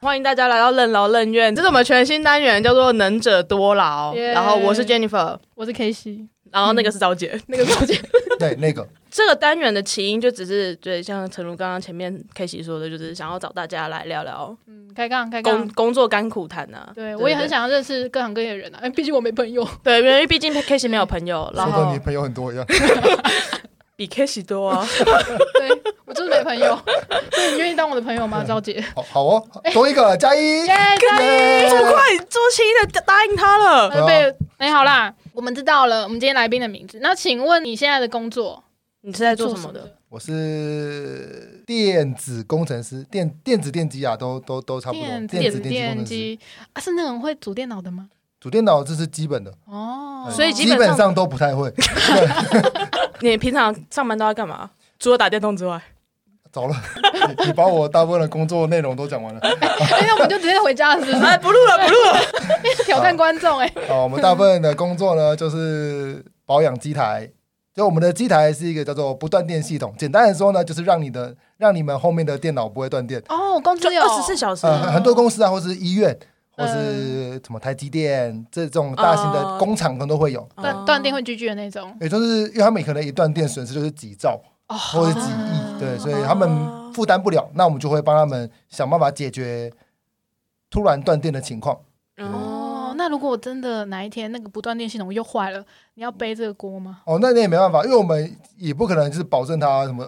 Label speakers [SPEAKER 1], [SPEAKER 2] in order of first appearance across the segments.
[SPEAKER 1] 欢迎大家来到任劳任怨，这是我们全新单元，叫做“能者多劳”。
[SPEAKER 2] 耶
[SPEAKER 1] 然后我是 Jennifer，
[SPEAKER 2] 我是 K C，
[SPEAKER 1] 然后那个是赵姐，那个是赵姐。
[SPEAKER 3] 对，那个
[SPEAKER 1] 这个单元的起因就只是对，像陈如刚刚前面 K 喜说的，就是想要找大家来聊聊
[SPEAKER 2] 嗯，开杠开
[SPEAKER 1] 工
[SPEAKER 2] 杠。
[SPEAKER 1] 工作甘苦谈啊呐。
[SPEAKER 2] 对，我也很想要认识各行各业的人啊，哎，毕竟我没朋 友。
[SPEAKER 1] 对，因为毕竟 K 喜没有朋友，然
[SPEAKER 3] 嗯说的
[SPEAKER 1] 后
[SPEAKER 3] 你朋友很多一样，
[SPEAKER 1] 比 K 喜多啊。
[SPEAKER 2] 对我就是没朋友，所以你愿意当我的朋友吗，赵姐？
[SPEAKER 3] 好好哦，
[SPEAKER 1] 哎
[SPEAKER 3] 多一个加一，
[SPEAKER 2] 耶，赵
[SPEAKER 3] 耶
[SPEAKER 1] 这么快，这么轻易的答应他了，
[SPEAKER 2] 呃被哎，好啦，我们知道了，我们今天来宾的名字。那请问你现在的工作
[SPEAKER 1] 你是在
[SPEAKER 2] 在
[SPEAKER 1] 做什么的？？
[SPEAKER 3] 我是电子工程师，电电子电机啊，都都都差不多。
[SPEAKER 2] 电
[SPEAKER 3] 电子
[SPEAKER 2] 子
[SPEAKER 3] 电机工
[SPEAKER 2] 电
[SPEAKER 3] 程师，
[SPEAKER 2] 机啊，是那种会组电脑的吗？
[SPEAKER 3] 主电脑这是基本的，嗯
[SPEAKER 2] 哦，
[SPEAKER 1] 所以基
[SPEAKER 3] 基
[SPEAKER 1] 本上
[SPEAKER 3] 本上都不太会。
[SPEAKER 1] 你平常上班都在干嘛？除了打电动之外，
[SPEAKER 3] 糟了， 你你把我大部分的工作内容都讲完了。
[SPEAKER 2] 哎，那我们就直接回家 了，是不
[SPEAKER 1] 哎，
[SPEAKER 2] 是？
[SPEAKER 1] 不录了，不录了。
[SPEAKER 2] 挑战观众，哎，
[SPEAKER 3] 好，我们大部分的工作呢，就是保养机台。就我们的机台是一个叫做不断电系统，简单的说呢，就是让你的让你们后面的电脑不会断电。
[SPEAKER 2] 哦，工
[SPEAKER 1] 就
[SPEAKER 2] 资有
[SPEAKER 1] 二十四小时，
[SPEAKER 3] 呃，很很多公司啊，或是医院，或是什么台积电这种大型的工厂，可能都会有。
[SPEAKER 2] 断断电会聚聚的那种。
[SPEAKER 3] 也就是因为他们可能一段电损失就是几兆
[SPEAKER 2] 哦
[SPEAKER 3] 或者几亿，对，所以他们负担不了，那我们就会帮他们想办法解决突然断电的情况。
[SPEAKER 2] 哦，那如果真的哪一天那个不断电系统又坏了，你要背这个锅吗？
[SPEAKER 3] 哦，那那也没办法，因为我们也不可能就是保证它什么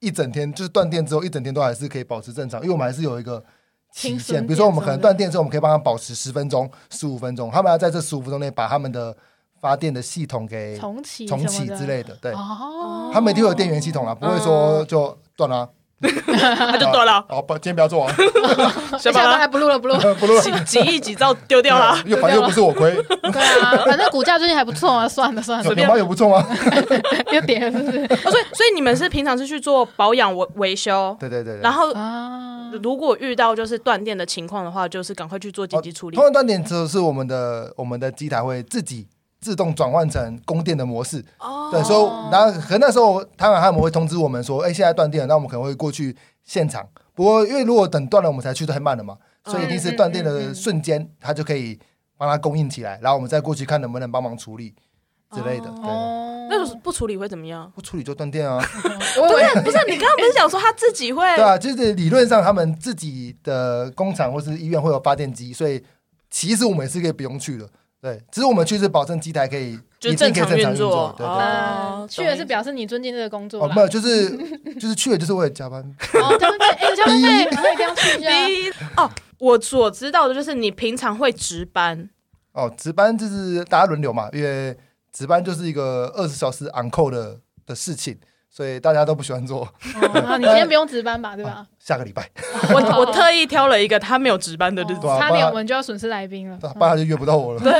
[SPEAKER 3] 一整天，就是断电之后一整天都还是可以保持正常，因为我们还是有一个期
[SPEAKER 2] 停损
[SPEAKER 3] 限。
[SPEAKER 2] 点
[SPEAKER 3] 比如说我们可能断电之后，我们可以帮他保持十分钟、十五分钟，他们要在这十五分钟内把他们的发电的系统给
[SPEAKER 2] 重启
[SPEAKER 3] 重启
[SPEAKER 2] 什么的
[SPEAKER 3] 之类的。对，
[SPEAKER 2] 哦，嗯
[SPEAKER 3] 他们一定会有电源系统啦，啊不会说就 断了啊。
[SPEAKER 1] 那就多 了，
[SPEAKER 3] 好，不，今天不要做啊，
[SPEAKER 1] 小
[SPEAKER 2] 下班
[SPEAKER 1] 把
[SPEAKER 2] 还不录了，不录了。
[SPEAKER 3] 不录 了。
[SPEAKER 1] 它几亿几兆丢掉啦。
[SPEAKER 3] 又反正又不是我 亏，
[SPEAKER 2] 对啊，反正股价最近还不错啊，算了算了，
[SPEAKER 3] 有毛也不中啊。
[SPEAKER 2] 又跌了，是不是？
[SPEAKER 1] 哦，所以所以你们是平常是去做保养维维修，
[SPEAKER 3] 对对对对。
[SPEAKER 1] 然后
[SPEAKER 2] 啊，
[SPEAKER 1] 如果遇到就是断电的情况的话，就是赶快去做紧急处理
[SPEAKER 3] 通。常断电之后是我们的我们的机台会自己自动转换成供电的模式。
[SPEAKER 1] 哦
[SPEAKER 3] 对，所以然后可能那时候他们他们会通知我们说，哎，现在断电了，那我们可能会过去现场。不过因为如果等断了我们才去，太慢了嘛，所以一定是断电的瞬间，它就可以帮它供应起来，然后我们再过去看能不能帮忙处理之类的。对，
[SPEAKER 2] 哦
[SPEAKER 1] 那就是不处理会怎么样？
[SPEAKER 3] 不处理就断电啊。
[SPEAKER 2] 我以
[SPEAKER 1] 不
[SPEAKER 2] 为
[SPEAKER 1] 是不是，你刚刚不是讲说他自己会？
[SPEAKER 3] 对啊，就是理论上他们自己的工厂或是医院会有发电机，所以其实我们也是可以不用去的。对，只是我们去是保证机台可以
[SPEAKER 1] 就是
[SPEAKER 3] 已经
[SPEAKER 1] 正
[SPEAKER 3] 可以
[SPEAKER 1] 常
[SPEAKER 3] 正常
[SPEAKER 1] 运
[SPEAKER 3] 运
[SPEAKER 1] 作
[SPEAKER 3] 作。对对
[SPEAKER 1] 哦
[SPEAKER 2] 嗯去了是表示你尊敬这个工
[SPEAKER 3] 对
[SPEAKER 2] 作
[SPEAKER 3] 哦，
[SPEAKER 2] 啦
[SPEAKER 3] 没。有，就是就是去了就是为了加班。
[SPEAKER 2] 哦，加班费，哎，有加班费，然后一定要去一下。
[SPEAKER 1] 第一哦，我所知道的就是你平常会值班，
[SPEAKER 3] 哦，值班就是大家轮流嘛，因为值班就是一个二十小时 on call 的的事情，所以大家都不喜欢做。
[SPEAKER 2] 哦好你今天不用值班吧，对吧？
[SPEAKER 3] 下个礼拜，
[SPEAKER 1] 我我特意挑了一个他没有值班的日子
[SPEAKER 3] 对。啊
[SPEAKER 2] 差点
[SPEAKER 3] 不然
[SPEAKER 2] 我们就要损失来宾了。
[SPEAKER 3] 不然他就约不到我了。
[SPEAKER 1] 因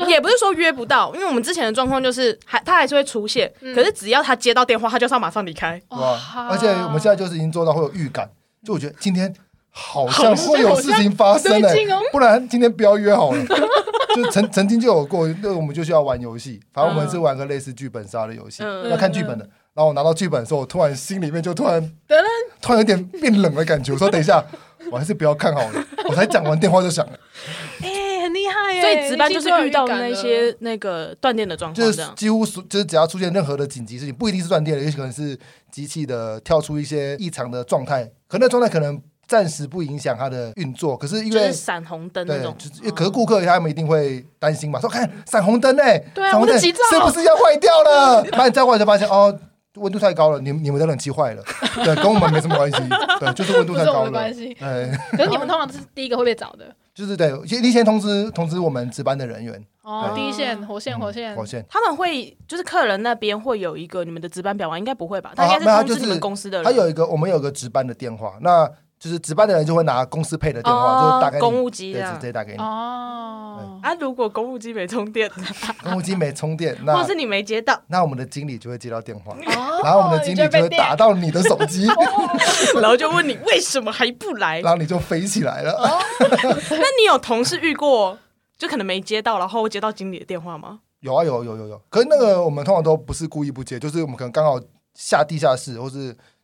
[SPEAKER 1] 为也不是说约不到，因为我们之前的状况就是还他还是会出现，
[SPEAKER 2] 嗯
[SPEAKER 1] 可是只要他接到电话，他就是要马上离开。
[SPEAKER 3] 对吧？而且我们现在就是已经做到会有预感，就我觉得今天好
[SPEAKER 2] 好
[SPEAKER 3] 像
[SPEAKER 2] 像
[SPEAKER 3] 会有事情发生
[SPEAKER 2] 好像
[SPEAKER 3] 哎、
[SPEAKER 2] 最近哦
[SPEAKER 3] 不然今天不要约好了。就曾曾经就有过，那我们就需要玩游戏，反正我们是玩个类似剧本杀的游戏，
[SPEAKER 1] 嗯
[SPEAKER 3] 要看剧本的。然后我拿到剧本的时候，我突然心里面就突然
[SPEAKER 2] 噔噔
[SPEAKER 3] 突然有点变冷的感觉。我说等一下，我还是不要看好了。我才讲完电话就响了，
[SPEAKER 2] 哎，很厉害耶！
[SPEAKER 1] 所以值班就是遇到那
[SPEAKER 2] 你已经有预感了
[SPEAKER 1] 些那个断电的状
[SPEAKER 3] 就
[SPEAKER 1] 况，这
[SPEAKER 3] 是
[SPEAKER 1] 样。
[SPEAKER 3] 几乎所就是只要出现任何的紧急事情，不一定是断电了，也许可能是机器的跳出一些异常的状态，可那状态可能暂时不影响它的运作，可是因
[SPEAKER 1] 就
[SPEAKER 3] 为
[SPEAKER 1] 是闪红灯那
[SPEAKER 3] 对，
[SPEAKER 1] 种，嗯
[SPEAKER 3] 就是因为可是顾客他们一定会担心嘛，说看闪红灯哎，
[SPEAKER 2] 对啊
[SPEAKER 3] 闪红
[SPEAKER 2] 我
[SPEAKER 3] 灯
[SPEAKER 2] 的急
[SPEAKER 3] 是
[SPEAKER 2] 躁
[SPEAKER 3] 不是要坏掉了？然后你再过来就发现哦，温度太高了，你你们的冷气 坏了，对，跟我们没什么关系，对，就是温度
[SPEAKER 2] 不
[SPEAKER 3] 太
[SPEAKER 2] 是我
[SPEAKER 3] 高
[SPEAKER 2] 们的
[SPEAKER 3] 了
[SPEAKER 2] 关，系。
[SPEAKER 3] 对，
[SPEAKER 2] 可是你们通常是第一个会被找的
[SPEAKER 3] 就是对，先提前通知通知我们值班的人员，
[SPEAKER 2] 哦，
[SPEAKER 1] 对
[SPEAKER 2] 第一线火线火线
[SPEAKER 3] 嗯火线。
[SPEAKER 1] 他们会就是客人那边会有一个你们的值班表吗？应该不会吧？他
[SPEAKER 3] 啊
[SPEAKER 1] 应
[SPEAKER 3] 没有
[SPEAKER 1] 该
[SPEAKER 3] 他
[SPEAKER 1] 是通
[SPEAKER 3] 就
[SPEAKER 1] 知你
[SPEAKER 3] 是
[SPEAKER 1] 们公司的人。
[SPEAKER 3] 他有一个，我们有个值班的电话，那就是值班的人就会拿公司配的电话，就是打给
[SPEAKER 1] 哦
[SPEAKER 3] 你，
[SPEAKER 1] 公务机
[SPEAKER 3] 对，
[SPEAKER 1] 这
[SPEAKER 3] 直
[SPEAKER 1] 样
[SPEAKER 3] 直。接打给你。
[SPEAKER 2] 哦。
[SPEAKER 1] 啊，如果公务机没充 电，
[SPEAKER 3] 公务机没充电，
[SPEAKER 1] 或
[SPEAKER 3] 那
[SPEAKER 1] 是你没接 到，
[SPEAKER 3] 那我们的经理就会接到电 话，
[SPEAKER 2] 哦
[SPEAKER 3] 然后我们的经理就会
[SPEAKER 2] 你被电
[SPEAKER 3] 打到你的手机，
[SPEAKER 1] 然后就问你为什么还不来？
[SPEAKER 3] 然后你就飞起来了。
[SPEAKER 1] 哦那你有同事遇过就可能没接到，然后接到经理的电话吗？
[SPEAKER 3] 有啊，有有有有，可是那个我们通常都不是故意不接，就是我们可能刚好下地下室或是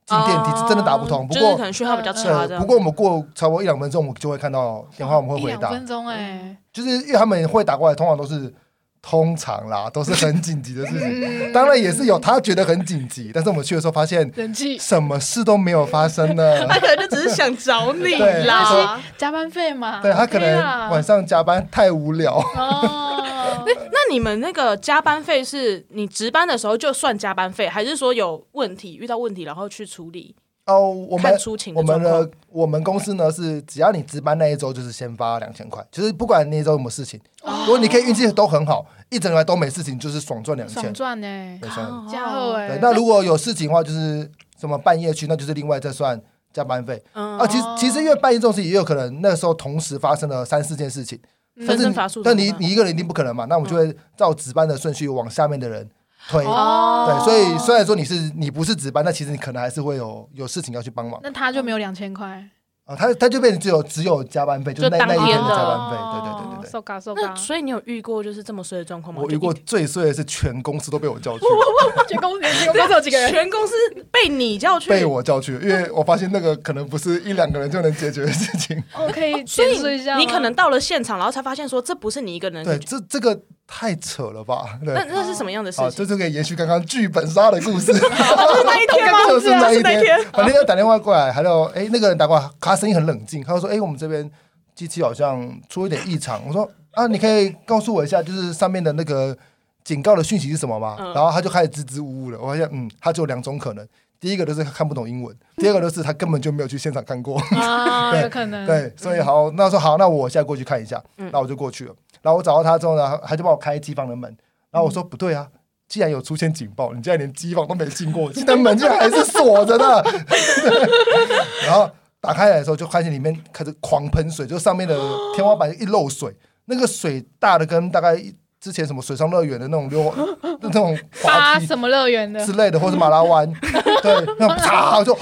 [SPEAKER 3] 进电梯，
[SPEAKER 1] 哦
[SPEAKER 3] 是真的打不通。不
[SPEAKER 1] 就是
[SPEAKER 3] 过
[SPEAKER 1] 可能讯号比较差，这
[SPEAKER 3] 呃，
[SPEAKER 1] 样
[SPEAKER 3] 不过我们过超过一两分钟，我们就会看到电话，我们会
[SPEAKER 2] 一
[SPEAKER 3] 回
[SPEAKER 2] 两
[SPEAKER 3] 答。
[SPEAKER 2] 分钟哎，
[SPEAKER 3] 就是因为他们会打过来，通常都是通常啦，都是很紧急的事情。
[SPEAKER 2] 嗯
[SPEAKER 3] 当然也是有他觉得很紧急，但是我们去的时候发现
[SPEAKER 2] 人气
[SPEAKER 3] 什么事都没有发生 呢。
[SPEAKER 1] 他可能就只是想找你
[SPEAKER 3] 对
[SPEAKER 1] 啦。
[SPEAKER 2] 加班费嘛，
[SPEAKER 3] 对
[SPEAKER 1] 啊
[SPEAKER 3] 他可
[SPEAKER 2] OK
[SPEAKER 3] 能
[SPEAKER 2] 啦
[SPEAKER 3] 晚上加班太无聊，
[SPEAKER 2] 哦，
[SPEAKER 1] 那你们那个加班费是你值班的时候就算加班费，还是说有问题遇到问题然后去处理
[SPEAKER 3] 哦，我们
[SPEAKER 1] 看出勤
[SPEAKER 3] 我
[SPEAKER 1] 的
[SPEAKER 3] 们
[SPEAKER 1] 状况？
[SPEAKER 3] 的我们公司呢是，只要你值班那一周就是先发两千块，就是不管那一周有没有事情，
[SPEAKER 1] 哦
[SPEAKER 3] 如果你可以运气都很好，一整个来都没事情，就是爽赚两千
[SPEAKER 2] 爽。赚呢，
[SPEAKER 3] 对爽
[SPEAKER 2] 加
[SPEAKER 1] 哦
[SPEAKER 2] 厚哎
[SPEAKER 3] 对，，那如果有事情的话，就是什么半夜去，那就是另外再算加班费。
[SPEAKER 1] 嗯
[SPEAKER 3] 啊，其实
[SPEAKER 2] 哦
[SPEAKER 3] 其实因为半夜这种事情也有可能那时候同时发生了三四件事情，
[SPEAKER 2] 嗯
[SPEAKER 3] 但
[SPEAKER 1] 分
[SPEAKER 3] 是
[SPEAKER 1] 身
[SPEAKER 3] 你
[SPEAKER 1] 乏术
[SPEAKER 3] 但
[SPEAKER 1] 怎么
[SPEAKER 3] 你
[SPEAKER 1] 办
[SPEAKER 3] 你一个人一定不可能嘛，那我们就会照值班的顺序往下面的人推。
[SPEAKER 2] 哦
[SPEAKER 3] 对，所以虽然说你是你不是值班，但其实你可能还是会有有事情要去帮忙。
[SPEAKER 2] 那他就没有两千块，
[SPEAKER 3] 啊，他他就变成只有只有加班费，就是
[SPEAKER 1] 就
[SPEAKER 3] 那那
[SPEAKER 1] 当
[SPEAKER 3] 一
[SPEAKER 1] 天
[SPEAKER 3] 天的
[SPEAKER 1] 的
[SPEAKER 3] 加班费，对对对对对。
[SPEAKER 2] 哦受嘎受嘎
[SPEAKER 1] 那，所以你有遇过就是这么衰的状况吗？
[SPEAKER 3] 我遇过最衰的是全公司都被我叫去，
[SPEAKER 2] 全公司全公司有几个人？
[SPEAKER 1] 全公司被你叫去，
[SPEAKER 3] 被我叫去，因为我发现那个可能不是一两个人就能解决的事情。
[SPEAKER 2] 我可以
[SPEAKER 1] 所
[SPEAKER 2] 解
[SPEAKER 1] 以
[SPEAKER 2] 释一下吗，
[SPEAKER 1] 你可能到了现场，然后才发现说这不是你一个人
[SPEAKER 3] 对，。这这个太扯了吧？对
[SPEAKER 1] 那，那是什么样的事
[SPEAKER 3] 啊，
[SPEAKER 1] 情？
[SPEAKER 3] 这就可以延续刚刚剧本杀的故 事，
[SPEAKER 1] 就是那一天吗？
[SPEAKER 3] 就是那一
[SPEAKER 1] 是那一
[SPEAKER 3] 天，反正要打电话过来，还有哎，那个人打过来，他声音很冷静，他就说哎，我们这边机器好像出一点异常，我说啊，你可以告诉我一下，就是上面的那个警告的讯息是什么吗？
[SPEAKER 1] 嗯
[SPEAKER 3] 然后他就开始支支吾吾了，我发现嗯，他只有两种可能，第一个就是他看不懂英文，第二个就是他根本就没有去现场看过，
[SPEAKER 2] 啊，
[SPEAKER 3] 对
[SPEAKER 2] 有可能，
[SPEAKER 3] 对，所以好，那我说好，那我现在过去看一下，
[SPEAKER 1] 嗯
[SPEAKER 3] 那我就过去了。然后我找到他之后呢，他就帮我开机房的门。然后我说不对啊，既然有出现警报，你竟然连机房都没进 过，这门竟然还是锁着的。 然后打开来的时候，就发现里面开始狂喷水，就上面的天花板一漏水，那个水大的跟大概之前什么水上乐园的那种溜那种滑
[SPEAKER 2] 发
[SPEAKER 3] 梯
[SPEAKER 2] 什么乐园的
[SPEAKER 3] 之类的，或是马拉 湾，对，那种啪我就。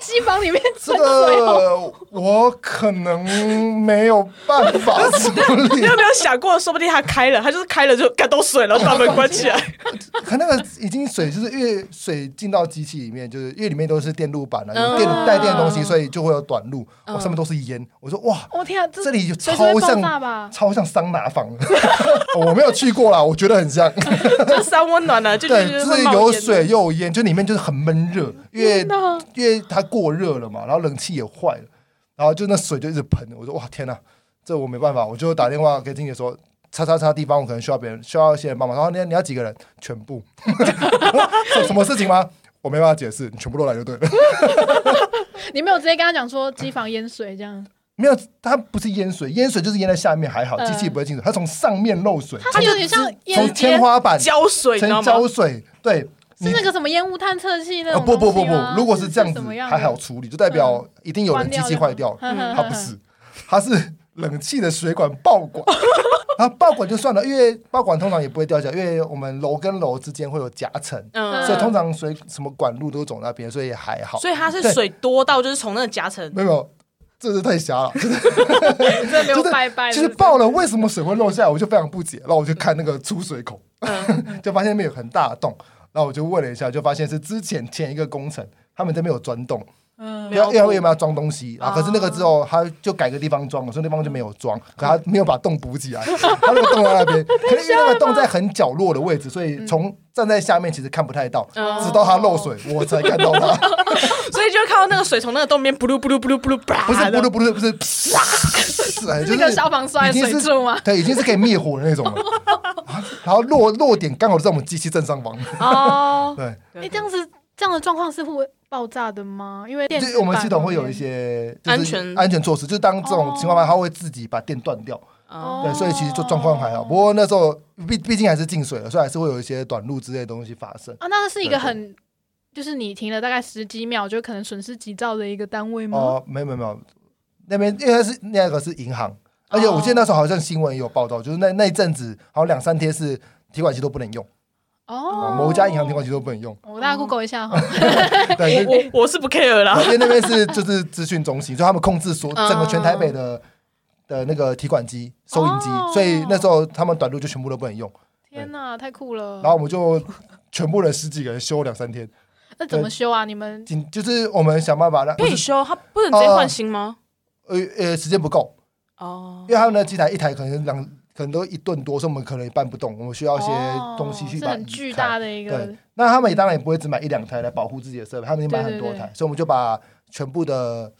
[SPEAKER 2] 机房里面哦
[SPEAKER 3] 这个我可能没有办法处
[SPEAKER 1] 你
[SPEAKER 3] 理
[SPEAKER 1] 有，没有想过，说不定他开了，他就是开了就感都水了，把门关起来。
[SPEAKER 3] 可那个已经水就是因为水进到机器里面，就是因为里面都是电路板啊，
[SPEAKER 1] 嗯
[SPEAKER 3] 有电带电的东西，所以就会有短路，
[SPEAKER 1] 嗯
[SPEAKER 3] 我上面都是烟，我说哇，
[SPEAKER 2] 我天啊，这
[SPEAKER 3] 这里就
[SPEAKER 2] 随时会
[SPEAKER 3] 超
[SPEAKER 2] 爆
[SPEAKER 3] 像
[SPEAKER 2] 炸吧？
[SPEAKER 3] 超像桑拿房， 我没有去过啦，我觉得很像，
[SPEAKER 1] 就三温暖了，就
[SPEAKER 3] 对，
[SPEAKER 1] 就
[SPEAKER 3] 就
[SPEAKER 1] 会
[SPEAKER 3] 是
[SPEAKER 1] 冒
[SPEAKER 3] 有
[SPEAKER 1] 烟
[SPEAKER 3] 水又有烟，就里面就是很闷热，因为
[SPEAKER 2] 天哪
[SPEAKER 3] 因为它过热了嘛，然后冷气也坏了，然后就那水就一直喷。我说哇天哪，这我没办法，我就打电话给经理说，叉叉叉地方我可能需要别人需要一些人帮忙。然后你你要几个人？全部。 什什么事情吗？我没办法解释，你全部都来就对了。
[SPEAKER 2] 你没有直接跟他讲说机房淹水这样，
[SPEAKER 3] 没有，它不是淹水，淹水就是淹在下面还好，
[SPEAKER 2] 嗯
[SPEAKER 3] 机器不会进水，它从上面漏水，
[SPEAKER 2] 它有点像
[SPEAKER 3] 从
[SPEAKER 2] 淹
[SPEAKER 3] 天
[SPEAKER 2] 淹，
[SPEAKER 3] 花板
[SPEAKER 1] 浇水，你知道
[SPEAKER 3] 成
[SPEAKER 1] 吗？
[SPEAKER 3] 浇水，对。
[SPEAKER 2] 是那个什么烟雾探测器那
[SPEAKER 3] 哦
[SPEAKER 2] 种
[SPEAKER 3] 不
[SPEAKER 2] 东
[SPEAKER 3] 不不
[SPEAKER 2] 西
[SPEAKER 3] 不
[SPEAKER 2] 吗，
[SPEAKER 3] 如果是这样子
[SPEAKER 2] 什么样
[SPEAKER 3] 还
[SPEAKER 2] 的嗯
[SPEAKER 3] 好处理，就代表一定有人机器坏掉，
[SPEAKER 2] 关掉就好
[SPEAKER 1] 嗯
[SPEAKER 3] 它不是，它是冷气的水管爆管。然后爆管就算了，因为爆管通常也不会掉下来，因为我们楼跟楼之间会有夹层，
[SPEAKER 1] 嗯，
[SPEAKER 3] 所以通常水什么管路都走那边，所以也还好。
[SPEAKER 1] 所以它是
[SPEAKER 3] 对
[SPEAKER 1] 水多到就是从那个夹层，
[SPEAKER 3] 没有没有，这是太瞎了，就是
[SPEAKER 2] 真的没有拜拜，
[SPEAKER 3] 就是爆了，为什么水会漏下来，我就非常不解。然后我就看那个出水口，
[SPEAKER 1] 嗯，
[SPEAKER 3] 就发现那边有很大的洞，然后我就问了一下，就发现是之前前一个工程他们这边有钻洞。
[SPEAKER 2] 嗯，
[SPEAKER 3] 要
[SPEAKER 1] 了
[SPEAKER 3] 要
[SPEAKER 1] 解
[SPEAKER 3] 要不要装东西啊？可是那个之后，他就改个地方装，我说那地方就没有装，可他没有把洞补起来，他那个洞在那边，可是因为那个洞在很角落的位置，所以从站在下面其实看不太到，
[SPEAKER 1] 嗯
[SPEAKER 3] 直到它漏水我才看到它，
[SPEAKER 1] 所以就会看到那个水从那个洞里面 b l u 噜 b l u 噜 b l u
[SPEAKER 3] 不是不
[SPEAKER 1] 噜
[SPEAKER 3] 是不是不是，啪哎就是
[SPEAKER 2] 那个消防栓
[SPEAKER 3] 已经
[SPEAKER 2] 水
[SPEAKER 3] 是
[SPEAKER 2] 柱吗？
[SPEAKER 3] 对，已经是可以灭火的那种了，啊然后落落点刚好在我们机器正上方，
[SPEAKER 1] 哦，
[SPEAKER 3] 对，
[SPEAKER 2] 哎，这样子这样的状况是会爆炸的吗？因为电
[SPEAKER 3] 就是
[SPEAKER 2] 子
[SPEAKER 3] 我们
[SPEAKER 2] 板
[SPEAKER 3] 系统
[SPEAKER 2] 旁
[SPEAKER 3] 会有一
[SPEAKER 2] 边
[SPEAKER 3] 些就是
[SPEAKER 1] 安全
[SPEAKER 3] 安全措施，就是当这种情况发生，它会自己把电断掉。
[SPEAKER 1] 哦，
[SPEAKER 3] 对，所以其实就状况还好。不过那时候毕毕竟还是进水了，所以还是会有一些短路之类的东西发生。
[SPEAKER 2] 啊，那是一个
[SPEAKER 3] 对对
[SPEAKER 2] 很，就是你停了大概十几秒，就可能损失几兆的一个单位吗？
[SPEAKER 3] 哦、没有没有没有，那边因为它是那个是银行，而且我记得那时候好像新闻也有报道，就是那那一阵子好像两三天是提款机都不能用，
[SPEAKER 2] 哦
[SPEAKER 3] 啊，某一家银行提哦款机都不能用。
[SPEAKER 2] 我大家 Google 一下哈。
[SPEAKER 1] 哎
[SPEAKER 3] 对，因为
[SPEAKER 1] 我我是不
[SPEAKER 2] 啊
[SPEAKER 1] care 啦，
[SPEAKER 3] 因为那边是就是资讯中心，所以他们控制
[SPEAKER 2] 嗯
[SPEAKER 3] 所整个全台北的。的那个提款机、收银机
[SPEAKER 2] 哦
[SPEAKER 3] 所以那时候他们短路就全部都不能用，
[SPEAKER 2] 天哪，太酷了！
[SPEAKER 3] 然后我们就全部人十几个人修两三天，
[SPEAKER 2] 那怎么修啊？你们
[SPEAKER 3] 紧就是我们想办法让，
[SPEAKER 1] 可以
[SPEAKER 3] 不是
[SPEAKER 1] 修，它不能直接换新吗？
[SPEAKER 3] 呃呃时间不够，
[SPEAKER 1] 哦
[SPEAKER 3] 因，为他们那机台一台可能两可能都一吨多，所以我们可能也搬不动，我们需要一些东西去
[SPEAKER 2] 哦是
[SPEAKER 3] 把它
[SPEAKER 2] 很巨
[SPEAKER 3] 移开
[SPEAKER 2] 大的一个
[SPEAKER 3] 对，那他们也当然也不会只买一两台来保护自己的设备，他们已经买很多
[SPEAKER 2] 对对
[SPEAKER 3] 台，
[SPEAKER 2] 对
[SPEAKER 3] 所以我们就把全部的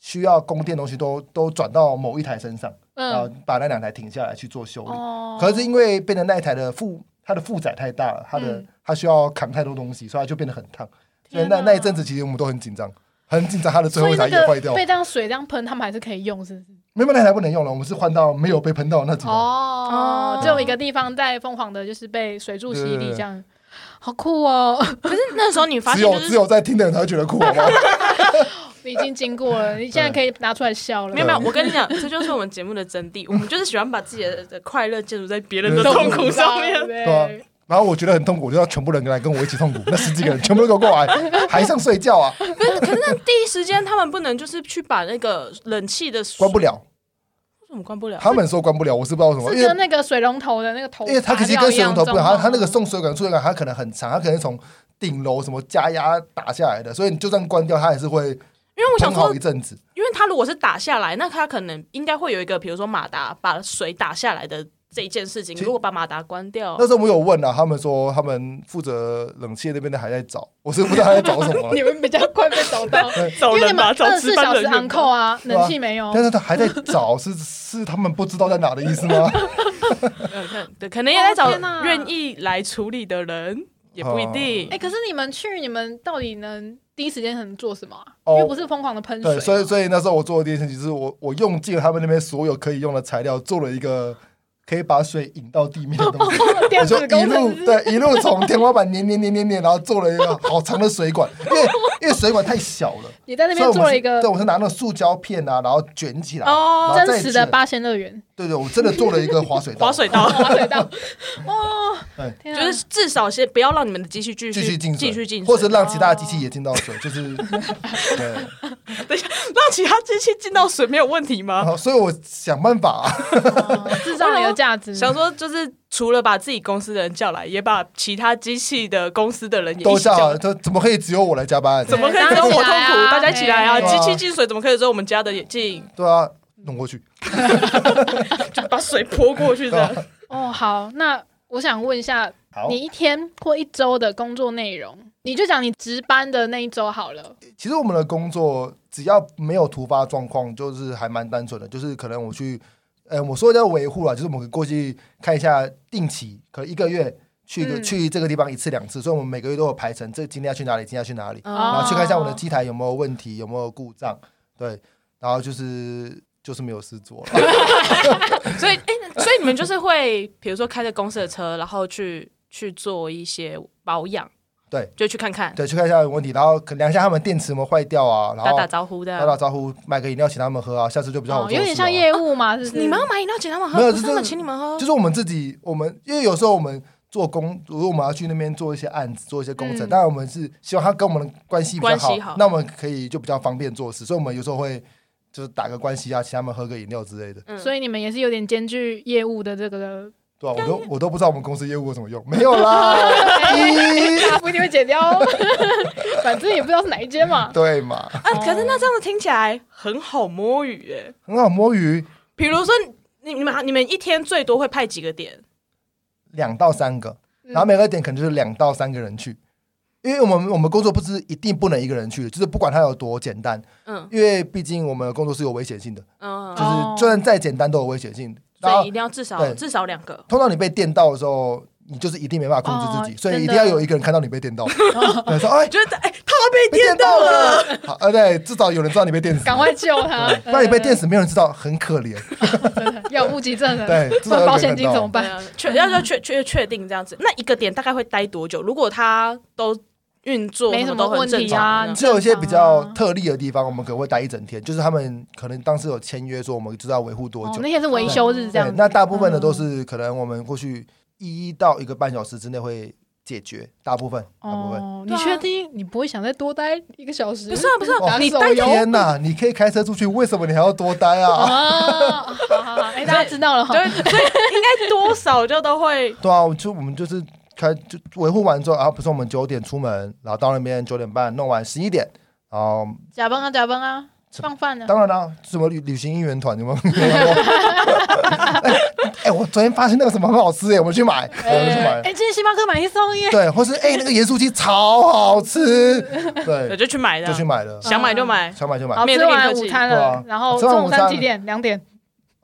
[SPEAKER 3] 需要供电的东西都都转到某一台身上，然后
[SPEAKER 2] 嗯
[SPEAKER 3] 把那两台停下来去做修理。
[SPEAKER 2] 哦，
[SPEAKER 3] 可是因为变成那一台的负它的负载太大了，它的、
[SPEAKER 2] 嗯
[SPEAKER 3] 它需要扛太多东西，所以它就变得很烫。所以
[SPEAKER 2] 天
[SPEAKER 3] 那
[SPEAKER 2] 哪
[SPEAKER 3] 那一阵子其实我们都很紧张，很紧张，它的最
[SPEAKER 2] 所
[SPEAKER 3] 后
[SPEAKER 2] 以
[SPEAKER 3] 一台
[SPEAKER 2] 那
[SPEAKER 3] 也坏
[SPEAKER 2] 个
[SPEAKER 3] 掉，
[SPEAKER 2] 被这样水这样喷，他们还是可以用，是不是？
[SPEAKER 3] 没有那台不能用了，我们是换到没有被喷到的那几台。
[SPEAKER 2] 哦
[SPEAKER 1] 哦，
[SPEAKER 2] 只有一个地方在凤凰的，就是被水柱洗
[SPEAKER 3] 嗯对对
[SPEAKER 2] 礼
[SPEAKER 3] 对
[SPEAKER 2] 这样，好酷哦！
[SPEAKER 1] 可是那时候你发
[SPEAKER 3] 只
[SPEAKER 1] 现
[SPEAKER 3] 有
[SPEAKER 1] 就
[SPEAKER 3] 只
[SPEAKER 1] 是
[SPEAKER 3] 有在听的人才会觉得酷，好吗？
[SPEAKER 2] 你已经经过了，你现在可以拿出来笑了
[SPEAKER 1] 没。有没有，我跟你讲， 这就是我们节目的真 谛。我们就是喜欢把自己的的快乐建筑在别人的
[SPEAKER 3] 对
[SPEAKER 1] 痛苦上面。
[SPEAKER 2] 对
[SPEAKER 3] 对啊然后我觉得很痛苦，我就要全部人来跟我一起痛苦，那十几个人全部都给我过来，还想睡觉啊，
[SPEAKER 1] 可是可是那第一时间他们不能就是去把那个冷气的
[SPEAKER 3] 关不，了。
[SPEAKER 1] 为什么关不了？
[SPEAKER 3] 他们说关不了，我是不知道为什么，
[SPEAKER 2] 是
[SPEAKER 3] 因
[SPEAKER 2] 跟
[SPEAKER 3] 为
[SPEAKER 2] 那个水龙头的那个头拔
[SPEAKER 3] 因
[SPEAKER 2] 掉一
[SPEAKER 3] 为
[SPEAKER 2] 样哦重吗，
[SPEAKER 3] 它其实跟水龙头不一样，它它那个送水管、出水管，它可能很长，它可能从顶楼什么加压打下来的，所以你就算关掉，它也是会
[SPEAKER 1] 因为我想
[SPEAKER 3] 喷好
[SPEAKER 1] 说
[SPEAKER 3] 一，阵子。
[SPEAKER 1] 因为他如果是打下来，那他可能应该会有一个，比如说马达把水打下来的这一件事情。
[SPEAKER 3] 其实
[SPEAKER 1] 如果把马达关掉
[SPEAKER 3] 那，时候我有问啊，他们说他们负责冷气那边的还在找，我是不知道他在找什么了，
[SPEAKER 2] 你们比较快被找到，
[SPEAKER 1] 走
[SPEAKER 2] 因为你
[SPEAKER 1] 人
[SPEAKER 2] 们
[SPEAKER 1] 吧，找
[SPEAKER 2] 二十四
[SPEAKER 1] 值
[SPEAKER 2] 小
[SPEAKER 1] 班
[SPEAKER 2] 时
[SPEAKER 1] 人员
[SPEAKER 2] on call
[SPEAKER 1] 吧。
[SPEAKER 2] 啊，
[SPEAKER 3] 对啊
[SPEAKER 2] 冷气没有。
[SPEAKER 3] 但是他还在找，是是他们不知道在哪的意思吗？
[SPEAKER 1] 嗯可对，可能也在找
[SPEAKER 2] 哦天哪
[SPEAKER 1] 愿意来处理的人，也不一定
[SPEAKER 2] 哎、。可是你们去，你们到底能第一时间能做什么、啊？
[SPEAKER 3] 哦
[SPEAKER 2] 因为不是疯狂的喷水哦
[SPEAKER 3] 对，
[SPEAKER 2] 嘛，
[SPEAKER 3] 所以所以那时候我做的第一件事情就是我我用尽了他们那边所有可以用的材料，做了一个可以把水引到地面的东西。
[SPEAKER 2] 电
[SPEAKER 3] 我就
[SPEAKER 2] 子
[SPEAKER 3] 一
[SPEAKER 2] 工
[SPEAKER 3] 路
[SPEAKER 2] 程师
[SPEAKER 3] 对一路从天花板粘粘粘粘粘，然后做了一个好长的水管，因为 因为水管太小了，
[SPEAKER 2] 也在那
[SPEAKER 3] 所
[SPEAKER 2] 边
[SPEAKER 3] 以我
[SPEAKER 2] 做
[SPEAKER 3] 们
[SPEAKER 2] 了
[SPEAKER 3] 是
[SPEAKER 2] 一个
[SPEAKER 3] 对，我是拿那种塑胶片啊，然后卷起来，
[SPEAKER 1] 哦
[SPEAKER 3] 然后再
[SPEAKER 2] 真实的
[SPEAKER 3] 卷
[SPEAKER 2] 八仙乐园
[SPEAKER 3] 对对，我真的做了一个滑水道，
[SPEAKER 1] 滑水道，
[SPEAKER 2] 滑水道。哦
[SPEAKER 3] 对，
[SPEAKER 2] 天
[SPEAKER 1] 就
[SPEAKER 2] 啊
[SPEAKER 1] 是至少先不要让你们的机器继续
[SPEAKER 3] 继续进水，
[SPEAKER 1] 继续进水，
[SPEAKER 3] 或是让其他
[SPEAKER 2] 哦
[SPEAKER 3] 的机器也进到水， 就是 对，
[SPEAKER 1] 让其他机器进到水没有问题
[SPEAKER 3] 然
[SPEAKER 1] 吗？
[SPEAKER 3] 后所以我想办法、啊，
[SPEAKER 2] 哦制造你的价值。
[SPEAKER 1] 想说就是除了把自己公司的人叫来，也把其他机器的公司的人也一
[SPEAKER 3] 都
[SPEAKER 1] 起
[SPEAKER 3] 下
[SPEAKER 1] 叫
[SPEAKER 3] 好，
[SPEAKER 1] 来。
[SPEAKER 3] 这怎么可以只有我来加班？
[SPEAKER 1] 怎么可以
[SPEAKER 2] 对
[SPEAKER 1] 只有我痛苦？
[SPEAKER 2] 大家一起来啊
[SPEAKER 1] 大家一起来啊！机
[SPEAKER 3] 嘿
[SPEAKER 1] 器进水怎么可以只有我们家的也进？
[SPEAKER 3] 对啊，弄过去，
[SPEAKER 1] 就 把水泼过去这 样。
[SPEAKER 2] 哦，好，那我想问一下，
[SPEAKER 3] 好
[SPEAKER 2] 你。一天或一周的工作内容，你就讲你值班的那一周好了。
[SPEAKER 3] 其实我们的工作只要没有突发状况，就是还蛮单纯的，就是可能我去，呃，我说叫维护啦，就是我们过去看一下定期，可能一个月去一个、
[SPEAKER 2] 嗯
[SPEAKER 3] 去这个地方一次两次，所以我们每个月都有排程，这今天要去哪里，今天要去哪里，
[SPEAKER 2] 哦
[SPEAKER 3] 然后去看一下我的机台有没有问题，有没有故障，对，然后就是就是没有事做了，
[SPEAKER 1] 所以，哎、所以你们就是会，比如说开着公司的车，然后去去做一些保养，
[SPEAKER 3] 对，
[SPEAKER 1] 就去看看，
[SPEAKER 3] 对，去看一下有没有问题，然后可量一下他们电池有没有坏掉啊，然
[SPEAKER 1] 打
[SPEAKER 3] 后
[SPEAKER 1] 打招呼这
[SPEAKER 3] 打打
[SPEAKER 1] 样。
[SPEAKER 3] 招呼，买个饮料请他们喝啊，下次就比较好
[SPEAKER 2] 哦，
[SPEAKER 3] 做事啊、
[SPEAKER 2] 有点像业务嘛，是不是？
[SPEAKER 1] 你们要买饮料请他们喝，
[SPEAKER 3] 没有
[SPEAKER 1] 不是
[SPEAKER 3] 就是
[SPEAKER 1] 他们请你们喝
[SPEAKER 3] 就。是我们自己，我们因为有时候我们做工，如果我们要去那边做一些案子、做一些工程，
[SPEAKER 2] 嗯
[SPEAKER 3] 当然我们是希望他跟我们的关系比较
[SPEAKER 1] 关
[SPEAKER 3] 好，
[SPEAKER 1] 系好
[SPEAKER 3] 那我们可以就比较方便做事，所以我们有时候会就是打个关系啊，请他们喝个饮料之类的，
[SPEAKER 1] 嗯
[SPEAKER 2] 所以你们也是有点兼具业务的这个，
[SPEAKER 3] 对啊吧、我都我都不知道我们公司业务有什么用，没有啦， 咦
[SPEAKER 2] 大家不一定会剪掉哦，反正也不知道是哪一间嘛。
[SPEAKER 3] 对嘛，
[SPEAKER 1] 啊，可是那这样子听起来很好摸鱼哎、
[SPEAKER 3] 很好摸鱼，
[SPEAKER 1] 比如说，你你们你们一天最多会派几个点？
[SPEAKER 3] 两到三个，
[SPEAKER 2] 嗯
[SPEAKER 3] 然后每个点可能就是两到三个人去。因为我们我们工作不是一定不能一个人去的，就是不管它有多简单，
[SPEAKER 1] 嗯
[SPEAKER 3] 因为毕竟我们的工作是有危险性的，
[SPEAKER 1] 嗯，
[SPEAKER 3] 就是
[SPEAKER 2] 哦
[SPEAKER 3] 就算再简单都有危险性。然
[SPEAKER 1] 所
[SPEAKER 3] 后
[SPEAKER 1] 以一定要至少
[SPEAKER 3] 对
[SPEAKER 1] 至少两个。
[SPEAKER 3] 通常你被电到的时候，你就是一定没办法控制自己，
[SPEAKER 2] 哦
[SPEAKER 3] 所以
[SPEAKER 2] 真
[SPEAKER 3] 一
[SPEAKER 2] 的
[SPEAKER 3] 定要有一个人看到你被 电到，对，说哎
[SPEAKER 1] 觉得哎、他被
[SPEAKER 3] 被
[SPEAKER 1] 电
[SPEAKER 3] 电
[SPEAKER 1] 到
[SPEAKER 3] 到
[SPEAKER 1] 了，
[SPEAKER 3] 了，好，呃对，至少有人知道你被电死，
[SPEAKER 2] 赶快救他！
[SPEAKER 3] 对，不然你被电死，没有人知道，很可怜，
[SPEAKER 2] 对，对对 要物击证人，
[SPEAKER 3] 对，
[SPEAKER 2] 不
[SPEAKER 3] 至少
[SPEAKER 2] 然
[SPEAKER 3] 有人
[SPEAKER 2] 保
[SPEAKER 3] 看
[SPEAKER 2] 险
[SPEAKER 3] 到
[SPEAKER 2] 金怎么
[SPEAKER 1] 对
[SPEAKER 2] 办？
[SPEAKER 1] 啊确要要确确确定这样子。那一个点大概会待多久？如果他都运作
[SPEAKER 2] 没
[SPEAKER 1] 什
[SPEAKER 2] 什
[SPEAKER 1] 么
[SPEAKER 2] 么
[SPEAKER 1] 都很
[SPEAKER 2] 问
[SPEAKER 1] 正
[SPEAKER 2] 题
[SPEAKER 1] 常
[SPEAKER 2] 啊
[SPEAKER 1] 这样
[SPEAKER 3] 只有一些比较
[SPEAKER 2] 正常啊
[SPEAKER 3] 特例的地方，我们可能会待一整天，就是他们可能当时有签约说我们知道维护多
[SPEAKER 2] 哦
[SPEAKER 3] 久，，
[SPEAKER 2] 那天是维修日这样
[SPEAKER 3] 对，
[SPEAKER 2] 子。嗯
[SPEAKER 3] 那大部分的都是可能我们过去一到一个半小时之内会解决，大部分，大部分。
[SPEAKER 2] 哦，
[SPEAKER 1] 对
[SPEAKER 2] 你
[SPEAKER 1] 啊
[SPEAKER 2] 确定你不会想再多待一个小时？
[SPEAKER 1] 不是啊，不是啊，
[SPEAKER 3] 哦
[SPEAKER 1] 你
[SPEAKER 2] 手
[SPEAKER 1] 待
[SPEAKER 2] 游
[SPEAKER 3] 天哪，你可以开车出去，为什么你还要多待啊？
[SPEAKER 2] 啊， 好好好，哎，大家知道了哈。
[SPEAKER 1] 对，所以应该多少就都会
[SPEAKER 3] 对啊，我就我们就是开就维护完之后，然后啊不是我们九点出门，然后到那边九点半弄完十一点，然后
[SPEAKER 2] 假崩啊假崩啊，
[SPEAKER 3] 这
[SPEAKER 2] 放饭呢？
[SPEAKER 3] 当然啦、什么旅旅行应援团有没有？哎、 哎我昨天发现那个什么很好吃哎、我们去买，我们去买。
[SPEAKER 2] 哎，进星巴克买一送一，
[SPEAKER 3] 对，或是哎、那个盐酥鸡超好吃，对
[SPEAKER 1] 对，，就去哦买的
[SPEAKER 3] 就，去买了，
[SPEAKER 1] 想买就买。
[SPEAKER 3] 想买就买。
[SPEAKER 2] 好
[SPEAKER 1] 面
[SPEAKER 2] 吃
[SPEAKER 1] 对面
[SPEAKER 2] 完
[SPEAKER 1] 客
[SPEAKER 2] 午
[SPEAKER 1] 气
[SPEAKER 2] 餐
[SPEAKER 3] 对
[SPEAKER 2] 了
[SPEAKER 3] 啊，
[SPEAKER 2] 然后
[SPEAKER 3] 吃完
[SPEAKER 2] 中午
[SPEAKER 3] 午
[SPEAKER 2] 餐
[SPEAKER 3] 餐
[SPEAKER 2] 几点？两点。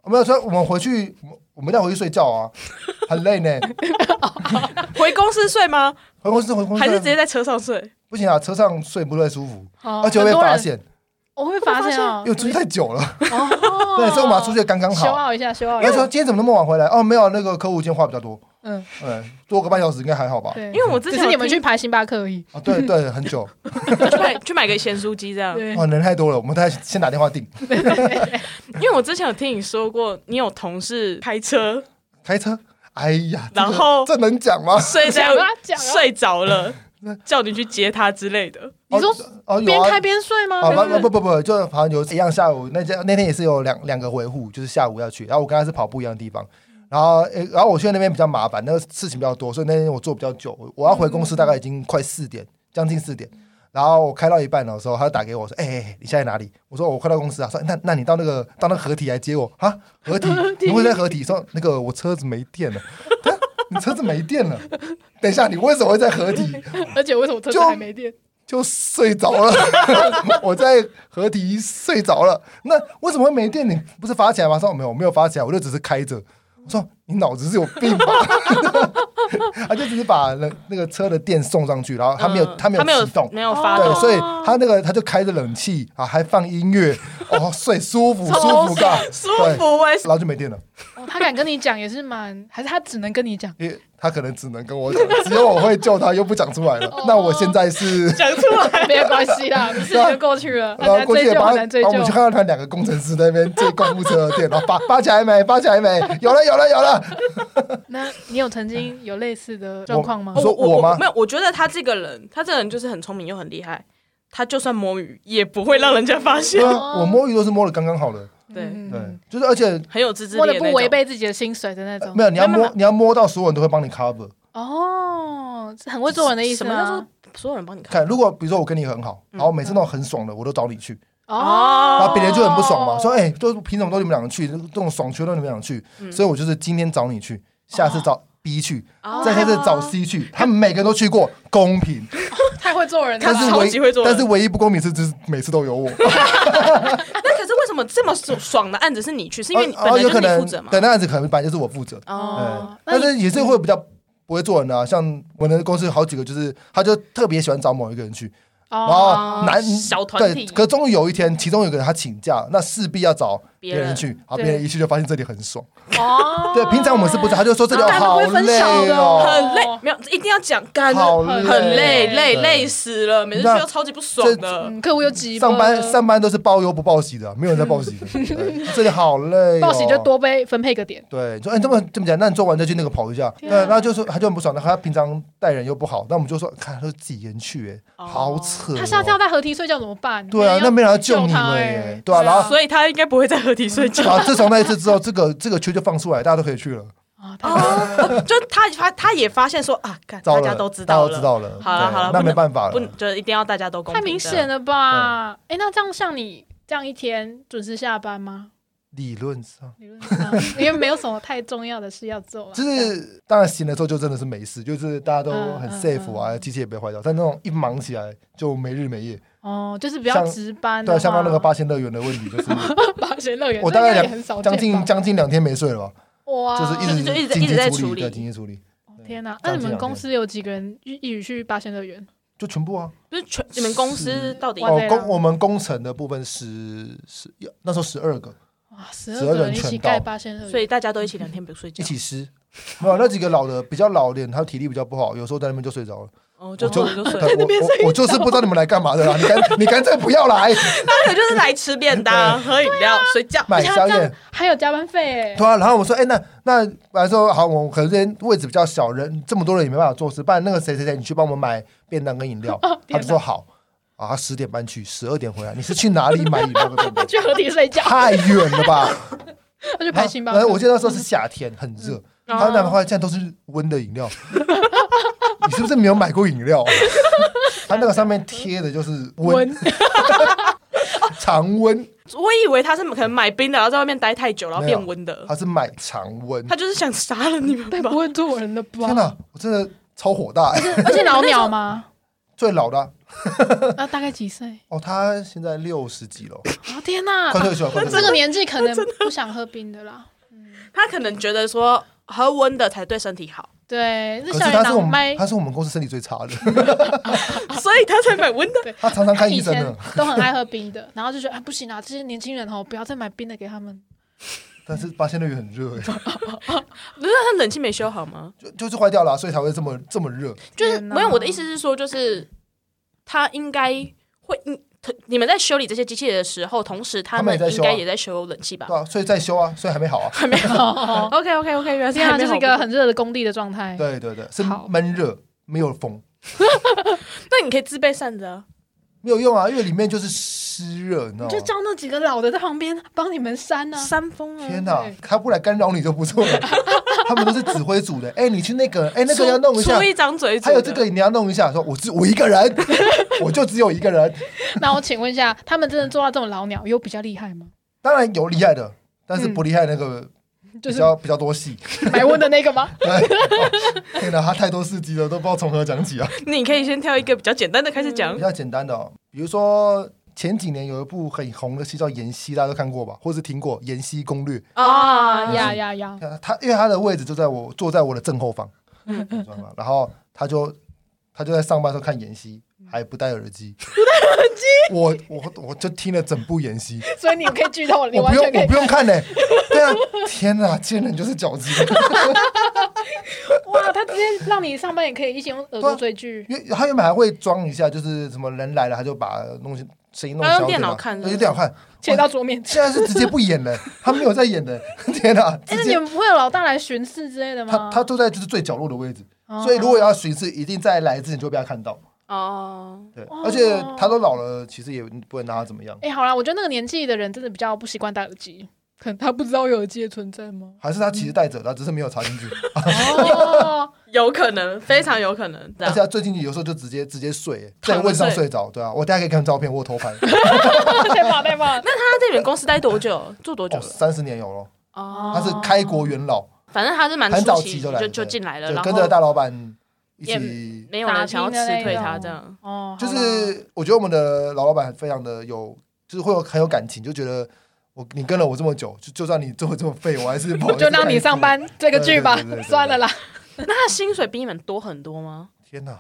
[SPEAKER 3] 没有，所以我们回去，我们要回去睡觉 啊，很累呢。
[SPEAKER 2] 嗯
[SPEAKER 1] 回公司睡吗？
[SPEAKER 3] 回公司回公司啊
[SPEAKER 1] 还是直接哦在车上睡？
[SPEAKER 3] 不行啊，车上睡不太舒服，
[SPEAKER 2] 而
[SPEAKER 3] 而且会被发，现，
[SPEAKER 2] 我会被发现哦
[SPEAKER 1] 啊
[SPEAKER 3] 因为。出去太久了。
[SPEAKER 2] 哦
[SPEAKER 3] 对，所以我们要出去刚刚
[SPEAKER 2] 修
[SPEAKER 3] 好。
[SPEAKER 2] 好一下，修好一
[SPEAKER 3] 他说
[SPEAKER 2] 下。
[SPEAKER 3] 今天怎么那么晚回来？哦，没有，那个客户今天话比较多，
[SPEAKER 2] 嗯，
[SPEAKER 3] 嗯，多个半小时应该还 好吧？
[SPEAKER 2] 对，
[SPEAKER 1] 因为我之
[SPEAKER 2] 只
[SPEAKER 1] 前
[SPEAKER 2] 是
[SPEAKER 1] 有
[SPEAKER 2] 你们
[SPEAKER 1] 听
[SPEAKER 2] 去排星巴克而已。
[SPEAKER 3] 啊，对对，很久，
[SPEAKER 1] 去买去买个咸酥鸡这样。
[SPEAKER 2] 对，
[SPEAKER 3] 哦，人太多了，我们再先打电话订
[SPEAKER 1] 因为我之前有听你说过，你有同事开 车
[SPEAKER 3] 开车。哎呀，这个
[SPEAKER 1] 然后
[SPEAKER 3] 这能讲吗？
[SPEAKER 1] 睡在
[SPEAKER 2] 讲啊讲啊。
[SPEAKER 1] 睡着了，叫你去接他之类的。
[SPEAKER 2] 你说
[SPEAKER 3] 哦，有
[SPEAKER 2] 边
[SPEAKER 3] 啊
[SPEAKER 2] 开边睡吗？
[SPEAKER 3] 啊
[SPEAKER 2] 还是
[SPEAKER 3] 不不不不，就好像有一样下午那家那天也是有两两个维护，就是下午要去，然后我跟他是跑步一样的地方，然后诶、然后我去那边比较麻烦，那个事情比较多，所以那天我做比较久，我我要回公司大概已经快四点，将近四点。然后我开到一半的时候，他就打给我说：“哎、哎哎你现在哪里？”我说：“我快到公司啊。”说：“那那你到那个到那个合体来接我啊？合体？你会在合体？说那个我车子没电了，啊你车子没电了？等一下，你为什么会在合体？
[SPEAKER 2] 而且为什么车子
[SPEAKER 3] 就
[SPEAKER 2] 还没电？
[SPEAKER 3] 就睡着了， 我在合体睡着了。那为什么会没电？你不是发起来吗？说哦没有，没有发起来，我就只是开着。我说你脑子是有病吧？ 他就只是把那那个车的电送上去，然后他没有、
[SPEAKER 1] 嗯
[SPEAKER 3] 他没
[SPEAKER 1] 他没
[SPEAKER 3] 有
[SPEAKER 1] 有
[SPEAKER 3] 启动，
[SPEAKER 1] 没有发
[SPEAKER 3] 对，
[SPEAKER 1] 动，
[SPEAKER 3] 所以他那个他就开着冷气啊，还放音乐，哦，睡舒服
[SPEAKER 1] 超
[SPEAKER 3] 舒服感，
[SPEAKER 1] 舒
[SPEAKER 3] 对，
[SPEAKER 1] 服哎、
[SPEAKER 3] 然后就没电了。
[SPEAKER 2] 哦他敢跟你讲也是蛮，还是他只能跟你讲？
[SPEAKER 3] 因为他可能只能跟我讲，只有我会救他，又不讲出来
[SPEAKER 1] 哦
[SPEAKER 3] 了。那我现在是。
[SPEAKER 1] 讲出来。
[SPEAKER 2] 没有关系啦，你事情就过去了，很
[SPEAKER 3] 然后
[SPEAKER 2] 难
[SPEAKER 3] 啊过去
[SPEAKER 2] 追
[SPEAKER 3] 也
[SPEAKER 2] 究，
[SPEAKER 3] 把
[SPEAKER 2] 很
[SPEAKER 3] 他，
[SPEAKER 2] 难追
[SPEAKER 3] 然后
[SPEAKER 2] 究
[SPEAKER 3] 我们。就看到他两个工程师在那边借公务车的店，然后扒扒起来没？扒起来没？有了，有了，有了！
[SPEAKER 2] 那你有曾经有类似的状况吗
[SPEAKER 3] 我？说
[SPEAKER 1] 哦我
[SPEAKER 3] 吗
[SPEAKER 1] 没有，我觉得他这个人，他这个人就是很聪明又很厉害，他就算摸鱼也不会让人家发现
[SPEAKER 3] 对，啊，我摸鱼都是摸的刚刚好的，
[SPEAKER 1] 对，
[SPEAKER 3] 对
[SPEAKER 2] 嗯，，
[SPEAKER 3] 就是而且
[SPEAKER 1] 很有自制力
[SPEAKER 2] 摸的
[SPEAKER 1] 那
[SPEAKER 2] 不
[SPEAKER 1] 种
[SPEAKER 2] 违。背自己的薪水的那种
[SPEAKER 3] 没。有，你要
[SPEAKER 1] 没有没
[SPEAKER 3] 摸
[SPEAKER 1] 有，
[SPEAKER 3] 你要摸到所有人都会帮你 cover。
[SPEAKER 2] 哦，是很会做人的意思
[SPEAKER 1] 什
[SPEAKER 2] 啊
[SPEAKER 1] 么叫
[SPEAKER 2] 吗
[SPEAKER 1] 做？所有人帮你看？
[SPEAKER 3] 看，如果比如说我跟你很好，
[SPEAKER 1] 嗯
[SPEAKER 3] 然后每次那种很爽的，我都找你去，
[SPEAKER 1] 哦
[SPEAKER 3] 然后别人就很不爽
[SPEAKER 2] 哦
[SPEAKER 3] 嘛，说哎，都凭什么都你们两个去，这种爽圈都你们两个去，
[SPEAKER 1] 嗯
[SPEAKER 3] 所以我就是今天找你去，下次找 B 去，
[SPEAKER 1] 哦
[SPEAKER 3] 再下次找 C 去，他们每个人都去过，公平。
[SPEAKER 2] 太会做人 了
[SPEAKER 1] 他
[SPEAKER 2] 哦
[SPEAKER 3] 但
[SPEAKER 1] 看
[SPEAKER 3] 是
[SPEAKER 1] 超
[SPEAKER 3] 唯
[SPEAKER 1] 级会做人
[SPEAKER 3] 但是唯一不公平是，就是每次都有我。
[SPEAKER 1] 那可是为什么这么爽爽的案子是你去？是因为你
[SPEAKER 3] 哦
[SPEAKER 1] 本来就
[SPEAKER 3] 有可
[SPEAKER 1] 是你
[SPEAKER 3] 能
[SPEAKER 1] 负责嘛？
[SPEAKER 3] 对，那案子可能本来就是我负责，
[SPEAKER 1] 哦，
[SPEAKER 2] 那
[SPEAKER 3] 但
[SPEAKER 2] 你
[SPEAKER 3] 是也是会比较不会做人的啊。像我的公司有好几个，就是他就特别喜欢找某一个人去，然后
[SPEAKER 2] 哦，
[SPEAKER 3] 男
[SPEAKER 1] 小团
[SPEAKER 3] 嗯对
[SPEAKER 1] 体，
[SPEAKER 3] 可终于有一天，其中有个人他请假，那势必要找别人去，然后
[SPEAKER 2] 对
[SPEAKER 3] 别人一去就发现这里很爽。
[SPEAKER 2] 哦
[SPEAKER 3] 对，平常我们是不知道，他就说这里
[SPEAKER 2] 那他们
[SPEAKER 3] 好
[SPEAKER 2] 不会分手
[SPEAKER 3] 累
[SPEAKER 2] 的
[SPEAKER 3] 哦，
[SPEAKER 1] 很累，没有一定要讲干，
[SPEAKER 3] 好
[SPEAKER 2] 很
[SPEAKER 1] 很累，
[SPEAKER 2] 对
[SPEAKER 1] 累累死了，每次去
[SPEAKER 3] 那
[SPEAKER 1] 都超级不爽的。
[SPEAKER 2] 嗯，客户又急，
[SPEAKER 3] 上班上班都是报忧不报喜的，没有人在报喜的。对这里好累，哦
[SPEAKER 2] 报喜就。多被分配个点。
[SPEAKER 3] 对，说哎，这么
[SPEAKER 1] 嗯
[SPEAKER 3] 这么讲，那你做完再去那个跑一下，对，
[SPEAKER 2] 天啊
[SPEAKER 3] 那就说他就很不爽，那他平常待人又不好，那我们就说，看他都自己一个人去，哎，
[SPEAKER 1] 哦
[SPEAKER 3] 好扯哦。
[SPEAKER 2] 他下次 要在合体睡觉怎么办？
[SPEAKER 3] 对啊，那没人要救
[SPEAKER 2] 救
[SPEAKER 3] 你
[SPEAKER 2] 他
[SPEAKER 3] 了
[SPEAKER 2] 欸
[SPEAKER 3] 耶，对啊，然后
[SPEAKER 1] 所以他应该不会在合体睡 觉。
[SPEAKER 3] 然后自从那一次之后，这个这个球就放出来，大家都可以去了，
[SPEAKER 2] 啊，他
[SPEAKER 1] 哦，就他他他也发现说啊，干
[SPEAKER 3] 糟
[SPEAKER 1] 大
[SPEAKER 3] 了，
[SPEAKER 1] 家都知
[SPEAKER 3] 知
[SPEAKER 1] 道
[SPEAKER 3] 知
[SPEAKER 1] 了，
[SPEAKER 3] 道了，
[SPEAKER 1] 好了
[SPEAKER 3] 对
[SPEAKER 1] 好了
[SPEAKER 3] 那
[SPEAKER 1] 不
[SPEAKER 3] 没
[SPEAKER 1] 能
[SPEAKER 3] 办法
[SPEAKER 1] 不
[SPEAKER 3] 了，
[SPEAKER 1] 就一定要大家都公
[SPEAKER 2] 太
[SPEAKER 1] 平。
[SPEAKER 2] 明显，了吧？哎、那这样像你这样一天准时下班吗？
[SPEAKER 3] 理论
[SPEAKER 1] 哦
[SPEAKER 3] 上。
[SPEAKER 2] 理论上，因为没有什么太重要的事要做了。啊
[SPEAKER 3] 就是当然醒的时候就真的是没事，就是大家都
[SPEAKER 2] 嗯
[SPEAKER 3] 很
[SPEAKER 2] 嗯
[SPEAKER 3] safe 啊，机器也不会坏掉。但那种一忙起来就没日没夜，
[SPEAKER 2] 哦，就是比较值班的
[SPEAKER 3] 对
[SPEAKER 2] 话。
[SPEAKER 3] 啊，像到那个八仙乐园的问题就是
[SPEAKER 2] 八仙乐园，
[SPEAKER 3] 我大概
[SPEAKER 2] 那应该也
[SPEAKER 3] 两
[SPEAKER 2] 很少
[SPEAKER 3] 将
[SPEAKER 2] 见吧
[SPEAKER 3] 近将近两天没睡了吧，
[SPEAKER 2] 哇，哦
[SPEAKER 3] 就是一直
[SPEAKER 1] 哦就一直
[SPEAKER 3] 紧
[SPEAKER 1] 一直在
[SPEAKER 3] 急处
[SPEAKER 1] 处理
[SPEAKER 3] 对，紧急处理，
[SPEAKER 2] 天哪、那
[SPEAKER 3] 将
[SPEAKER 2] 你
[SPEAKER 3] 近
[SPEAKER 2] 们
[SPEAKER 3] 两
[SPEAKER 2] 公
[SPEAKER 3] 天
[SPEAKER 2] 司有几个人一一起去八仙乐园？
[SPEAKER 3] 就全部啊。
[SPEAKER 1] 就是全你们公司到底
[SPEAKER 2] 哇
[SPEAKER 3] 哦
[SPEAKER 2] 对啊，
[SPEAKER 3] 工我们工程的部分十十那时候十二个
[SPEAKER 2] 哇，十二
[SPEAKER 3] 12
[SPEAKER 2] 个
[SPEAKER 3] 个
[SPEAKER 2] 人
[SPEAKER 3] 人
[SPEAKER 2] 一起
[SPEAKER 3] 全到
[SPEAKER 2] 盖八仙乐园，
[SPEAKER 1] 所以大家都一起两天不睡觉
[SPEAKER 3] 一，起湿，没有那几个老的比较老点，他体力比较不好，有时候在那边就睡着了。
[SPEAKER 1] 哦，就
[SPEAKER 3] 我就
[SPEAKER 1] 坐着就 睡。
[SPEAKER 3] 对我我我就是不知道你们来干嘛的啦，你干你干脆不要来
[SPEAKER 1] 他可能就是来吃便当、喝 饮料、睡觉。
[SPEAKER 3] 啊买
[SPEAKER 2] 他
[SPEAKER 3] 宵
[SPEAKER 2] 这样
[SPEAKER 3] 夜。
[SPEAKER 2] 还有加班费哎、
[SPEAKER 3] 对啊，然后我说，哎、那那本来说好，我可能这边位置比较小，人这么多人也没办法做事，不然那个谁谁谁，你去帮我们买便当跟饮料。
[SPEAKER 2] 哦
[SPEAKER 3] 他
[SPEAKER 2] 天
[SPEAKER 3] 就
[SPEAKER 2] 哪？
[SPEAKER 3] 说好啊，十点半去，十二点回来。你是去哪里买饮料跟便当
[SPEAKER 2] 去合体睡觉，
[SPEAKER 3] 太远了吧？
[SPEAKER 2] 他去排星巴
[SPEAKER 3] 然
[SPEAKER 2] 克。嗯
[SPEAKER 3] 哎呃
[SPEAKER 2] 哦
[SPEAKER 3] 后我记得那时候是夏天，很热，他那边后来现在都是温的饮料， 你是不是没有买过饮料啊？ 他那个上面贴的就是温
[SPEAKER 2] 温，
[SPEAKER 3] 常温，
[SPEAKER 1] 我以为他是可能买冰的，然后在外面待太久，然后
[SPEAKER 3] 没有
[SPEAKER 1] 变温的。
[SPEAKER 3] 他是买常温。
[SPEAKER 1] 他就是想杀了你 们
[SPEAKER 2] 太
[SPEAKER 1] 吧
[SPEAKER 2] 不？会做人了吧？
[SPEAKER 3] 天哪，我真的超火大、欸！
[SPEAKER 2] 而且老鸟 吗？
[SPEAKER 3] 最老的啊、
[SPEAKER 2] 那大概几岁？
[SPEAKER 3] 哦，他现在六十几了，
[SPEAKER 2] 哦天哪！
[SPEAKER 3] 快退休了，快退休
[SPEAKER 2] 这
[SPEAKER 3] 了
[SPEAKER 2] 个。年纪可能不想喝冰的啦。
[SPEAKER 1] 他可能觉得说喝温的才对身体 好，
[SPEAKER 2] 对，那
[SPEAKER 3] 可是
[SPEAKER 2] 校园
[SPEAKER 3] 他是我
[SPEAKER 2] 党麦
[SPEAKER 3] 们，他是我们公司身体最差的，
[SPEAKER 1] 所以他才买温的。
[SPEAKER 3] 他常常看医
[SPEAKER 2] 以
[SPEAKER 3] 生
[SPEAKER 2] 前
[SPEAKER 3] 的，
[SPEAKER 2] 都很爱喝冰的， 然后就觉得啊不行啊，这些年轻人哦，不要再买冰的给他们。
[SPEAKER 3] 但是八仙乐园很热、欸，
[SPEAKER 1] 那他冷气没修好吗？
[SPEAKER 3] 就就是坏掉了啊、所以才会这么这么热。
[SPEAKER 1] 就是
[SPEAKER 2] 天哪
[SPEAKER 1] 没有我的意思是说，就是他应该会，嗯他你们在修理这些机器人的时候，同时他
[SPEAKER 3] 他
[SPEAKER 1] 们
[SPEAKER 3] 们也在
[SPEAKER 1] 应
[SPEAKER 3] 修啊
[SPEAKER 1] 该也在修冷气吧
[SPEAKER 3] 对啊，所以在修啊，所以还没好啊。
[SPEAKER 2] 哦
[SPEAKER 1] ？OK OK OK，原来
[SPEAKER 2] 天啊，
[SPEAKER 1] 还没
[SPEAKER 2] 这
[SPEAKER 1] 有
[SPEAKER 2] 是一个很热的工地的状态。
[SPEAKER 3] 对对对，是
[SPEAKER 2] 好
[SPEAKER 3] 闷热，没有风，
[SPEAKER 1] 那你可以自备扇子啊。
[SPEAKER 3] 没有用啊，因为里面就是湿热，你知道
[SPEAKER 2] 你就
[SPEAKER 3] 吗？
[SPEAKER 2] 叫那几个老的在旁边帮你们扇呢。
[SPEAKER 1] 扇风啊！
[SPEAKER 3] 天哪
[SPEAKER 2] 对，
[SPEAKER 3] 他不来干扰你就不错了。他们都是指挥组的，哎，你去那个，哎，那个要弄一下
[SPEAKER 1] 出，一张嘴，
[SPEAKER 3] 还有这个，你要弄一下。说我只我一个人， 我就只有一个人。
[SPEAKER 2] 那我请问一下，他们真的做到这种老鸟，有比较厉害吗？
[SPEAKER 3] 当然有厉害的，但是不厉害那个
[SPEAKER 2] 嗯就
[SPEAKER 3] 比
[SPEAKER 2] 是
[SPEAKER 3] 较比较多戏。
[SPEAKER 2] 买温的那个 吗？
[SPEAKER 3] 对，哦天哪，他太多事迹了，都不知道从何 讲起啊。
[SPEAKER 1] 你可以先挑一个比较简单的开始讲
[SPEAKER 3] 比。较简单的、哦，比如说前几年有一部很红的戏叫《延禧》，大家都看过吧，或是听过《延禧攻略》。
[SPEAKER 1] 啊
[SPEAKER 2] 呀呀呀！
[SPEAKER 3] 呃他因为他的位置就在我坐在我的正后方，你知道吗然后他就他就在上班的时候看《延禧》，还不戴耳机，不戴耳机，我我我就听了整部《延禧》，
[SPEAKER 2] 所以你可以剧透了，你
[SPEAKER 3] 我
[SPEAKER 2] 完
[SPEAKER 3] 不
[SPEAKER 2] 全
[SPEAKER 3] 用
[SPEAKER 2] 可
[SPEAKER 3] 我
[SPEAKER 2] 以
[SPEAKER 3] 不。用看呢、对啊，天哪，贱人就是饺子，
[SPEAKER 2] 哇，他直接让你上班也可以一起用耳
[SPEAKER 3] 啊
[SPEAKER 2] 朵追剧。
[SPEAKER 3] 因为他原本还会装一下，就是什么人来了，他就把东西声音弄
[SPEAKER 1] 他用
[SPEAKER 3] 小一
[SPEAKER 1] 电
[SPEAKER 3] 点嘛
[SPEAKER 1] 脑看是不
[SPEAKER 3] 对
[SPEAKER 1] 是
[SPEAKER 3] 用电脑看，
[SPEAKER 2] 切到桌面。
[SPEAKER 3] 现在是直接不演了，他没有在演的， 天哪，
[SPEAKER 2] 哎，
[SPEAKER 3] 直
[SPEAKER 2] 那你
[SPEAKER 3] 接
[SPEAKER 2] 们不会有老大来巡视之类的
[SPEAKER 3] 他
[SPEAKER 2] 吗？
[SPEAKER 3] 他都在就是最角落的位置，
[SPEAKER 2] 哦
[SPEAKER 3] 所以如果要巡视，一定在来之前就会被他看到。
[SPEAKER 1] 哦，
[SPEAKER 3] 对，
[SPEAKER 2] 哦
[SPEAKER 3] 而且他都老了，其实也不会拿他怎么样。？
[SPEAKER 2] 哎，好啦，我觉得那个年纪的人真的比较不习惯戴耳机，可能他不知道有耳机的存在吗
[SPEAKER 3] 还是他其实戴着，他只是没有插进去。
[SPEAKER 1] 嗯
[SPEAKER 2] 哦，
[SPEAKER 1] 有可能，非常有可能。这
[SPEAKER 3] 而
[SPEAKER 1] 样
[SPEAKER 3] 且他最近有时候就直接直接睡，
[SPEAKER 1] 躺
[SPEAKER 3] 在
[SPEAKER 1] 着
[SPEAKER 3] 位置上
[SPEAKER 1] 睡
[SPEAKER 3] 睡着。对啊，我大家可以看照片，我有 偷拍，
[SPEAKER 2] 太棒太棒！
[SPEAKER 1] 那他在你们公司待多久？做多久了？
[SPEAKER 3] 三十年有了。
[SPEAKER 1] 哦
[SPEAKER 3] 他是开国元老，
[SPEAKER 1] 反正他是蛮
[SPEAKER 3] 很早
[SPEAKER 1] 出
[SPEAKER 3] 期
[SPEAKER 1] 奇，
[SPEAKER 3] 就
[SPEAKER 1] 就
[SPEAKER 3] 来了
[SPEAKER 1] 就进来了，
[SPEAKER 3] 就
[SPEAKER 1] 然
[SPEAKER 3] 跟着
[SPEAKER 1] 后
[SPEAKER 3] 大老板一
[SPEAKER 1] 也
[SPEAKER 3] 起。
[SPEAKER 1] 没有人想要辞退他这样。
[SPEAKER 2] 哦，
[SPEAKER 3] 就
[SPEAKER 2] 好啦
[SPEAKER 3] 是我觉得我们的老老板非常的有，就是会有很有感情，就觉得我你跟了我这么久，就就算你做的这么废，我还是
[SPEAKER 2] 我就
[SPEAKER 3] 哎
[SPEAKER 2] 让你上。班这个剧吧
[SPEAKER 3] 对对对对，对
[SPEAKER 2] 算了啦。
[SPEAKER 1] 那他薪水比你们多很多吗？
[SPEAKER 3] 天哪，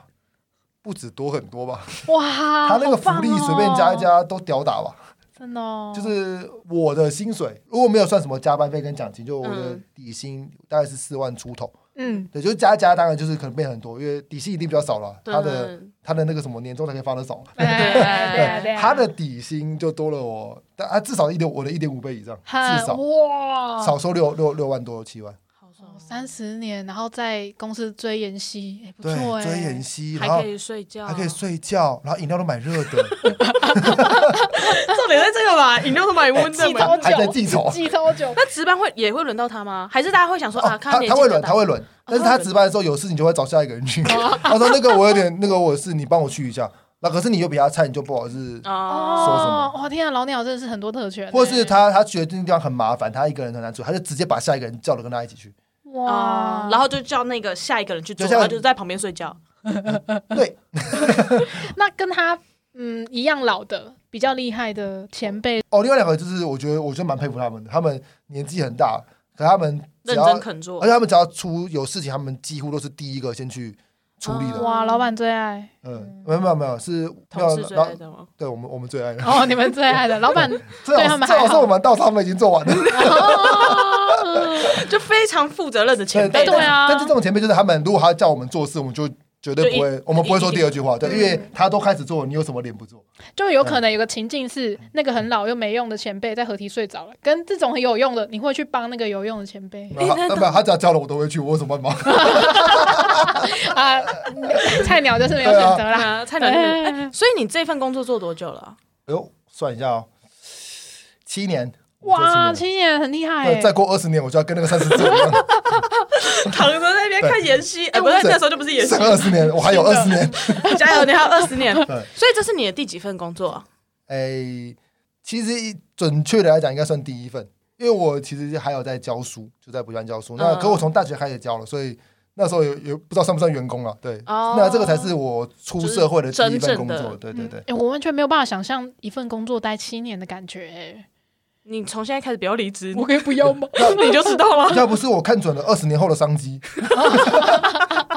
[SPEAKER 3] 不止多很多吧？
[SPEAKER 2] 哇，
[SPEAKER 1] 啊
[SPEAKER 3] 他那个
[SPEAKER 2] 好棒
[SPEAKER 3] 福利随便
[SPEAKER 2] 哦
[SPEAKER 3] 加一，加都屌打吧。
[SPEAKER 2] 真的哦
[SPEAKER 3] 就是我的薪水，如果没有算什么加班费跟奖金，就我的
[SPEAKER 1] 嗯
[SPEAKER 3] 底薪大概是四万出头，
[SPEAKER 2] 嗯，
[SPEAKER 3] 对，就是加一加，当然就是可能变很多，因为底薪一定比较少了，
[SPEAKER 1] 对
[SPEAKER 3] 他的他的那个什么年终才可以发得少，
[SPEAKER 2] 对对啊嗯对啊，
[SPEAKER 3] 他的底薪就多了我，但啊他至少一点我的一点五倍以上，
[SPEAKER 2] 很
[SPEAKER 3] 至少
[SPEAKER 2] 哇，
[SPEAKER 3] 少收六六六万多七万，
[SPEAKER 1] 好爽哦
[SPEAKER 2] 三十年，然后在公司追妍希，哎不
[SPEAKER 3] 对
[SPEAKER 2] 错，哎，
[SPEAKER 3] 追妍希，
[SPEAKER 1] 还
[SPEAKER 3] 然后
[SPEAKER 1] 可以睡觉，
[SPEAKER 2] 啊
[SPEAKER 3] 还可以。睡觉，然后饮料都买 热的，
[SPEAKER 1] 哎重点在这个吧，饮料都买 温的
[SPEAKER 2] 记多
[SPEAKER 1] 嘛。
[SPEAKER 2] 久
[SPEAKER 3] 还在记仇。
[SPEAKER 2] 记超久，
[SPEAKER 1] 那值班会也会轮到他吗？还是大家会想说
[SPEAKER 3] 哦
[SPEAKER 1] 啊，看
[SPEAKER 3] 他
[SPEAKER 1] 年
[SPEAKER 3] 他
[SPEAKER 1] 纪
[SPEAKER 3] 会
[SPEAKER 1] 比较
[SPEAKER 3] 轮，
[SPEAKER 1] 大
[SPEAKER 3] 他会轮，但是
[SPEAKER 1] 哦他
[SPEAKER 3] 他
[SPEAKER 1] 会哦
[SPEAKER 3] 值班的时候有事，你就会找下一个人去。 他说：“那个我有点那个我有事，你帮我去一下。”那可是你又比他菜，你就不好意思。
[SPEAKER 1] 哦，
[SPEAKER 3] 说什
[SPEAKER 2] 哦
[SPEAKER 3] 么，
[SPEAKER 2] 哇天啊，老鸟真的是很多特权欸，
[SPEAKER 3] 或是他他觉得那地方很麻烦，他一个人很难处理，他就直接把下一个人叫了跟他一起去。
[SPEAKER 2] 哇
[SPEAKER 1] 啊，，然后就叫那个下一个人去做，
[SPEAKER 3] 就像
[SPEAKER 1] 然后就在旁边睡觉。
[SPEAKER 3] 对，
[SPEAKER 2] 那跟他嗯一样老的比较厉害的前辈，
[SPEAKER 3] 哦，另外两个就是我觉得我觉得蛮佩服他们的，他们年纪很大，可他们只
[SPEAKER 1] 认
[SPEAKER 3] 要哎
[SPEAKER 1] 真肯
[SPEAKER 3] 而
[SPEAKER 1] 做
[SPEAKER 3] 且，他们只要出有事情，他们几乎都是第一个先去处理的。
[SPEAKER 1] 嗯
[SPEAKER 2] 哇，老板最爱
[SPEAKER 3] 嗯，没有没有没有，是没
[SPEAKER 1] 同
[SPEAKER 3] 有
[SPEAKER 1] 事最
[SPEAKER 3] 然
[SPEAKER 1] 爱
[SPEAKER 3] 后
[SPEAKER 1] 的吗？
[SPEAKER 3] 对我们我们最爱的。
[SPEAKER 2] 哦，你们最爱 的老板，
[SPEAKER 3] 最
[SPEAKER 2] 对
[SPEAKER 3] 好
[SPEAKER 2] 他
[SPEAKER 3] 是
[SPEAKER 2] 们
[SPEAKER 3] 最
[SPEAKER 2] 还
[SPEAKER 3] 好是
[SPEAKER 2] 好
[SPEAKER 3] 我们到他们已经做完了。
[SPEAKER 2] 哦
[SPEAKER 1] 就非常负责任的前辈
[SPEAKER 3] 但
[SPEAKER 2] 对，啊
[SPEAKER 3] 但是这种前辈就是他们，如果他叫我们做事，我们就绝对不会，我们不会说第二句话，对，因为他都开始做，你有什么脸不做？
[SPEAKER 2] 就有可能有个情境是那个很老又没用的前辈在合体睡着了，跟这种很有用的，你会去帮那个有用的前 辈
[SPEAKER 3] 那他没有，他只要叫了我都会去，我有什么办法？
[SPEAKER 2] 啊？菜鸟就是没有选择
[SPEAKER 1] 对
[SPEAKER 2] 啦。
[SPEAKER 1] 啊，菜鸟就是。哎
[SPEAKER 2] 哎
[SPEAKER 1] 所以你这份工作做多久了啊？
[SPEAKER 3] 哎呦，算一下哦，七年，我做
[SPEAKER 2] 哇，
[SPEAKER 3] 七年
[SPEAKER 2] 青年很厉害
[SPEAKER 3] 对，再
[SPEAKER 2] 欸，
[SPEAKER 3] 过二十年我就要跟那个三十岁一样，
[SPEAKER 1] 躺着在那边看延期，哎，不对，那时候就不是 延期
[SPEAKER 3] 剩，二十年，我还有二十年。
[SPEAKER 2] 嗯
[SPEAKER 1] 加油，你还有二十年。
[SPEAKER 3] 对
[SPEAKER 1] 所以这是你的第几份工作啊？
[SPEAKER 3] 哎，其实一准确的来讲，应该算第一份，因为我其实还有在教书，就在补习班教书。那
[SPEAKER 1] 嗯
[SPEAKER 3] 可我从大学开始教了，所以那时候有有不知道算不算员工了。对，
[SPEAKER 1] 哦
[SPEAKER 3] 那这个才是我出社会的第一
[SPEAKER 1] 就是真正
[SPEAKER 3] 份工
[SPEAKER 1] 的
[SPEAKER 3] 作。对对对
[SPEAKER 2] 嗯，诶我完全没有办法想象一份工作待七年的感觉、欸诶
[SPEAKER 1] 你从现在开始不要离职，
[SPEAKER 2] 我可以不要吗？
[SPEAKER 1] 你就知道 了。
[SPEAKER 3] 要不是我看准了二十年后的商机，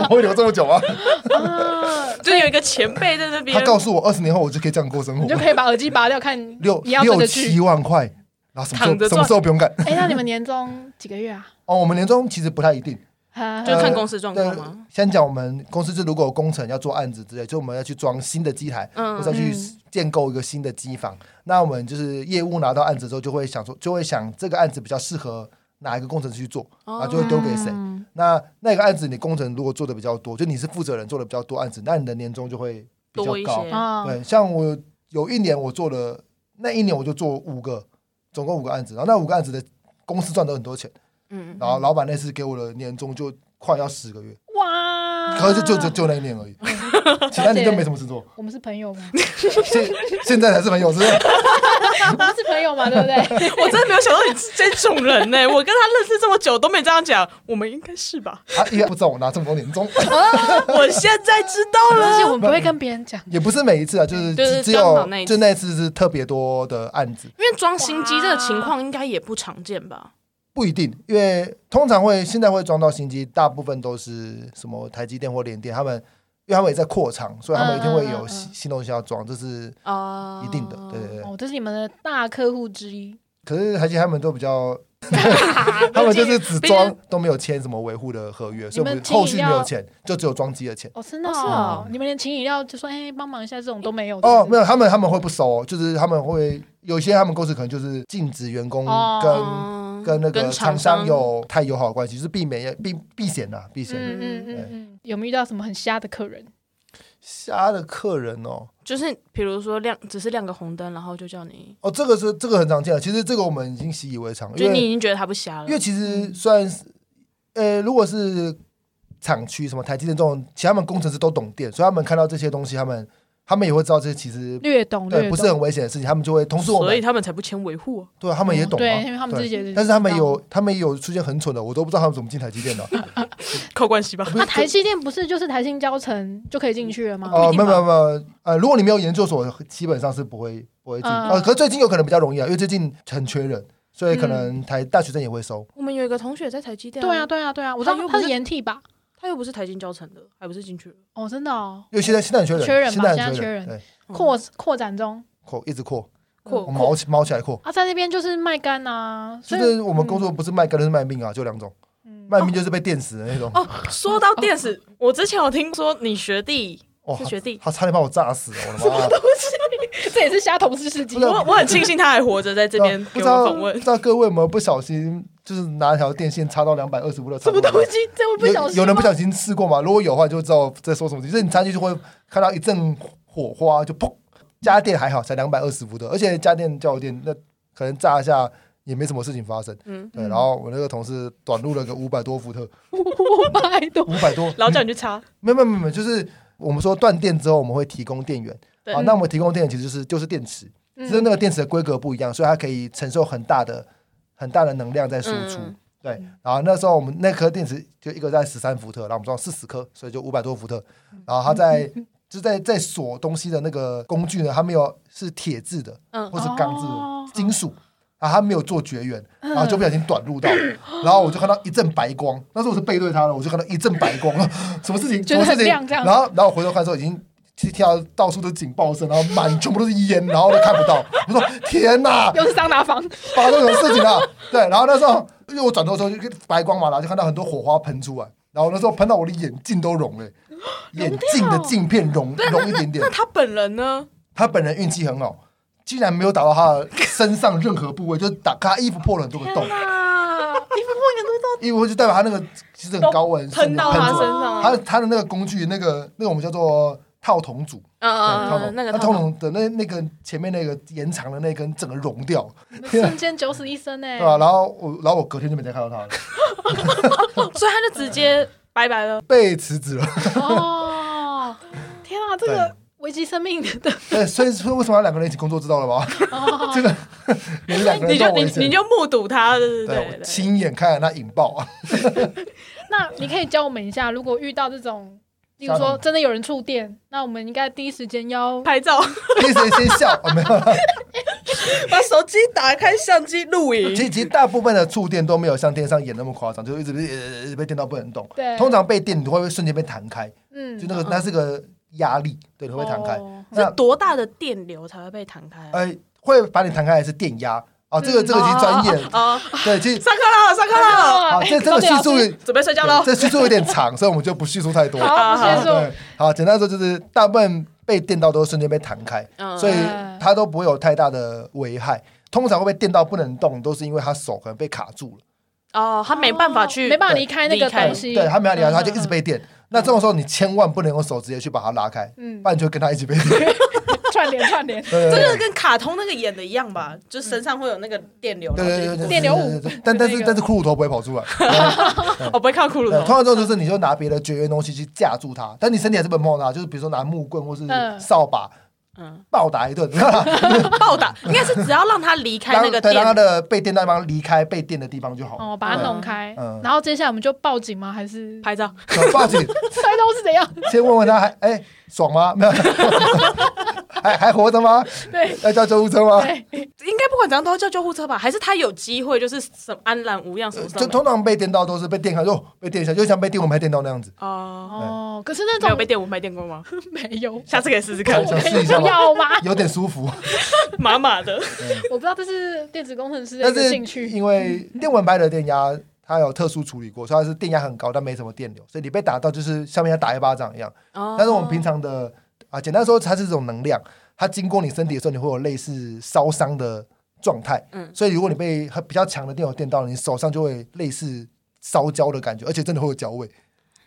[SPEAKER 3] 我会留这么久吗？
[SPEAKER 2] 啊，
[SPEAKER 1] 就有一个前辈在那边
[SPEAKER 3] 他，告诉我二十年后我就可以这样过生活
[SPEAKER 2] 你就，可以把耳机拔掉看
[SPEAKER 3] 六
[SPEAKER 2] 你要追
[SPEAKER 3] 六
[SPEAKER 2] 的
[SPEAKER 3] 七
[SPEAKER 2] 剧。
[SPEAKER 3] 万块，然后什么时
[SPEAKER 1] 躺着
[SPEAKER 3] 候什
[SPEAKER 1] 赚
[SPEAKER 3] 么时候不用干？
[SPEAKER 2] 哎、那你们年终几个月 啊？
[SPEAKER 3] 哦，我们年终其实不太一定。
[SPEAKER 2] 啊
[SPEAKER 3] 呃
[SPEAKER 1] 就看公司状况吗？
[SPEAKER 3] 先讲我们公司，就如果有工程要做案子之类，就我们要去装新的机台，
[SPEAKER 1] 嗯
[SPEAKER 3] 或者要去
[SPEAKER 2] 嗯
[SPEAKER 3] 建构一个新的机房。那我们就是业务拿到案子之后，就会想说，就会想这个案子比较适合哪一个工程师去做，
[SPEAKER 1] 哦
[SPEAKER 3] 然后就会丢给谁。
[SPEAKER 2] 嗯
[SPEAKER 3] 那那个案子你工程如果做的比较多，就你是负责人做的比较多案子，那你的年终就会比较
[SPEAKER 1] 多一
[SPEAKER 3] 高。
[SPEAKER 1] 些
[SPEAKER 2] 啊，
[SPEAKER 3] 对，像我有一年我做了，那一年我就做五个，总共五个案子，然后那五个案子的公司赚到很多钱，
[SPEAKER 1] 嗯，
[SPEAKER 3] 然后老板那次给我的年终就快要十个月，
[SPEAKER 2] 哇！
[SPEAKER 3] 可是就就就那一年而已，
[SPEAKER 1] 嗯
[SPEAKER 3] 其他年就没什么事做，
[SPEAKER 2] 我们是朋友 吗？
[SPEAKER 3] 现现在才是朋友，是不是？
[SPEAKER 2] 我们是朋友 嘛，对不对？
[SPEAKER 1] 我真的没有想到你是这种人呢、我跟他认识这么久都没这样讲，我们应该是吧？
[SPEAKER 3] 他也不知道我拿这么多年终，
[SPEAKER 1] 我现在知道
[SPEAKER 2] 而且
[SPEAKER 1] 了。
[SPEAKER 2] 我们不会跟别人讲。
[SPEAKER 3] 也不是每一次啊，就是
[SPEAKER 1] 就是
[SPEAKER 3] 只只
[SPEAKER 1] 刚
[SPEAKER 3] 有
[SPEAKER 1] 好那一次
[SPEAKER 3] 就那一次是特别多的案子，
[SPEAKER 1] 因为装新机这个情况应该也不常见吧？
[SPEAKER 3] 不一定，因为通常会现在会装到新机，大部分都是什么台积电或联电，他们因为他们也在扩厂，所以他们一定会
[SPEAKER 2] 嗯嗯嗯
[SPEAKER 3] 有
[SPEAKER 2] 嗯
[SPEAKER 3] 新新东西要装，这是
[SPEAKER 1] 啊、
[SPEAKER 3] 一定的，对对对。
[SPEAKER 2] 哦，这是你们的大客户之一。
[SPEAKER 3] 可是台积他们都比较， 他们就是只
[SPEAKER 2] 毕竟
[SPEAKER 3] 装都没有签什么维护的合约，所以我
[SPEAKER 2] 你们
[SPEAKER 3] 们
[SPEAKER 2] 经营
[SPEAKER 3] 后续没有
[SPEAKER 2] 要
[SPEAKER 3] 钱，就只有装机的钱。
[SPEAKER 2] 哦，真的
[SPEAKER 1] 哦是
[SPEAKER 2] 哦
[SPEAKER 1] 哦，
[SPEAKER 2] 你们连请饮料就说哎帮忙一下这种都没有
[SPEAKER 3] 哦，没
[SPEAKER 2] 有
[SPEAKER 3] 有，他们他们会不收、哦，就是他们会有一些他们公司可能就是禁止员工跟、
[SPEAKER 2] 哦
[SPEAKER 1] 嗯
[SPEAKER 3] 跟那个
[SPEAKER 1] 跟
[SPEAKER 3] 厂
[SPEAKER 1] 厂
[SPEAKER 3] 商有太友好的关系，就是避免避避险呐、避险。
[SPEAKER 2] 嗯嗯嗯嗯，有没有遇到什么很瞎的客人？
[SPEAKER 3] 瞎的客人哦，
[SPEAKER 1] 就是比如说亮，只是亮个红灯，然后就叫你，
[SPEAKER 3] 哦，这个是这个很常见的，其实这个我们已经习以为常，
[SPEAKER 1] 就
[SPEAKER 3] 因
[SPEAKER 1] 你已
[SPEAKER 3] 为
[SPEAKER 1] 经觉得他不瞎了
[SPEAKER 3] 因为。其实虽然是，呃，如果是厂区什么台积电这种，其实他们工程师都懂电，所以他们看到这些东西，他们他们也会知道这其实
[SPEAKER 2] 略懂略
[SPEAKER 3] 对
[SPEAKER 2] 懂，
[SPEAKER 3] 不是很危险的事情，他们就会通知我
[SPEAKER 1] 所以
[SPEAKER 3] 们，
[SPEAKER 1] 他们才不签维护啊、
[SPEAKER 3] 对他们也
[SPEAKER 2] 嗯
[SPEAKER 3] 懂啊，
[SPEAKER 2] 对，因为他们自己也
[SPEAKER 3] 但是他们
[SPEAKER 2] 知道。
[SPEAKER 3] 有，他们也有出现很蠢的，我都不知道他们怎么进台积电 的。啊
[SPEAKER 1] 靠关系吧。
[SPEAKER 2] 那啊台积电不是就是台新交城就可以进去了吗？
[SPEAKER 3] 哦、
[SPEAKER 1] 不一定
[SPEAKER 3] 没
[SPEAKER 1] 吧
[SPEAKER 3] 有没有没有，呃，如果你没有研究所，基本上是不会不会进。
[SPEAKER 2] 嗯嗯
[SPEAKER 3] 呃，可是最近有可能比较容易啊，因为最近很缺人，所以可能台、大学生也会收。
[SPEAKER 1] 我们有一个同学在台积电、
[SPEAKER 2] 对啊，，对啊，对啊，我知
[SPEAKER 1] 他
[SPEAKER 2] 道
[SPEAKER 1] 又不
[SPEAKER 2] 他
[SPEAKER 1] 是
[SPEAKER 2] 是研替吧？
[SPEAKER 1] 他又不是台积教程的，还不是进去了。
[SPEAKER 2] 哦，真的哦，
[SPEAKER 3] 因为现在现在很缺人，
[SPEAKER 2] 缺人吧
[SPEAKER 3] 现在很
[SPEAKER 2] 现在缺人
[SPEAKER 3] 对，
[SPEAKER 1] 嗯
[SPEAKER 2] 扩扩展中
[SPEAKER 3] 扩一直扩，
[SPEAKER 1] 扩
[SPEAKER 3] 我们毛起毛起来扩。
[SPEAKER 2] 啊，在那边就是卖干啊，所
[SPEAKER 3] 就
[SPEAKER 2] 以
[SPEAKER 3] 是我们工作不是卖干，就是卖命啊，就两种，
[SPEAKER 2] 嗯
[SPEAKER 3] 卖命就是被电死的那种。
[SPEAKER 1] 哦，说到电视，我之前有听说你学弟
[SPEAKER 3] 哦，
[SPEAKER 1] 是学弟，
[SPEAKER 3] 他他差点把我炸死了，我的妈！
[SPEAKER 2] 这也是瞎同事事迹
[SPEAKER 3] 不是
[SPEAKER 1] 我我很庆幸他还活着在这边
[SPEAKER 3] 不
[SPEAKER 1] 给
[SPEAKER 3] 知
[SPEAKER 1] 我
[SPEAKER 3] 道
[SPEAKER 1] 访问
[SPEAKER 3] 不。知道各位有没有不小心，就是拿一条电线插到两百二十伏的插
[SPEAKER 2] 什么
[SPEAKER 3] 座里面
[SPEAKER 2] 东西？这我不小
[SPEAKER 3] 有
[SPEAKER 2] 心
[SPEAKER 3] 有人不
[SPEAKER 2] 吗？
[SPEAKER 3] 小心试过吗？如果有的话，就知道在说什么。就是你插进去会看到一阵火花，就砰！家电还好，才两百二十伏的，而且家电交流电那可能炸一下也没什么事情发生。
[SPEAKER 1] 嗯，
[SPEAKER 3] 对，
[SPEAKER 2] 嗯
[SPEAKER 3] 然后我那个同事短路了个五百多伏特，
[SPEAKER 2] 五百多
[SPEAKER 3] 五百多，
[SPEAKER 1] 然后叫你去 插，
[SPEAKER 3] 没有没有没有没有，就是我们说断电之后我们会提供电源，
[SPEAKER 1] 对嗯
[SPEAKER 3] 啊，那我们提供电源其实就是就是电池，只是那个电池的规格不一样，所以它可以承受很大的很大的能量在输出。
[SPEAKER 1] 嗯
[SPEAKER 3] 对，然后那时候我们那颗电池就一个在十三伏特，然后我们装四十颗，所以就五百多伏特。然后它在 就在在锁东西的那个工具呢，它没有是铁质的
[SPEAKER 1] 嗯
[SPEAKER 3] 或是 钢制
[SPEAKER 2] 哦
[SPEAKER 3] 的金属，然后它没有做绝缘，然后就不小心短路到，
[SPEAKER 2] 嗯
[SPEAKER 3] 然后我就看到一阵白光，那时候我是背对它了，我就看到一阵白光， 什么事情？
[SPEAKER 2] 觉得
[SPEAKER 3] 什么
[SPEAKER 2] 很
[SPEAKER 3] 事情？
[SPEAKER 2] 亮这样
[SPEAKER 3] 然后然后回头看的时候已经听到到处都警报声，然后满全部都是烟，然后都看不到。我说天哪，
[SPEAKER 2] 又是桑拿 房，
[SPEAKER 3] 发生什么事情了、对，然后那时候因为我转头的时候就白光嘛，然后就看到很多火花喷出来，然后那时候喷到我的眼镜都融了、眼镜的镜片融融一点点
[SPEAKER 1] 那。他本人呢？
[SPEAKER 3] 他本人运气很好，竟然没有打到他的身上任何部位，就是打他衣服破了很多个洞，
[SPEAKER 1] 啊，衣服破一个洞都
[SPEAKER 3] 衣服就代表他那个其实很高温，
[SPEAKER 1] 喷到
[SPEAKER 3] 瞬间
[SPEAKER 1] 他身
[SPEAKER 3] 出来
[SPEAKER 1] 上
[SPEAKER 3] 他
[SPEAKER 1] 了，
[SPEAKER 3] 他的那个工具，那个那个我们叫做套筒组，
[SPEAKER 1] 嗯
[SPEAKER 3] 对套
[SPEAKER 1] 嗯
[SPEAKER 3] 筒，
[SPEAKER 1] 嗯，那个
[SPEAKER 3] 那
[SPEAKER 1] 套
[SPEAKER 3] 套
[SPEAKER 1] 筒
[SPEAKER 3] 筒的那那个前面那个延长的那根整个融掉，
[SPEAKER 2] 瞬间九死一生哎、
[SPEAKER 3] 啊对啊吧？然后我，然后我隔天就没再看到他了，
[SPEAKER 1] 所以他就直接拜拜了。
[SPEAKER 3] 被辞职了。
[SPEAKER 2] 哦，天啊，这个危及生命的
[SPEAKER 3] 对，所以所以为什么要两个人一起工作，知道 了吧？
[SPEAKER 2] 哦，
[SPEAKER 3] 这个 连两个
[SPEAKER 1] 你
[SPEAKER 3] 人
[SPEAKER 1] 就
[SPEAKER 3] 都
[SPEAKER 1] 你
[SPEAKER 3] 危
[SPEAKER 1] 你
[SPEAKER 3] 险。
[SPEAKER 1] 就目睹他，对对
[SPEAKER 3] 对，我
[SPEAKER 1] 对对，
[SPEAKER 3] 亲眼看着他引爆 啊！
[SPEAKER 2] 那你可以教我们一下，如果遇到这种，例如
[SPEAKER 3] 吓到
[SPEAKER 2] 说
[SPEAKER 3] 我
[SPEAKER 2] 真的有人触电，那我们应该第一时间要
[SPEAKER 1] 拍照，
[SPEAKER 3] 谁谁先笑，哦没有啦。
[SPEAKER 1] 把手机打开，相机录影
[SPEAKER 3] 其实其实大部分的触电都没有像电视上演那么夸张，就一直被被电到不能动。
[SPEAKER 2] 对，
[SPEAKER 3] 通常被电，你会不会瞬间被弹开？
[SPEAKER 2] 嗯
[SPEAKER 3] 就那个
[SPEAKER 1] 嗯嗯
[SPEAKER 3] 那是个压力，对，你会被弹开。
[SPEAKER 2] 哦
[SPEAKER 3] 那
[SPEAKER 1] 是多大的电流才会被弹开啊？
[SPEAKER 3] 呃，会把你弹开还是电压？哦，这个
[SPEAKER 2] 嗯
[SPEAKER 3] 这个其实专业，
[SPEAKER 1] 啊！
[SPEAKER 3] 对，其实
[SPEAKER 1] 上课了，上课了，
[SPEAKER 3] 啊，这这个叙述有
[SPEAKER 1] 准备睡觉喽。
[SPEAKER 3] 这叙述有点长，所以我们就不叙述太多。
[SPEAKER 2] 啊好，不
[SPEAKER 1] 好
[SPEAKER 2] 先
[SPEAKER 1] 叙
[SPEAKER 2] 说
[SPEAKER 3] 对，好，简单说就是大部分被电到都是瞬间被弹开，
[SPEAKER 1] 嗯
[SPEAKER 3] 所以
[SPEAKER 2] 嗯
[SPEAKER 3] 它都不会有太大的危害。通常会被电到不能动，都是因为他手可能被卡住了，
[SPEAKER 1] 哦，他没办法
[SPEAKER 2] 哦
[SPEAKER 1] 去，
[SPEAKER 2] 没办法离开那个
[SPEAKER 1] 离开
[SPEAKER 2] 东西，
[SPEAKER 3] 对他没有理他，他就
[SPEAKER 2] 嗯
[SPEAKER 3] 一直，被电。那这种时候你千万不能用手直接去把它拉开，
[SPEAKER 2] 嗯，
[SPEAKER 3] 不然你就跟他一起被电。
[SPEAKER 2] 串联串 联，
[SPEAKER 3] 对
[SPEAKER 1] 这
[SPEAKER 3] 对
[SPEAKER 1] 个跟卡通那个演的一样吧，就身上会有那个电流，
[SPEAKER 3] 对对对对，
[SPEAKER 2] 电流舞
[SPEAKER 3] 对对对但但
[SPEAKER 2] 那
[SPEAKER 3] 是
[SPEAKER 2] 个
[SPEAKER 3] 但是骷髅头不会跑出来。
[SPEAKER 1] 我哦不会看到骷髅
[SPEAKER 3] 对，通
[SPEAKER 1] 头，
[SPEAKER 3] 常这种就是你就拿别的绝缘东西去架住它，但你身体还是不能碰到它，就是比如说拿木棍或是
[SPEAKER 2] 嗯
[SPEAKER 3] 扫把
[SPEAKER 1] 嗯，
[SPEAKER 3] 暴打一顿，
[SPEAKER 1] 暴打应该是只要让他离开那
[SPEAKER 3] 让
[SPEAKER 1] 个
[SPEAKER 3] 对让它
[SPEAKER 1] 电，
[SPEAKER 3] 的被电的地方离开被电的地方就好了。
[SPEAKER 2] 哦，把它弄开
[SPEAKER 3] 嗯，
[SPEAKER 2] 然后接下来我们就报警吗？还是
[SPEAKER 1] 拍照，
[SPEAKER 3] 对报警，
[SPEAKER 2] 摔东是怎样？
[SPEAKER 3] 先问问他还哎、爽吗？没有， 还还活着吗？
[SPEAKER 2] 对
[SPEAKER 3] 要叫救护车吗？
[SPEAKER 2] 对，
[SPEAKER 1] 应该不管怎样都要叫救护车吧？还是他有机会就是什么安然无恙什么什
[SPEAKER 3] 就
[SPEAKER 1] 么的？
[SPEAKER 3] 通常被电到都是被电开，就哦被电一下，就像被电我们还电到那样子。
[SPEAKER 1] 哦，
[SPEAKER 2] 哦，可是那
[SPEAKER 1] 没有
[SPEAKER 2] 种
[SPEAKER 1] 被电蚊拍电过吗？
[SPEAKER 2] 没有，
[SPEAKER 1] 下次可以试试看
[SPEAKER 3] 想，
[SPEAKER 2] 我可
[SPEAKER 3] 试
[SPEAKER 2] 以
[SPEAKER 3] 一下
[SPEAKER 2] 不
[SPEAKER 3] 吗
[SPEAKER 2] 要吗？
[SPEAKER 3] 有点舒服，
[SPEAKER 1] 麻麻的，
[SPEAKER 2] 我不知道这是电子工程师的
[SPEAKER 3] 但
[SPEAKER 2] 一个
[SPEAKER 3] 是
[SPEAKER 2] 兴趣，
[SPEAKER 3] 因为电蚊拍的电压它有特殊处理过，所以它是电压很高，但没什么电流，所以你被打到就是像被人家打一巴掌一样。
[SPEAKER 2] 哦
[SPEAKER 1] 但
[SPEAKER 3] 但是我们平常的啊，简单说，它是一种能量，它经过你身体的时候，你会有类似烧伤的状态。
[SPEAKER 1] 嗯
[SPEAKER 3] 所以如果你被很比较强的电流电到，你手上就会类似烧焦的感觉，而且真的会有焦味。
[SPEAKER 2] 哦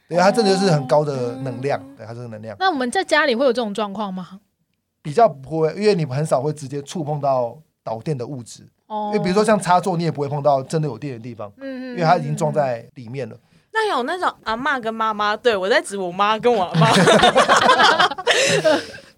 [SPEAKER 3] 对，它真的就是很高的能量，对，它这个能量
[SPEAKER 2] 那我们在家里会有这种状况吗？
[SPEAKER 3] 比较不会，因为你很少会直接触碰到导电的物质，
[SPEAKER 2] 哦
[SPEAKER 3] 因，为比如说像插座，你也不会碰到真的有电的地方，
[SPEAKER 2] 嗯，嗯，
[SPEAKER 3] 因
[SPEAKER 2] 因
[SPEAKER 3] 为它已经装在里面了。
[SPEAKER 1] 那有那种阿嬷跟妈妈，对我在指我妈跟我阿 妈，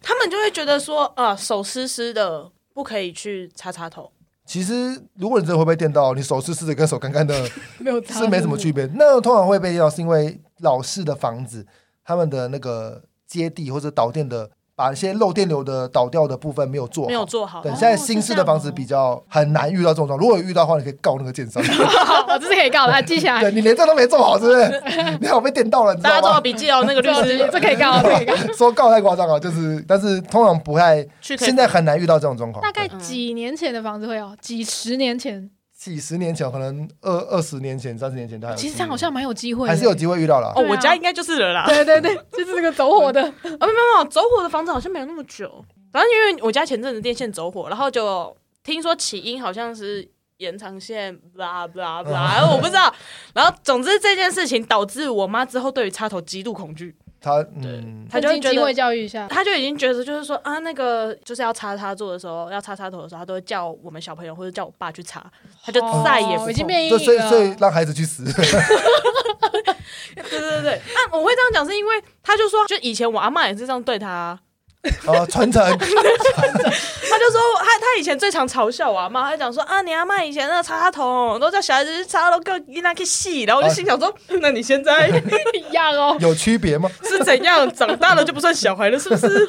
[SPEAKER 1] 他们就会觉得说，啊、手湿湿的，不可以去擦擦头。
[SPEAKER 3] 其实，如果你真的会被电到，你手湿湿的跟手干干的，
[SPEAKER 2] 没有差
[SPEAKER 3] 是没什么区别。那通常会被掉，是因为老式的房子，他们的那个接地或者导电的，把一些漏电流的导掉的部分没有做好。
[SPEAKER 1] 没有做好
[SPEAKER 3] 对，
[SPEAKER 2] 哦
[SPEAKER 3] 现在新式的房
[SPEAKER 2] 是这
[SPEAKER 3] 子
[SPEAKER 2] 样哦
[SPEAKER 3] 比较很难遇到这种状况。如果有遇到的话，你可以告那个建商。
[SPEAKER 2] 好，我这是可以告的，来记下来
[SPEAKER 3] 对。你连这都没做好，是不是？你好被电到了，你知
[SPEAKER 1] 大家
[SPEAKER 3] 道
[SPEAKER 1] 做好
[SPEAKER 3] 吗？
[SPEAKER 1] 笔记哦，那个律师
[SPEAKER 2] 这可以告，这 可以告。
[SPEAKER 3] 说告太夸张了，就是，但是通常不太，
[SPEAKER 1] 去可以
[SPEAKER 3] 现在很难遇到这种状况。
[SPEAKER 2] 大概
[SPEAKER 3] 对
[SPEAKER 2] 几年前的房子会有，几十年前，
[SPEAKER 3] 几十年前，可能二二十年前、三十年前，大概有
[SPEAKER 2] 其实这样好像蛮有机会的，
[SPEAKER 3] 还是有机会遇到了
[SPEAKER 1] 哦，。
[SPEAKER 2] 对啊
[SPEAKER 1] 我家应该就是了啦。
[SPEAKER 2] 对对对，就是这个走火的，
[SPEAKER 1] 啊，没有没有，走火的房子好像没有那么久。反正因为我家前阵子电线走火，然后就听说起因好像是延长线，blah blah blah，我不知哎道。然后总之这件事情导致我妈之后对于插头极度恐惧，
[SPEAKER 3] 他
[SPEAKER 1] 对
[SPEAKER 3] 嗯，
[SPEAKER 1] 她就会
[SPEAKER 2] 趁
[SPEAKER 1] 觉
[SPEAKER 2] 机机
[SPEAKER 1] 得
[SPEAKER 2] 会教育一下。
[SPEAKER 1] 他就已经觉得就是说啊，那个就是要擦擦座的时候，要擦擦头的时候，他都会叫我们小朋友或者叫我爸去擦，他就再也不
[SPEAKER 2] 哦
[SPEAKER 1] 碰。
[SPEAKER 2] 已经变阴
[SPEAKER 3] 就所以
[SPEAKER 2] 影了。
[SPEAKER 3] 所以让孩子去死。
[SPEAKER 1] 对对对对，啊，我会这样讲是因为他就说，就以前我阿嬷也是这样对啊他、
[SPEAKER 3] 哦，传承，
[SPEAKER 1] 他就说他他以前最常嘲笑我阿妈，他讲说啊，你阿妈以前那个擦擦桶都叫小孩子去擦，都够一那去洗，然后我就心想说，那你现在
[SPEAKER 2] 一样哦。
[SPEAKER 3] 有区别吗？
[SPEAKER 1] 是怎样长大了就不算小孩了，是不 是？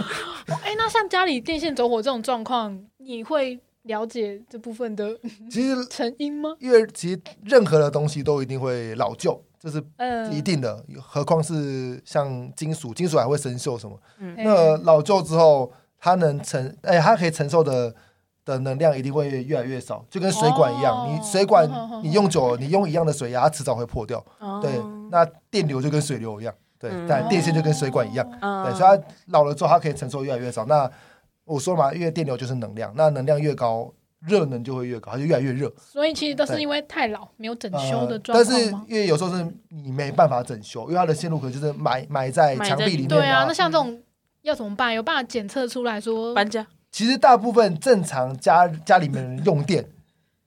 [SPEAKER 2] 哎，那像家里电线走火这种状况，你会了解这部分的
[SPEAKER 3] 其实，
[SPEAKER 2] 成因吗？
[SPEAKER 3] 因为其实任何的东西都一定会老旧，这是
[SPEAKER 2] 嗯，
[SPEAKER 3] 一定的，何况是像金属，金属还会生锈什么。
[SPEAKER 2] 哎
[SPEAKER 3] 那老旧之后，它能承，哎，它可以承受的。的能量一定会越来越少，就跟水管一样，
[SPEAKER 2] 哦
[SPEAKER 3] 你水管
[SPEAKER 2] 好好好
[SPEAKER 3] 你用久了，你用一样的水压，它迟早会破掉。
[SPEAKER 1] 哦
[SPEAKER 2] 哦
[SPEAKER 3] 对，那电流就跟水流一样，对
[SPEAKER 1] 嗯，
[SPEAKER 3] 但电线就跟水管一样。
[SPEAKER 1] 嗯
[SPEAKER 2] 哦
[SPEAKER 3] 对，所以它老了之后，它可以承受越来越少。那我说嘛，因为电流就是能量，那能量越高，热能就会越高，它就越来越热。
[SPEAKER 2] 所以其实都是
[SPEAKER 3] 对
[SPEAKER 2] 因为太老，没有整修
[SPEAKER 3] 呃
[SPEAKER 2] 的，状
[SPEAKER 3] 但
[SPEAKER 2] 况
[SPEAKER 3] 是
[SPEAKER 2] 吗？
[SPEAKER 3] 因为有时候是你没办法整修，因为它的线路可能就是埋埋在
[SPEAKER 1] 埋
[SPEAKER 3] 墙
[SPEAKER 1] 在
[SPEAKER 3] 壁
[SPEAKER 1] 里
[SPEAKER 3] 里面
[SPEAKER 2] 对啊，
[SPEAKER 3] 啊
[SPEAKER 2] 那。像这种要怎么办？有办法检测出来说，
[SPEAKER 1] 搬家
[SPEAKER 3] 其实大部分正常家家里面人用电，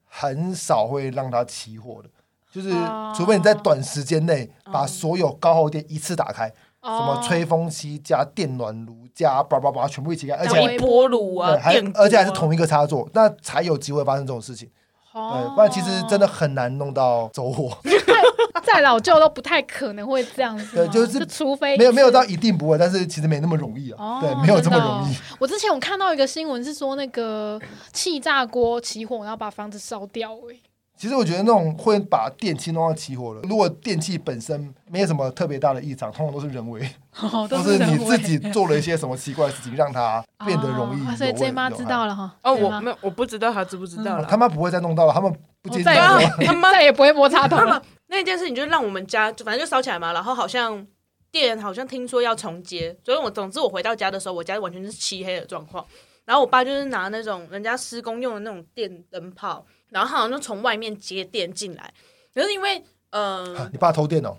[SPEAKER 3] 很少会让它起火的，就是
[SPEAKER 2] 哦
[SPEAKER 3] 除非你在短时间内把
[SPEAKER 1] 嗯
[SPEAKER 3] 所有高耗电一次打开，
[SPEAKER 2] 哦
[SPEAKER 3] 什么吹风机加电暖炉加叭叭叭全部一起开，而
[SPEAKER 1] 然
[SPEAKER 3] 且
[SPEAKER 1] 后微波炉啊
[SPEAKER 3] 对，还
[SPEAKER 1] 电锅啊
[SPEAKER 3] 而且还是同一个插座，那才有机会发生这种事情。
[SPEAKER 2] 哦
[SPEAKER 3] 对，不然其实真的很难弄到走火，
[SPEAKER 2] 再老旧都不太可能会这样子吗。
[SPEAKER 3] 对就是
[SPEAKER 2] 除非
[SPEAKER 3] 没有没有到一定不会，但是其实没那么容易
[SPEAKER 2] 哦
[SPEAKER 3] 啊。对，没有这么
[SPEAKER 2] 真的哦
[SPEAKER 3] 容易。
[SPEAKER 2] 我之前有看到一个新闻是说那个气炸锅起火，然后把房子烧掉、 欸。
[SPEAKER 3] 其实我觉得那种会把电器弄到起火了，如果电器本身没有什么特别大的异常，通常都是人为，
[SPEAKER 2] 哦，
[SPEAKER 3] 都
[SPEAKER 2] 都
[SPEAKER 3] 是
[SPEAKER 2] 人
[SPEAKER 3] 你
[SPEAKER 2] 为
[SPEAKER 3] 自己做了一些什么奇怪的事情，让它变得容易有
[SPEAKER 2] 哦
[SPEAKER 3] 问。
[SPEAKER 2] 所以 J 妈
[SPEAKER 3] 有
[SPEAKER 2] 知
[SPEAKER 3] 害
[SPEAKER 2] 道了哈。
[SPEAKER 1] 哦，
[SPEAKER 2] J
[SPEAKER 1] 我
[SPEAKER 2] 妈
[SPEAKER 1] 没有，我不知道他知不知道
[SPEAKER 3] 哦
[SPEAKER 1] 了。
[SPEAKER 3] 他妈不会再弄到了，他们不
[SPEAKER 2] 我
[SPEAKER 3] 接
[SPEAKER 2] 再
[SPEAKER 3] 受
[SPEAKER 2] 也
[SPEAKER 1] 啊
[SPEAKER 2] 不
[SPEAKER 3] 了。
[SPEAKER 2] 会
[SPEAKER 1] 他妈
[SPEAKER 2] 再也不会摸插头
[SPEAKER 1] 他
[SPEAKER 2] 了
[SPEAKER 1] 们。那件事情就让我们家，就反正就烧起来嘛。然后好像店好像听说要重接，所以我总之我回到家的时候，我家完全是漆黑的状况。然后我爸就是拿那种人家施工用的那种电灯泡，然后他好像就从外面接电进来。可是因为，嗯、
[SPEAKER 3] 啊你爸偷电哦，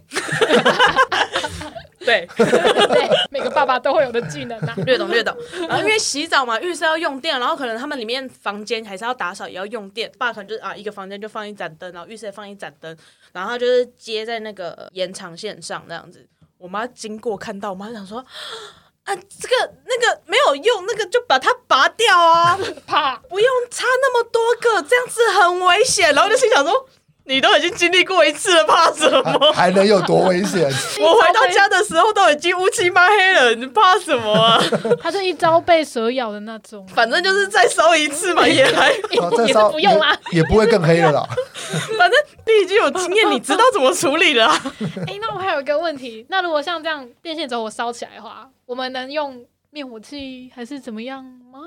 [SPEAKER 1] 对，
[SPEAKER 2] 对，每个爸爸都会有的技能 啊。
[SPEAKER 1] 略懂略懂。然后因为洗澡嘛，浴室要用电，然后可能他们里面房间还是要打扫，也要用电。爸可能就是啊，一个房间就放一盏灯，然后浴室也放一盏灯，然后他就是接在那个延长线上那样子。我妈经过看到，我妈想说啊，这个那个没有用，那个就把它拔掉啊，
[SPEAKER 2] 啪！
[SPEAKER 1] 不用插那么多个，这样子很危险。然后就心想说。你都已经经历过一次了，怕什 么？
[SPEAKER 3] 还能有多危险？啊
[SPEAKER 1] 我回到家的时候都已经乌漆嘛黑了，你怕什么啊？
[SPEAKER 2] 他就一招被蛇咬的那种。啊
[SPEAKER 1] 反正就是再烧一次 嘛，也还
[SPEAKER 3] 啊再
[SPEAKER 2] 也是
[SPEAKER 3] 烧
[SPEAKER 2] 不用啦。
[SPEAKER 3] 也也不会更黑了啦。
[SPEAKER 1] 反正你已经有经验，你知道怎么处理了、啊。
[SPEAKER 2] 哎、那我还有一个问题，那如果像这样电线走火烧起来的话，我们能用灭火器还是怎么样吗？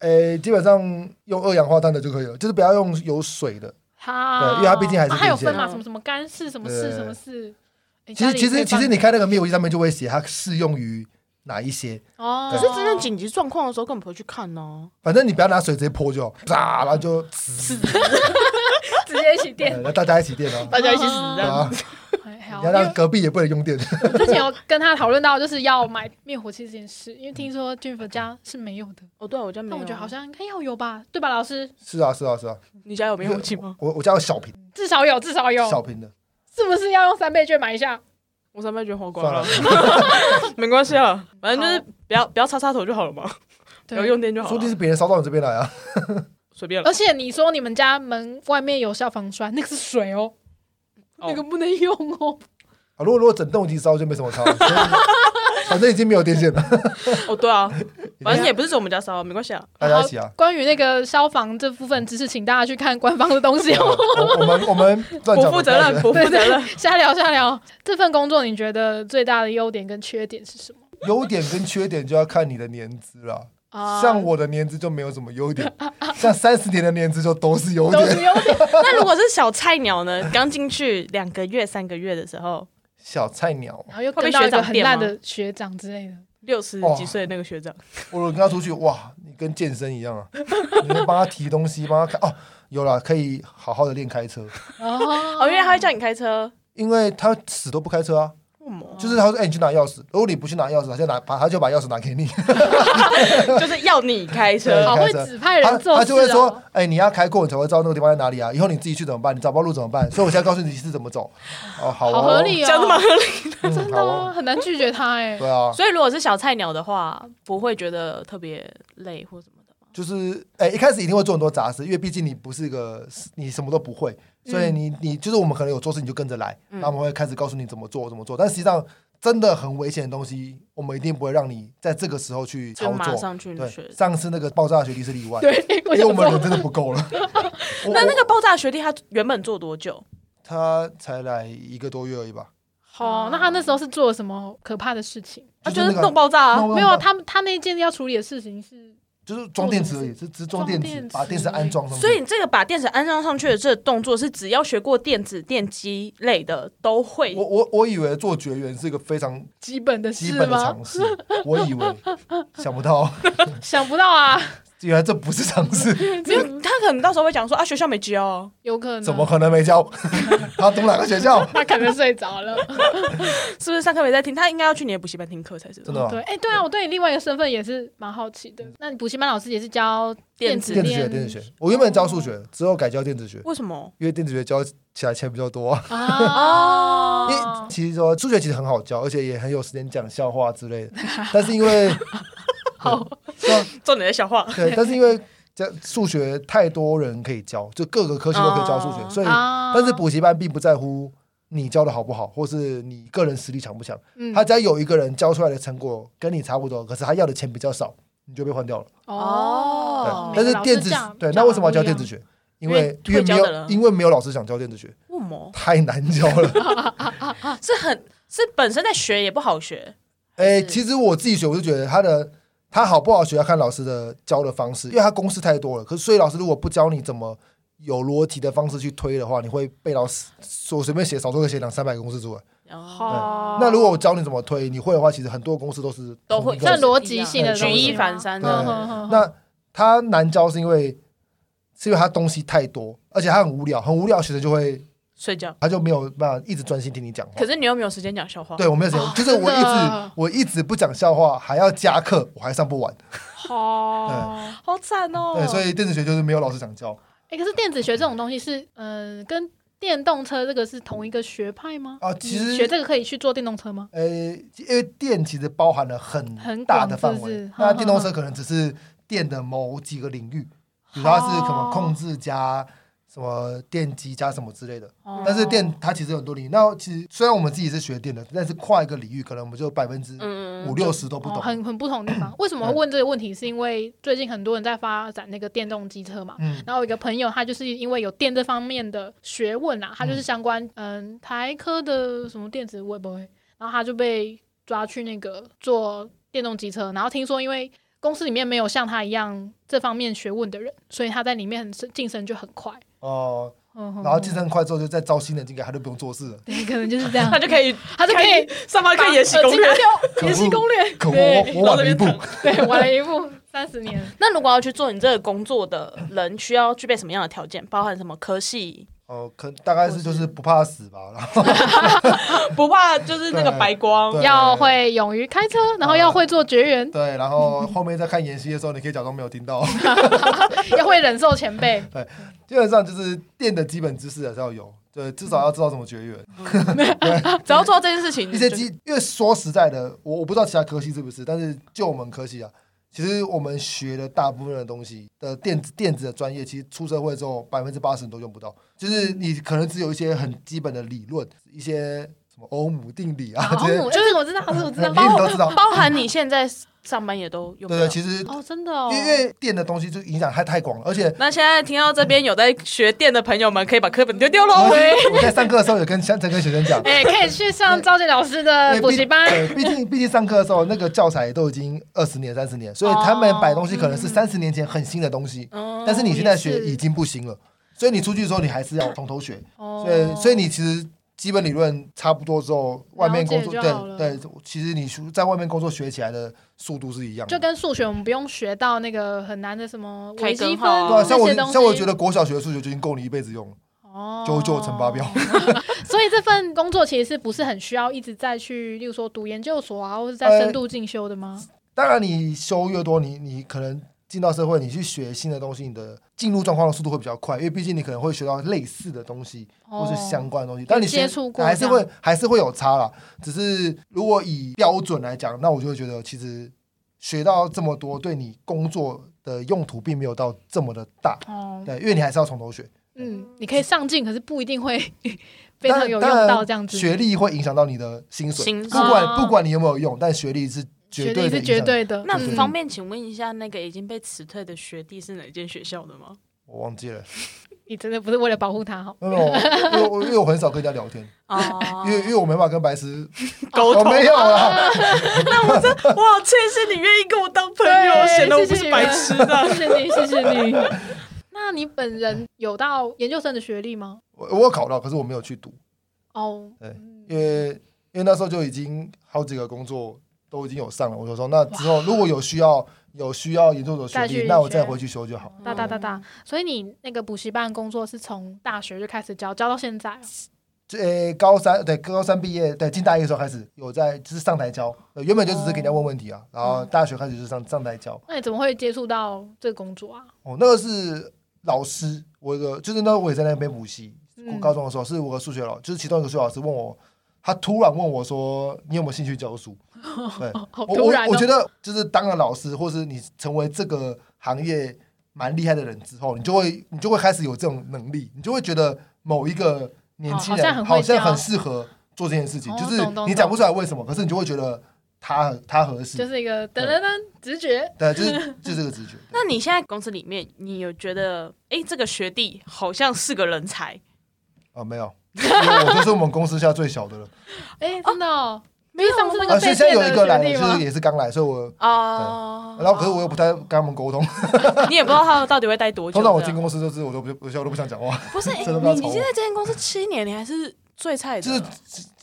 [SPEAKER 3] 呃，基本上用二氧化碳的就可以了，就是不要用有水的。
[SPEAKER 2] 哈，
[SPEAKER 3] 对因为它毕竟还是
[SPEAKER 2] 啊还有
[SPEAKER 3] 电线
[SPEAKER 2] 分嘛，
[SPEAKER 1] 嗯
[SPEAKER 2] 什么什么干式，什么事，
[SPEAKER 3] 对
[SPEAKER 2] 什么事。诶
[SPEAKER 3] 其实其实其
[SPEAKER 2] 家
[SPEAKER 3] 实，
[SPEAKER 2] 里可以
[SPEAKER 3] 你看那个灭火器上面就会写它适用于哪一些，
[SPEAKER 2] 放哦，
[SPEAKER 1] 可是真正紧急状况的时候，根本不会去看呢、
[SPEAKER 3] 反正你不要拿水直接泼就好，啪，然后就呲，
[SPEAKER 2] 直接一起
[SPEAKER 3] 呃
[SPEAKER 2] 电，
[SPEAKER 3] 那大家一起电哦。
[SPEAKER 1] 大家一起死这
[SPEAKER 3] 对
[SPEAKER 1] 样。
[SPEAKER 3] 啊，
[SPEAKER 2] 哎
[SPEAKER 3] 你
[SPEAKER 2] 好。
[SPEAKER 3] 要
[SPEAKER 2] 因为
[SPEAKER 3] 让隔壁也不能用电，
[SPEAKER 2] 我之前有跟他讨论到，就是要买灭火器这件事，因为听说俊佛家是没有的，
[SPEAKER 1] 哦，对、啊，我家没有。
[SPEAKER 2] 但我觉得好像应该要有吧，对吧，老师？
[SPEAKER 3] 是啊，是啊，是啊。
[SPEAKER 1] 你家有灭火器吗？
[SPEAKER 3] 我我家有小瓶，
[SPEAKER 2] 至少有，至少有，
[SPEAKER 3] 小瓶的，
[SPEAKER 2] 是不是要用三倍券买一下？
[SPEAKER 1] 我三倍券花光啊
[SPEAKER 3] 算了
[SPEAKER 1] 了，， 没关系啊，反正就是不要不要插插头就好了嘛，不要用电就好
[SPEAKER 3] 说不定
[SPEAKER 1] 了，
[SPEAKER 3] 是别人烧到你这边来啊。
[SPEAKER 1] 随便了。
[SPEAKER 2] 而且你说你们家门外面有消防栓，那个是水哦，
[SPEAKER 1] 哦
[SPEAKER 2] 那个不能用哦。
[SPEAKER 3] 啊，如果如果整栋已经烧就没什么差了，所以 反正已经没有电线了，
[SPEAKER 1] 哦，对啊，反正也不是只有我们家烧，没关系啊。
[SPEAKER 3] 大家一起啊。
[SPEAKER 2] 关于那个消防这部分知识，请大家去看官方的东西哦。
[SPEAKER 3] 呃我我们我们 赚
[SPEAKER 1] 不
[SPEAKER 3] 奖
[SPEAKER 1] 负责任，不负责任。
[SPEAKER 2] 瞎聊瞎聊，这份工作你觉得最大的优点跟缺点是什么？
[SPEAKER 3] 优点跟缺点就要看你的年资了。
[SPEAKER 2] 啊
[SPEAKER 3] 像我的年资就没有什么优点，像三十年的年资就都是 优
[SPEAKER 2] 都
[SPEAKER 3] 点。
[SPEAKER 2] 是优点，
[SPEAKER 1] 那如果是小菜鸟呢？刚进去两个月、三个月的时候，
[SPEAKER 3] 小菜鸟，
[SPEAKER 2] 然后又
[SPEAKER 1] 会被
[SPEAKER 2] 跟到
[SPEAKER 1] 学
[SPEAKER 2] 一个
[SPEAKER 1] 长
[SPEAKER 2] 很
[SPEAKER 1] 电
[SPEAKER 2] 烂
[SPEAKER 1] 吗
[SPEAKER 2] 的学长之类的。
[SPEAKER 1] 六十几岁的那个学长，
[SPEAKER 3] 我如果跟他出去，哇，你跟健身一样啊！你会帮他提东西，帮他看哦。有了，可以好好的练开车，
[SPEAKER 2] 哦
[SPEAKER 1] 哦，因为他会叫你开车，
[SPEAKER 3] 因为他死都不开车啊。
[SPEAKER 1] 为什么
[SPEAKER 3] 就是他说，哎、你去拿钥匙。如果你不去拿钥匙，他就拿，把他就把钥匙拿给 你。
[SPEAKER 1] 就是要你开车
[SPEAKER 3] 对。
[SPEAKER 2] 好会指派人
[SPEAKER 3] 他
[SPEAKER 2] 做事、哦、
[SPEAKER 3] 他就会说，哎、你要开过，你才会知道那个地方在哪里啊。以后你自己去怎么办？你找不到路怎么办？所以我现在告诉你是怎么走。哦，好哦，
[SPEAKER 2] 好合理哦，
[SPEAKER 1] 讲这么合理，
[SPEAKER 3] 嗯，
[SPEAKER 2] 真的
[SPEAKER 3] 好
[SPEAKER 2] 哦、
[SPEAKER 3] 哦，
[SPEAKER 2] 很难拒绝他哎、
[SPEAKER 3] 对啊，
[SPEAKER 1] 所以如果是小菜鸟的话，不会觉得特别累或什么的吗？
[SPEAKER 3] 就是哎、一开始一定会做很多杂事，因为毕竟你不是一个你什么都不会，所以你你就是我们可能有做事你就跟着来，
[SPEAKER 1] 嗯
[SPEAKER 3] 然后我们会开始告诉你怎么做怎么做，但实际上真的很危险的东西，我们一定不会让你在这个时候去
[SPEAKER 1] 就
[SPEAKER 3] 操
[SPEAKER 1] 马
[SPEAKER 3] 作。
[SPEAKER 1] 上去学
[SPEAKER 3] 对，。上次那个爆炸学历是例外，
[SPEAKER 2] 对，我
[SPEAKER 3] 啊因为
[SPEAKER 2] 想
[SPEAKER 3] 我们人
[SPEAKER 2] 说，
[SPEAKER 3] 真的不够了。我
[SPEAKER 1] 那那
[SPEAKER 3] 我
[SPEAKER 1] 个爆炸学弟他原本做多久？
[SPEAKER 3] 他才来一个多月而已吧，
[SPEAKER 2] 哦，那他那时候是做了什么可怕的事情？
[SPEAKER 1] 他
[SPEAKER 3] 就
[SPEAKER 1] 就是
[SPEAKER 3] 那
[SPEAKER 1] 弄
[SPEAKER 3] 个
[SPEAKER 1] 爆炸啊！
[SPEAKER 3] 弄
[SPEAKER 2] 没有啊，
[SPEAKER 3] 弄
[SPEAKER 2] 他他那件要处理的事情是，
[SPEAKER 3] 就是装电池而已，是只是装电
[SPEAKER 2] 装
[SPEAKER 3] 池
[SPEAKER 2] 电池，
[SPEAKER 3] 把电池安装上去。
[SPEAKER 1] 所以你这个把电池安装上去的这个动作，是只要学过电子、电机类的都会
[SPEAKER 3] 我。我我以为做绝缘是一个非常
[SPEAKER 2] 基本的
[SPEAKER 3] 基
[SPEAKER 2] 事
[SPEAKER 3] 本的
[SPEAKER 2] 吗？
[SPEAKER 3] 常识，我以为想不到。
[SPEAKER 2] 想不到啊，
[SPEAKER 3] 基原来这不是常识，
[SPEAKER 1] 没有，他可能到时候会讲说啊，学校没教啊，
[SPEAKER 2] 有可能
[SPEAKER 3] 怎么可能没教？ 他读哪个学校？
[SPEAKER 2] 他可能睡着了。
[SPEAKER 1] 是不是上课没在听？他应该要去你的补习班听课才是。
[SPEAKER 3] 真的吗？
[SPEAKER 2] 对，哎、对啊，我对你另外一个身份也是蛮好奇的。那你补习班老师也是教
[SPEAKER 1] 电
[SPEAKER 2] 子
[SPEAKER 1] 子
[SPEAKER 3] 电子学，
[SPEAKER 2] 练
[SPEAKER 3] 电子学。我原本教数学，之后改教电子学，
[SPEAKER 1] 为什么？
[SPEAKER 3] 因为电子学教起来钱比较多啊。
[SPEAKER 2] 啊
[SPEAKER 1] 哦
[SPEAKER 3] 因为其实说数学其实很好教，而且也很有时间讲笑话之类的。但是因为
[SPEAKER 2] 好，
[SPEAKER 3] 对
[SPEAKER 1] 重点的小话，
[SPEAKER 3] 对，但是因为这数学太多人可以教，就各个科系都可以教数学，
[SPEAKER 1] 哦
[SPEAKER 3] 所以
[SPEAKER 2] 啊
[SPEAKER 3] 但是补习班并不在乎你教的好不好，或是你个人实力强不强，
[SPEAKER 2] 嗯
[SPEAKER 3] 他只要有一个人教出来的成果跟你差不多，可是他要的钱比较少，你就被换掉了。
[SPEAKER 1] 哦
[SPEAKER 2] 每个
[SPEAKER 3] 对，但是
[SPEAKER 2] 老师
[SPEAKER 3] 电子
[SPEAKER 2] 教
[SPEAKER 3] 对，
[SPEAKER 2] 教
[SPEAKER 3] 那
[SPEAKER 2] 法
[SPEAKER 3] 为什么要
[SPEAKER 2] 不
[SPEAKER 3] 教
[SPEAKER 2] 一
[SPEAKER 3] 电
[SPEAKER 2] 样
[SPEAKER 3] 子学？因
[SPEAKER 1] 因为
[SPEAKER 3] 为因为
[SPEAKER 1] 会教
[SPEAKER 3] 没有
[SPEAKER 1] 的人
[SPEAKER 3] 因为没有老师想教电子学，
[SPEAKER 1] 为什么？啊
[SPEAKER 3] 太难教了。
[SPEAKER 1] 是很是本身在学也不好学，
[SPEAKER 3] 哎、
[SPEAKER 1] 是
[SPEAKER 3] 其实我自己学，我就觉得他的他好不好学要看老师的教的方式，因为他公式太多了。可是所以老师如果不教你怎么有逻辑的方式去推的话，你会背到死。我随便写，少说会写两三百个公式出来。
[SPEAKER 1] 然后
[SPEAKER 2] 好，
[SPEAKER 3] 那如果我教你怎么推，你会的话，其实很多公式都是
[SPEAKER 1] 都会
[SPEAKER 3] 同一个
[SPEAKER 2] 像
[SPEAKER 1] 算
[SPEAKER 2] 逻辑性的
[SPEAKER 1] 举
[SPEAKER 2] 东西
[SPEAKER 1] 一
[SPEAKER 2] 吗
[SPEAKER 1] 反三
[SPEAKER 2] 嗯
[SPEAKER 3] 对
[SPEAKER 1] 的，
[SPEAKER 2] 哼哼哼
[SPEAKER 3] 那他难教是因为是因为他东西太多，而且他很无聊，很无聊，学生就会
[SPEAKER 1] 睡觉。
[SPEAKER 3] 他就没有办法一直专心听你讲话
[SPEAKER 1] 可。是你又没有时间讲笑话，
[SPEAKER 3] 对，我没有时间，就是我
[SPEAKER 2] 哦
[SPEAKER 3] 一
[SPEAKER 2] 真的啊
[SPEAKER 3] 直我一直不讲笑话，还要加课，我还上不完。
[SPEAKER 2] 好。
[SPEAKER 1] 好惨哦。
[SPEAKER 3] 对，所以电子学就是没有老师想教。
[SPEAKER 2] 哎、可是电子学这种东西是，嗯、跟电动车这个是同一个学派吗？
[SPEAKER 3] 啊，
[SPEAKER 2] 你
[SPEAKER 3] 其实
[SPEAKER 2] 学这个可以去做电动车吗？
[SPEAKER 3] 呃，因为电其实包含了很
[SPEAKER 2] 很
[SPEAKER 3] 大
[SPEAKER 2] 广
[SPEAKER 3] 的范
[SPEAKER 2] 是不
[SPEAKER 3] 围，
[SPEAKER 2] 是嗯
[SPEAKER 3] 那
[SPEAKER 2] 哼
[SPEAKER 3] 电
[SPEAKER 2] 哼
[SPEAKER 3] 动
[SPEAKER 2] 哼
[SPEAKER 3] 车可能只是电的某几个领域，比如它是可
[SPEAKER 2] 哦
[SPEAKER 3] 能控制加什么电机加什么之类的。
[SPEAKER 1] 哦
[SPEAKER 3] 但是电它其实有很多领域，那其实虽然我们自己是学电的，但是跨一个领域可能我们就百分之
[SPEAKER 1] 嗯
[SPEAKER 3] 五六十都不
[SPEAKER 2] 哦，
[SPEAKER 3] 懂。
[SPEAKER 2] 很很不同的 地方。为什么会问这个问题？是因为最近很多人在发展那个电动机车嘛。
[SPEAKER 3] 嗯，
[SPEAKER 2] 然后我有一个朋友，他就是因为有电这方面的学问啦，他就是相关嗯台科的什么电子会不会，然后他就被抓去那个做电动机车，然后听说因为公司里面没有像他一样这方面学问的人，所以他在里面很升晋升就很快。
[SPEAKER 3] 哦、
[SPEAKER 2] 嗯哼
[SPEAKER 3] 然后竞争快之后就再招新人进来，他就不用做事了，
[SPEAKER 2] 对，可能就是这 样
[SPEAKER 1] 他。就可以，
[SPEAKER 2] 他就可以
[SPEAKER 1] 上班呃可以演习 攻略
[SPEAKER 2] 把耳。机拿掉，演习攻略，
[SPEAKER 3] 可
[SPEAKER 2] 对
[SPEAKER 3] 我我晚了一步。
[SPEAKER 2] 对，玩了一部三十年。
[SPEAKER 1] 那如果要去做你这个工作的人，需要具备什么样的条件？包含什么科系？
[SPEAKER 3] 哦，可大概是就是不怕死吧，然后
[SPEAKER 1] 不怕就是那个白光
[SPEAKER 3] 对
[SPEAKER 2] 要会勇于开车，然后要会做绝缘，
[SPEAKER 3] 对，然后后面在看演习的时候，你可以假装没有听到。
[SPEAKER 2] 要会忍受前辈。
[SPEAKER 3] 基本上就是电的基本知识还是要有，对，至少要知道怎么绝缘。
[SPEAKER 1] 只要做到这件事情，
[SPEAKER 3] 一些
[SPEAKER 1] 就是
[SPEAKER 3] 基，因为说实在的，我我不知道其他科系是不是，但是就我们科系啊，其实我们学的大部分的东西的电子电子的专业，其实出社会之后百分之八十你都用不到，就是你可能只有一些很基本的理论，一些什么欧姆定理啊
[SPEAKER 2] 然后
[SPEAKER 3] 这些，呃
[SPEAKER 2] 我就是我知道，哎这个我知道
[SPEAKER 3] 你。你都知道。
[SPEAKER 1] 包含你现在上班也都用
[SPEAKER 3] 对
[SPEAKER 1] 不
[SPEAKER 3] 对，
[SPEAKER 1] 到。
[SPEAKER 3] 其实
[SPEAKER 2] 哦，真的哦，
[SPEAKER 3] 因为电的东西就影响太太广了，而且
[SPEAKER 1] 那现在听到这边有在学电的朋友们，可以把课本丢丢喽。
[SPEAKER 3] 我我在上课的时候有跟相曾跟学生 讲，
[SPEAKER 2] 哎，可以去上赵健老师
[SPEAKER 3] 对
[SPEAKER 2] 的呃补习班。
[SPEAKER 3] 对，毕竟毕竟上课的时候，那个教材都已经二十年、三十年，所以他们摆东西可能是三十年前很新的东西，
[SPEAKER 1] 嗯
[SPEAKER 3] 但是你现在学
[SPEAKER 2] 嗯哦也是
[SPEAKER 3] 已经不新了，所以你出去之后你还是要从头学。
[SPEAKER 2] 哦
[SPEAKER 3] 所以所以你其实基本理论差不多之后，外面工作
[SPEAKER 2] 了解就好了
[SPEAKER 3] 对对，其实你在外面工作学起来的速度是一样
[SPEAKER 2] 就
[SPEAKER 3] 的。
[SPEAKER 2] 跟数学，我们不用学到那个很难的什么
[SPEAKER 1] 开
[SPEAKER 2] 微
[SPEAKER 1] 根
[SPEAKER 2] 积分
[SPEAKER 1] 号啊
[SPEAKER 3] 对啊，
[SPEAKER 2] 那
[SPEAKER 3] 像我
[SPEAKER 2] 些东西。
[SPEAKER 3] 像我觉得国小学的数学就已经够你一辈子用了，
[SPEAKER 2] 哦
[SPEAKER 3] 九九乘法表。
[SPEAKER 2] 所以这份工作其实是不是很需要一直在去，例如说读研究所啊，或者在深度进修的吗？
[SPEAKER 3] 当然，你修越多，你你可能进到社会，你去学新的东西，你的进入状况的速度会比较快，因为毕竟你可能会学到类似的东西或
[SPEAKER 2] 哦
[SPEAKER 3] 是相关的东西，但你学
[SPEAKER 2] 接触过
[SPEAKER 3] 还是
[SPEAKER 2] 这样
[SPEAKER 3] 会还是会有差啦。只是如果以标准来讲，那我就会觉得其实学到这么多，对你工作的用途并没有到这么的大。
[SPEAKER 2] 哦，
[SPEAKER 3] 对，因为你还是要从头学，
[SPEAKER 2] 嗯，你可以上进，可是不一定会 非
[SPEAKER 3] 当
[SPEAKER 2] 常
[SPEAKER 3] 然
[SPEAKER 2] 有用
[SPEAKER 3] 当然
[SPEAKER 2] 到这样子。
[SPEAKER 3] 学历会影响到你的薪水，
[SPEAKER 1] 薪水
[SPEAKER 3] 不管
[SPEAKER 2] 哦
[SPEAKER 3] 不管你有没有用，但学历是绝
[SPEAKER 2] 学
[SPEAKER 3] 对
[SPEAKER 2] 历
[SPEAKER 3] 的
[SPEAKER 2] 是
[SPEAKER 3] 影
[SPEAKER 2] 绝
[SPEAKER 3] 响。
[SPEAKER 2] 对的。
[SPEAKER 1] 那
[SPEAKER 2] 嗯
[SPEAKER 1] 方便请问一下，那个已经被辞退的学弟是哪间学校的吗？
[SPEAKER 3] 我忘记了，
[SPEAKER 2] 你真的不是为了保护他哈？
[SPEAKER 3] 没有，因为我因为我很少跟人家聊天。
[SPEAKER 1] 哦
[SPEAKER 3] 因为因为我没办法跟白痴，
[SPEAKER 1] 沟
[SPEAKER 3] 我
[SPEAKER 1] 通，
[SPEAKER 3] 没有啦，
[SPEAKER 1] 我好庆幸你愿意跟我当朋友，
[SPEAKER 2] 对
[SPEAKER 1] 显得我不是白痴的。
[SPEAKER 2] 谢谢你，谢谢你。 那你本人有到研究生的学历吗？
[SPEAKER 3] 我我有考到，可是我没有去读，
[SPEAKER 2] 哦，
[SPEAKER 3] 对因为因为那时候就已经好几个工作都已经有上了。我就说，那之后如果有需要有需要研究所学
[SPEAKER 2] 再去
[SPEAKER 3] 历，那我再
[SPEAKER 2] 学嗯
[SPEAKER 3] 回去修就好。
[SPEAKER 2] 哒哒哒哒。所以你那个补习班工作是从大学就开始教，教到现在哦。
[SPEAKER 3] 这、呃高三对高三毕业对进大一的时候开始有在就是上台教，呃原本就只是给人家问问题啊，然后
[SPEAKER 2] 嗯
[SPEAKER 3] 大学开始就是上上台教。
[SPEAKER 2] 那你怎么会接触到这个工作啊？
[SPEAKER 3] 哦，那个是老师，我有个就是那我也在那边补习，我
[SPEAKER 2] 嗯
[SPEAKER 3] 高中的时候是我的数学老，就是其中一个数学老师问我，他突然问我说：“你有没有兴趣教 书？”对，
[SPEAKER 2] 好
[SPEAKER 3] 我
[SPEAKER 2] 突然哦
[SPEAKER 3] 我我觉得就是当了老师，或是你成为这个行业蛮厉害的人之后，你就会你就会开始有这种能力，你就会觉得某一个年轻
[SPEAKER 2] 哦好像
[SPEAKER 3] 人
[SPEAKER 2] 很会
[SPEAKER 3] 好像
[SPEAKER 2] 教
[SPEAKER 3] 很适合做这件事情，
[SPEAKER 2] 哦
[SPEAKER 3] 就是
[SPEAKER 2] 懂懂
[SPEAKER 3] 你讲不出来为什么，可是你就会觉得他他合适，
[SPEAKER 2] 就是一个噔噔噔直觉，
[SPEAKER 3] 对，就是就是这个直觉。对
[SPEAKER 1] 那你现在公司里面，你有觉得，哎、这个学弟好像是个人才？
[SPEAKER 3] 哦，没有，因为我就是我们公司现在最小的了。
[SPEAKER 2] 哎，真的哦，
[SPEAKER 1] 没有
[SPEAKER 2] 上次 那
[SPEAKER 3] 啊，
[SPEAKER 2] 个
[SPEAKER 3] 所以
[SPEAKER 2] 被
[SPEAKER 3] 现在
[SPEAKER 2] 骗
[SPEAKER 3] 有
[SPEAKER 2] 的
[SPEAKER 3] 一个来
[SPEAKER 2] 学
[SPEAKER 3] 了，
[SPEAKER 2] 弟
[SPEAKER 3] 就是
[SPEAKER 2] 吗？
[SPEAKER 3] 也是刚来，所以我，
[SPEAKER 1] 哦，
[SPEAKER 3] 然后可是我又不太跟他们沟通，
[SPEAKER 1] 你也不知道他到底会待多久。
[SPEAKER 3] 通常我进
[SPEAKER 1] 这样
[SPEAKER 3] 公司就是我都不我就我都不想讲话，
[SPEAKER 1] 不是、诶
[SPEAKER 3] 真的不要
[SPEAKER 1] 你
[SPEAKER 3] 吵
[SPEAKER 1] 你
[SPEAKER 3] 我
[SPEAKER 1] 现在这间公司七年，你还是最菜的，
[SPEAKER 3] 就是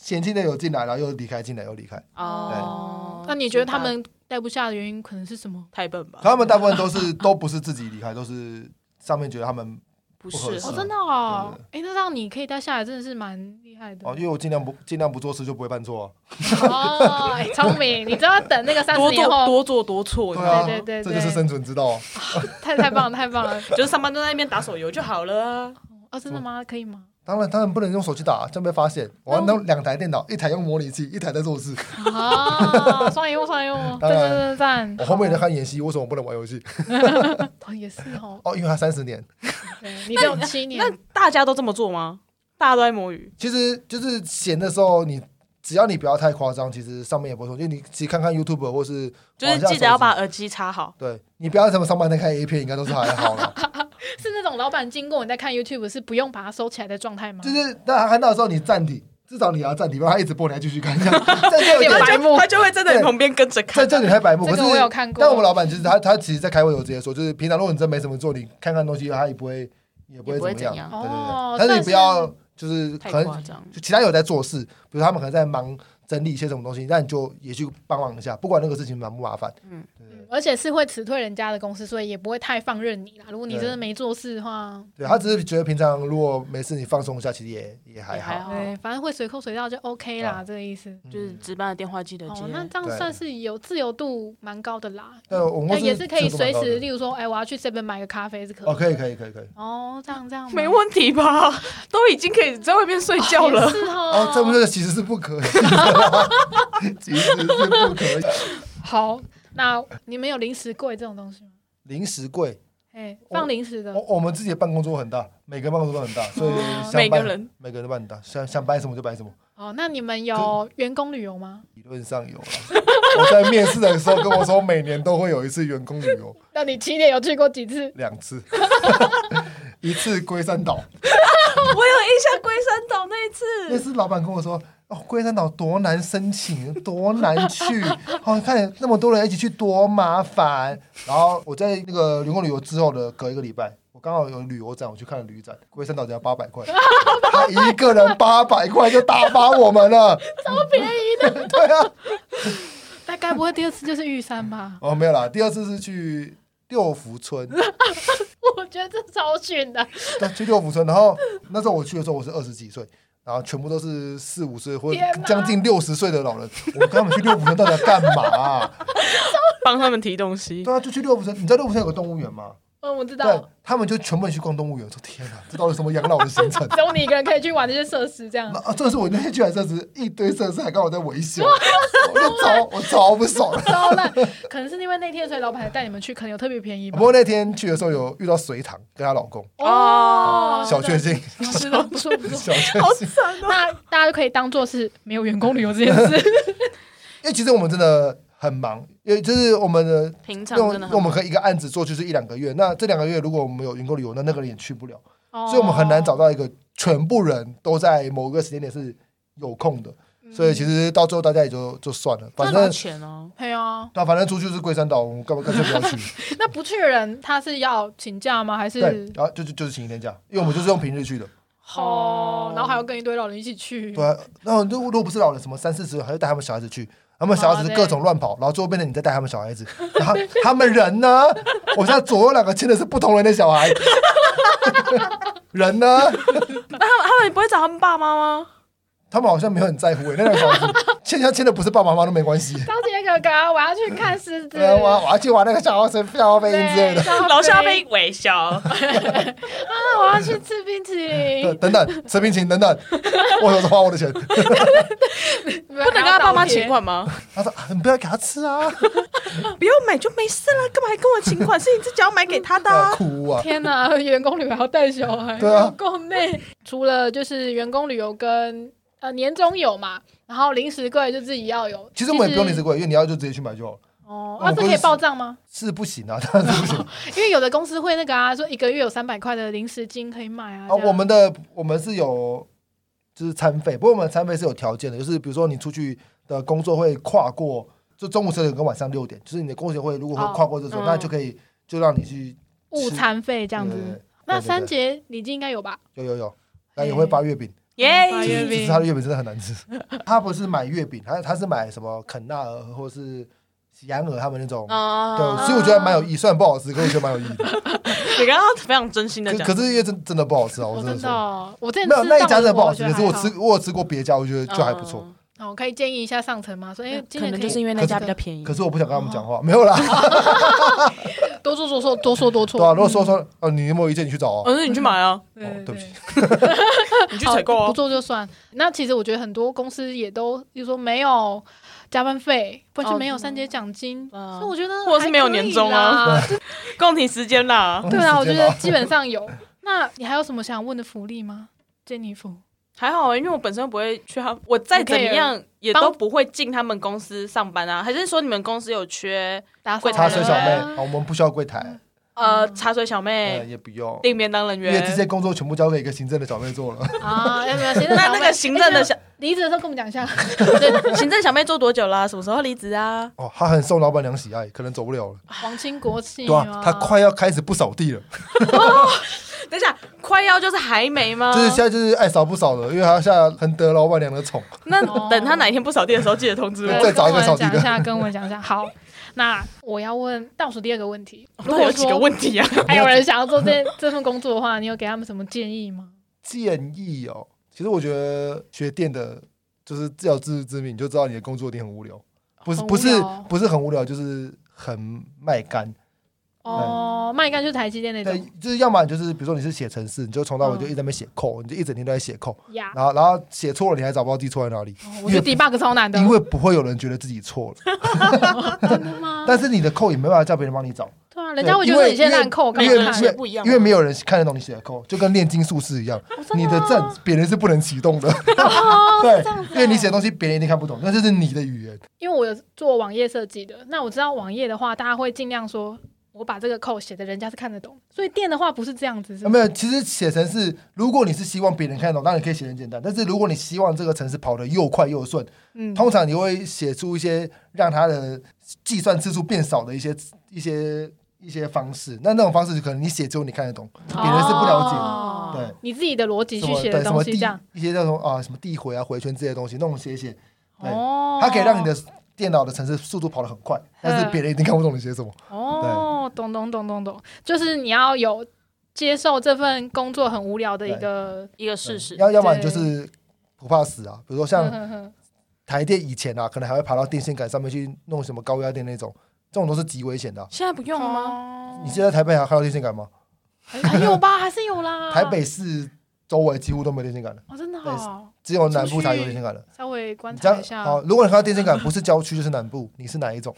[SPEAKER 3] 前期的有进来，然后又离开，进来又离开。
[SPEAKER 1] 哦。
[SPEAKER 2] 那你觉得他们待不下的原因可能是什么？
[SPEAKER 1] 太笨吧？
[SPEAKER 3] 他们大部分都是都不是自己离开，都是上面觉得他们
[SPEAKER 1] 不
[SPEAKER 3] 不合
[SPEAKER 1] 适
[SPEAKER 3] 适
[SPEAKER 1] 合
[SPEAKER 2] 哦，
[SPEAKER 3] 啊
[SPEAKER 2] 真的哦，哎，那让你可以待下来，真的是蛮厉害的
[SPEAKER 3] 哦，因为我尽量不尽量不做事就不会犯错啊。
[SPEAKER 2] 哦，哎聪明，你知道等那个三十
[SPEAKER 1] 多
[SPEAKER 2] 年
[SPEAKER 1] 做
[SPEAKER 2] 后，
[SPEAKER 1] 多做多错，
[SPEAKER 3] 对啊，
[SPEAKER 2] 对对对
[SPEAKER 3] 这就是生存之道啊。
[SPEAKER 2] 太太棒了，太 棒了！
[SPEAKER 1] 就是上班都在那边打手游就好了啊。
[SPEAKER 2] 哦，真的吗？
[SPEAKER 3] 嗯
[SPEAKER 2] 可以 吗？
[SPEAKER 3] 当然，当然不能用手机打，这样被发现。我要弄两台电脑，一台用模拟器，一台在做事。
[SPEAKER 2] 啊，双赢，双赢，赞
[SPEAKER 3] 当然
[SPEAKER 2] 赞赞赞！
[SPEAKER 3] 我后面在看演戏，为什么不能玩游戏？
[SPEAKER 2] 哦也是哦，
[SPEAKER 3] 哦，因为他三十年。
[SPEAKER 2] 对你等七年
[SPEAKER 1] 那，大家都这么做吗？大家都在摸鱼，
[SPEAKER 3] 其实就是闲的时候你。只要你不要太夸张，其实上面也不错。就你其实看看 YouTube 或是
[SPEAKER 1] 就是记得要把耳机插好。
[SPEAKER 3] 对你不要什么上半天看 A 片，应该都是还 好了。
[SPEAKER 2] 是那种老板经过你在看 YouTube 是不用把它收起来的状态吗？
[SPEAKER 3] 就是那他看到的时候你暂停，至少你要暂停，不然他一直播你还继续看，这 样这样就有
[SPEAKER 2] 点
[SPEAKER 3] 点
[SPEAKER 2] 白目
[SPEAKER 1] 他就会站在你旁边跟着
[SPEAKER 3] 这
[SPEAKER 1] 看。
[SPEAKER 3] 这有点太白目。可
[SPEAKER 2] 这
[SPEAKER 3] 是
[SPEAKER 2] 个我有看过
[SPEAKER 3] 但我们老板就是他，他其实在开会有直接说，就是平常如果你真没什么做，你看看东西，他也不会也不
[SPEAKER 1] 也不会
[SPEAKER 3] 会怎么
[SPEAKER 1] 怎样
[SPEAKER 3] 对对
[SPEAKER 2] 哦
[SPEAKER 3] 对。但是
[SPEAKER 2] 算
[SPEAKER 3] 你
[SPEAKER 2] 是
[SPEAKER 3] 不要就是
[SPEAKER 1] 太
[SPEAKER 3] 可能
[SPEAKER 1] 夸张
[SPEAKER 3] 就其他有在做事，比如他们可能在忙整理一些什么东西，那你就也去帮忙一下，不管那个事情麻不麻烦。
[SPEAKER 1] 嗯
[SPEAKER 3] 嗯，对对
[SPEAKER 2] 嗯而且是会辞退人家的公司，所以也不会太放任你啦。如果你真的没做事的话，
[SPEAKER 3] 对他只是觉得平常如果没事你放松一下，其实也也还
[SPEAKER 1] 也
[SPEAKER 3] 好
[SPEAKER 1] 还。好
[SPEAKER 2] 对，哦反正会随口随到就 OK 啦，这个意思。
[SPEAKER 3] 嗯
[SPEAKER 1] 就是值班的电话记得接
[SPEAKER 2] 哦，。那这样
[SPEAKER 3] 对
[SPEAKER 2] 算是有自由度蛮高的啦，
[SPEAKER 3] 对，啊我们
[SPEAKER 2] 那
[SPEAKER 3] 公司
[SPEAKER 2] 哎也是可以
[SPEAKER 3] 制度
[SPEAKER 2] 随
[SPEAKER 3] 蛮高的
[SPEAKER 2] 时，例如说，哎，我要去这边买个咖啡是可以
[SPEAKER 3] 哦，可以可以可以可以。
[SPEAKER 2] 哦，这样这样吗
[SPEAKER 1] 没问题吧？ 都已经可以在外面睡觉
[SPEAKER 2] 也
[SPEAKER 1] 了。
[SPEAKER 2] 是哦
[SPEAKER 3] 哦，，这不是其实是不 可以的，其实是不可以。
[SPEAKER 2] 好。那你们有零食柜这种东西吗？
[SPEAKER 3] 零食柜，
[SPEAKER 2] 哎，放零食的
[SPEAKER 3] 我我们自己的办公桌很大，每个办公桌都很大，所以
[SPEAKER 2] 哦
[SPEAKER 3] 想
[SPEAKER 1] 每
[SPEAKER 3] 摆
[SPEAKER 1] 个人
[SPEAKER 3] 每个人都办很大，想想摆什么就摆什么。
[SPEAKER 2] 哦。那你们有员工旅游吗？
[SPEAKER 3] 理论上有啦，啊我在面试的时候跟我说，每年都会有一次员工旅游，
[SPEAKER 2] 那你起点有去过几 次？
[SPEAKER 3] 两次， 一次龟山岛，
[SPEAKER 1] 我有印象龟山岛那一
[SPEAKER 3] 那
[SPEAKER 1] 次，
[SPEAKER 3] 次老板跟我说。哦，龟山岛多难申请，多难 去，哦，看那么多人一起去多麻烦。然后我在那个员工旅游之后的隔一个礼拜，我刚好有旅游展，我去看了旅展，龟山岛只要八百块，他一个人八百块就打发我们了，
[SPEAKER 2] 超便宜的，
[SPEAKER 3] 对啊。？
[SPEAKER 2] 大概不会第二次就是玉山吧
[SPEAKER 3] 哦，没有啦，第二次是去六福村，
[SPEAKER 2] 我觉得这超逊的，
[SPEAKER 3] 对，去六福村。然后那时候我去的时候，我是二十几岁，然后全部都是四五岁或者
[SPEAKER 2] 天哪
[SPEAKER 3] 将近六十岁的老人。我跟他们去六福村到底要干嘛啊、
[SPEAKER 1] 帮他们提东西。
[SPEAKER 3] 对啊，就去六福村。你知道六福村有个动物园吗？
[SPEAKER 2] 嗯，我知
[SPEAKER 3] 对
[SPEAKER 2] 道，，
[SPEAKER 3] 他们就全部人去逛动物园。我说天哪，这到底什么养老的行程？
[SPEAKER 2] 只有你一个人可以去玩这些设施， 这样
[SPEAKER 3] 那。啊，这是我那天去完设施，一堆设施还刚好在维修，我就超我超不爽的。
[SPEAKER 2] 糟了，可能是因为那天，所以老板还带你们去，可能有特别便宜吧
[SPEAKER 3] 不。过那天去的时候有遇到水塘跟她老公，
[SPEAKER 1] 哦
[SPEAKER 3] 小确幸，
[SPEAKER 2] 是的，不错不错。
[SPEAKER 3] 小确
[SPEAKER 1] 好
[SPEAKER 3] 幸。
[SPEAKER 1] 惨哦！
[SPEAKER 2] 那大家就可以当做是没有员工旅游这件事。
[SPEAKER 3] 因为其实我们真的很忙，因为就是我们的
[SPEAKER 1] 平常
[SPEAKER 3] 用
[SPEAKER 1] 真的很
[SPEAKER 3] 我们可以一个案子做就是一两个月，那这两个月如果我们有员工旅游，那那个人也去不了，
[SPEAKER 2] 哦
[SPEAKER 3] 所以我们很难找。到一个全部人都在某个时间点是有空的，
[SPEAKER 2] 嗯
[SPEAKER 3] 所以其实到最后大家也就就算了，反
[SPEAKER 1] 赚到
[SPEAKER 3] 正
[SPEAKER 1] 钱哦。
[SPEAKER 2] 对啊，
[SPEAKER 3] 那反正出去是龟山岛，我们干嘛干脆不 要去？
[SPEAKER 2] 那不去的人他是要请假吗？还
[SPEAKER 3] 对
[SPEAKER 2] 是，嗯
[SPEAKER 3] 然后就就就是请一天假，因为我们就是用平日去的，
[SPEAKER 2] 哦，然后还要跟一堆老人一起去
[SPEAKER 3] 对。啊，那如果如果不是老人，什么三四十岁，还要带他们小孩子去，然他们小孩
[SPEAKER 2] 哦
[SPEAKER 3] 子
[SPEAKER 2] 对
[SPEAKER 3] 各种乱跑，然后最后变成你在带他们小孩子，然后 他们人呢？我现在左右两个牵的是不同人的小孩， 人呢？
[SPEAKER 1] 那他们他们不会找他们爸妈吗？
[SPEAKER 3] 他们好像没有很在乎诶、那两个小孩子牵要牵的不是爸爸妈妈都没关系。
[SPEAKER 2] 高杰哥哥，我要去看狮子。
[SPEAKER 3] 对，呃啊我要我要去玩那个小飞小飞鹰之类的。
[SPEAKER 2] 的
[SPEAKER 1] 楼下被微笑，
[SPEAKER 2] 啊！我要去吃冰淇
[SPEAKER 3] 对
[SPEAKER 2] 淋，
[SPEAKER 3] 等等，吃冰淇淋，等 等，我有时花我的钱。
[SPEAKER 2] 不
[SPEAKER 1] 不能跟他爸妈请。款吗？
[SPEAKER 3] 他说：“啊你不要给他吃啊，
[SPEAKER 1] 不要买就没事了，干嘛还跟我请 款？是你自己要买给他的啊、
[SPEAKER 3] 啊哭啊
[SPEAKER 2] 天哪，员工旅游还要带小孩，
[SPEAKER 3] 对啊
[SPEAKER 2] 有够累。除了就是员工旅游跟呃年终有嘛，然后零食柜就自己要有。！”
[SPEAKER 3] 其实我们也不用离职柜，因为你要就直接去买就好了。
[SPEAKER 2] 哦，
[SPEAKER 3] 我
[SPEAKER 2] 啊，
[SPEAKER 3] 们
[SPEAKER 2] 这可
[SPEAKER 3] 公
[SPEAKER 2] 以
[SPEAKER 3] 司
[SPEAKER 2] 报账吗？
[SPEAKER 3] 是不行啊，当然是不行
[SPEAKER 2] 因为有的公司会那个啊，说一个月有三百块的零食金可以买啊。
[SPEAKER 3] 啊。
[SPEAKER 2] 这样
[SPEAKER 3] 我们的我们是有就是餐费，不过我们的餐费是有条件的，就是比如说你出去的工作会跨过，就中午十二点跟晚上六点，就是你的工作会如果
[SPEAKER 2] 哦
[SPEAKER 3] 会跨过这时候，
[SPEAKER 1] 嗯
[SPEAKER 3] 那就可以就让你去
[SPEAKER 2] 午餐费这
[SPEAKER 3] 这
[SPEAKER 2] 样
[SPEAKER 3] 对
[SPEAKER 2] 子
[SPEAKER 3] 对。
[SPEAKER 2] 那
[SPEAKER 3] 对对
[SPEAKER 2] 三节礼金应该有吧？
[SPEAKER 3] 有有有，那也会发月饼。
[SPEAKER 1] 耶、
[SPEAKER 2] 八
[SPEAKER 3] 只
[SPEAKER 2] 月
[SPEAKER 3] 是只
[SPEAKER 2] 饼
[SPEAKER 3] 是他的月饼真的很难吃。他不是买月饼，他他是买什么肯纳鹅或是喜安鹅他们那种。
[SPEAKER 1] 啊
[SPEAKER 2] 哦
[SPEAKER 3] 对，所以我觉得蛮有意，虽然不好吃，可我觉得蛮有意义的。
[SPEAKER 1] 你刚刚非常真心的讲，
[SPEAKER 3] 可可是因为真真的不好吃啊，我
[SPEAKER 2] 我
[SPEAKER 3] 真的
[SPEAKER 2] 真的
[SPEAKER 3] 说。
[SPEAKER 2] 哦，我之前
[SPEAKER 3] 没有
[SPEAKER 2] 吃
[SPEAKER 3] 那一
[SPEAKER 2] 藏
[SPEAKER 3] 家真
[SPEAKER 2] 火
[SPEAKER 3] 的不好
[SPEAKER 2] 我
[SPEAKER 3] 吃，
[SPEAKER 2] 觉
[SPEAKER 3] 可
[SPEAKER 2] 得
[SPEAKER 3] 是我
[SPEAKER 2] 还
[SPEAKER 3] 吃
[SPEAKER 2] 好。
[SPEAKER 3] 我有吃过别家，我觉得就还不错。
[SPEAKER 1] 嗯，
[SPEAKER 2] 哦，我可以建议一下上层嘛，说哎，今
[SPEAKER 1] 可
[SPEAKER 2] 年
[SPEAKER 1] 能
[SPEAKER 2] 以
[SPEAKER 1] 就是因为那家比较便宜。
[SPEAKER 2] 嗯
[SPEAKER 3] 可是我不想跟他
[SPEAKER 2] 哦
[SPEAKER 3] 们讲话，没有啦。
[SPEAKER 2] 多做多错，多说多错。
[SPEAKER 3] 对啊，如果说说哦，你有没有意见？你去找啊。
[SPEAKER 1] 嗯，那你去买 啊，
[SPEAKER 2] 对
[SPEAKER 3] 哦对不起，
[SPEAKER 1] 你去
[SPEAKER 2] 好
[SPEAKER 1] 采购
[SPEAKER 2] 不
[SPEAKER 1] 啊。
[SPEAKER 2] 做就算。那其实我觉得很多公司也都，比如说没有加班费，不然就
[SPEAKER 1] 哦
[SPEAKER 2] 没有三节奖金，
[SPEAKER 1] 嗯
[SPEAKER 2] 所以我觉得
[SPEAKER 1] 或者是
[SPEAKER 2] 还
[SPEAKER 1] 没有
[SPEAKER 2] 可以
[SPEAKER 1] 年终啊
[SPEAKER 2] 啦。
[SPEAKER 1] 共体时间啦，
[SPEAKER 2] 对啊，我觉
[SPEAKER 3] 时间哦
[SPEAKER 2] 得
[SPEAKER 3] 啦
[SPEAKER 2] 基本上有。那你还有什么想问的福利吗？珍妮芙，
[SPEAKER 1] 还好啊，因为我本身不会去他，我再怎么样也
[SPEAKER 2] 帮
[SPEAKER 1] 都不会进他们公司上班啊。还是说你们公司有缺
[SPEAKER 2] 打
[SPEAKER 1] 柜
[SPEAKER 3] 茶
[SPEAKER 1] 台
[SPEAKER 3] 水
[SPEAKER 1] 的
[SPEAKER 3] 小妹
[SPEAKER 1] 啊
[SPEAKER 3] 啊，我们不需要柜台，
[SPEAKER 1] 呃
[SPEAKER 2] 嗯
[SPEAKER 1] 茶水小
[SPEAKER 3] 呃，
[SPEAKER 1] 妹、
[SPEAKER 3] 也不用，
[SPEAKER 1] 订便当人
[SPEAKER 3] 因为这些
[SPEAKER 1] 员？
[SPEAKER 3] 工作全部交给一个行政的小妹做了。
[SPEAKER 2] 啊，要不要？行政
[SPEAKER 1] 那
[SPEAKER 2] 小
[SPEAKER 1] 那
[SPEAKER 2] 妹哎
[SPEAKER 1] 个行政的 小
[SPEAKER 2] 离职的时候跟我们讲一 下。
[SPEAKER 1] 对行政小妹做多久啦、什么时候离职啊？
[SPEAKER 3] 哦，她很受老板娘喜爱，可能走不了了。
[SPEAKER 2] 皇亲国戚
[SPEAKER 3] 对啊，她快要开始不扫地了。
[SPEAKER 1] 等一下，快要就是还没
[SPEAKER 2] 嗯
[SPEAKER 1] 吗？
[SPEAKER 3] 就是现在就是爱少不少的，因为他现在很得老板娘的宠。
[SPEAKER 1] 那
[SPEAKER 2] 哦
[SPEAKER 1] 等他哪一天不扫地的时候，记得通知
[SPEAKER 2] 对
[SPEAKER 1] 我。
[SPEAKER 3] 再找一个
[SPEAKER 2] 跟我
[SPEAKER 3] 扫地的
[SPEAKER 2] 讲一下，跟我讲一下。好，那我要问倒数第二个问题，如
[SPEAKER 1] 到底
[SPEAKER 2] 果
[SPEAKER 1] 有几个
[SPEAKER 2] 说
[SPEAKER 1] 问题啊？
[SPEAKER 2] 还有人想要做这 这份工作的话，你有给他们什么建议吗？
[SPEAKER 3] 建议哦，其实我觉得学店的，就是自有自知之明，你就知道你的工作一定很无聊，不是
[SPEAKER 2] 很无
[SPEAKER 3] 不是
[SPEAKER 2] 聊
[SPEAKER 3] 不是很无聊，就是很卖干。
[SPEAKER 2] 哦，卖干就是台积电那
[SPEAKER 3] 对
[SPEAKER 2] 种，
[SPEAKER 3] 就是要么你就是比如说你是写程式，你就从头到尾
[SPEAKER 2] 嗯
[SPEAKER 3] 就一直在那边写扣，你就一整天都在写扣，
[SPEAKER 2] 呀。
[SPEAKER 3] 然后然后写错了你还找不到自己错在哪里，
[SPEAKER 2] 哦我觉得 debug 超难的，
[SPEAKER 3] 因为不会有人觉得自己错了，
[SPEAKER 2] 啊真的吗？
[SPEAKER 3] 但是你的扣也没办法叫别人帮你找，
[SPEAKER 2] 对啊，人家会觉得你现在烂扣，干
[SPEAKER 3] 因
[SPEAKER 2] 嘛
[SPEAKER 3] 为
[SPEAKER 2] 看
[SPEAKER 3] 因为
[SPEAKER 1] 不一样啊
[SPEAKER 3] 因为没有人看得懂你写的扣，就跟炼金术士一样，
[SPEAKER 2] 哦
[SPEAKER 3] 你的阵别人是不能启动的。 对，
[SPEAKER 2] 啊
[SPEAKER 3] 因为你写的东西别人一定看不懂，那就是你的语言。
[SPEAKER 2] 因为我有做网页设计的，那我知道网页的话，大家会尽量说我把这个扣写的人家是看得懂，所以店的话不是这样子，是
[SPEAKER 3] 啊、
[SPEAKER 2] 吗
[SPEAKER 3] 没有，其实写程式，如果你是希望别人看得懂，那你可以写得很简单。但是如果你希望这个程式跑得又快又顺，
[SPEAKER 2] 嗯，
[SPEAKER 3] 通常你会写出一些让它的计算次数变少的一些一些一些方式。那那种方式，可能你写只有你看得懂，别人是不了解。
[SPEAKER 2] 哦
[SPEAKER 3] 对，
[SPEAKER 2] 你自己的逻辑
[SPEAKER 3] 什
[SPEAKER 2] 去
[SPEAKER 3] 么
[SPEAKER 2] 写
[SPEAKER 3] 对
[SPEAKER 2] 的
[SPEAKER 3] 什么
[SPEAKER 2] 东西
[SPEAKER 3] 地
[SPEAKER 2] 这样，
[SPEAKER 3] 一些那种啊什么地回啊回圈之类的东西，那种写一写对
[SPEAKER 2] 哦，
[SPEAKER 3] 它可以让你的电脑的程式速度跑得很快，但是
[SPEAKER 2] 嗯
[SPEAKER 3] 别人一定看不懂你写什么。
[SPEAKER 2] 哦，懂懂懂懂懂，就是你要有接受这份工作很无聊的一个，
[SPEAKER 1] 一个事实，
[SPEAKER 3] 要要不然
[SPEAKER 2] 对嗯
[SPEAKER 3] 就是不怕死啊，比如说
[SPEAKER 2] 哼
[SPEAKER 3] 像
[SPEAKER 2] 哼哼
[SPEAKER 3] 台电以前啊，可能还会爬到电线杆上面去弄什么高压电那种，这种都是极危险的啊、
[SPEAKER 1] 现在不用了吗？
[SPEAKER 2] 哦
[SPEAKER 3] 你现在台北还看到电线杆吗？
[SPEAKER 2] 还还有吧，还是有啦，
[SPEAKER 3] 台北市周围几乎都没有电线杆了，
[SPEAKER 2] 哦，真的好，
[SPEAKER 3] 只有南部才有电线杆了。
[SPEAKER 2] 稍微观
[SPEAKER 3] 你
[SPEAKER 2] 察一
[SPEAKER 3] 这样
[SPEAKER 2] 下
[SPEAKER 3] 好，。如果你看到电线杆不是郊区就是南部，你是哪一种？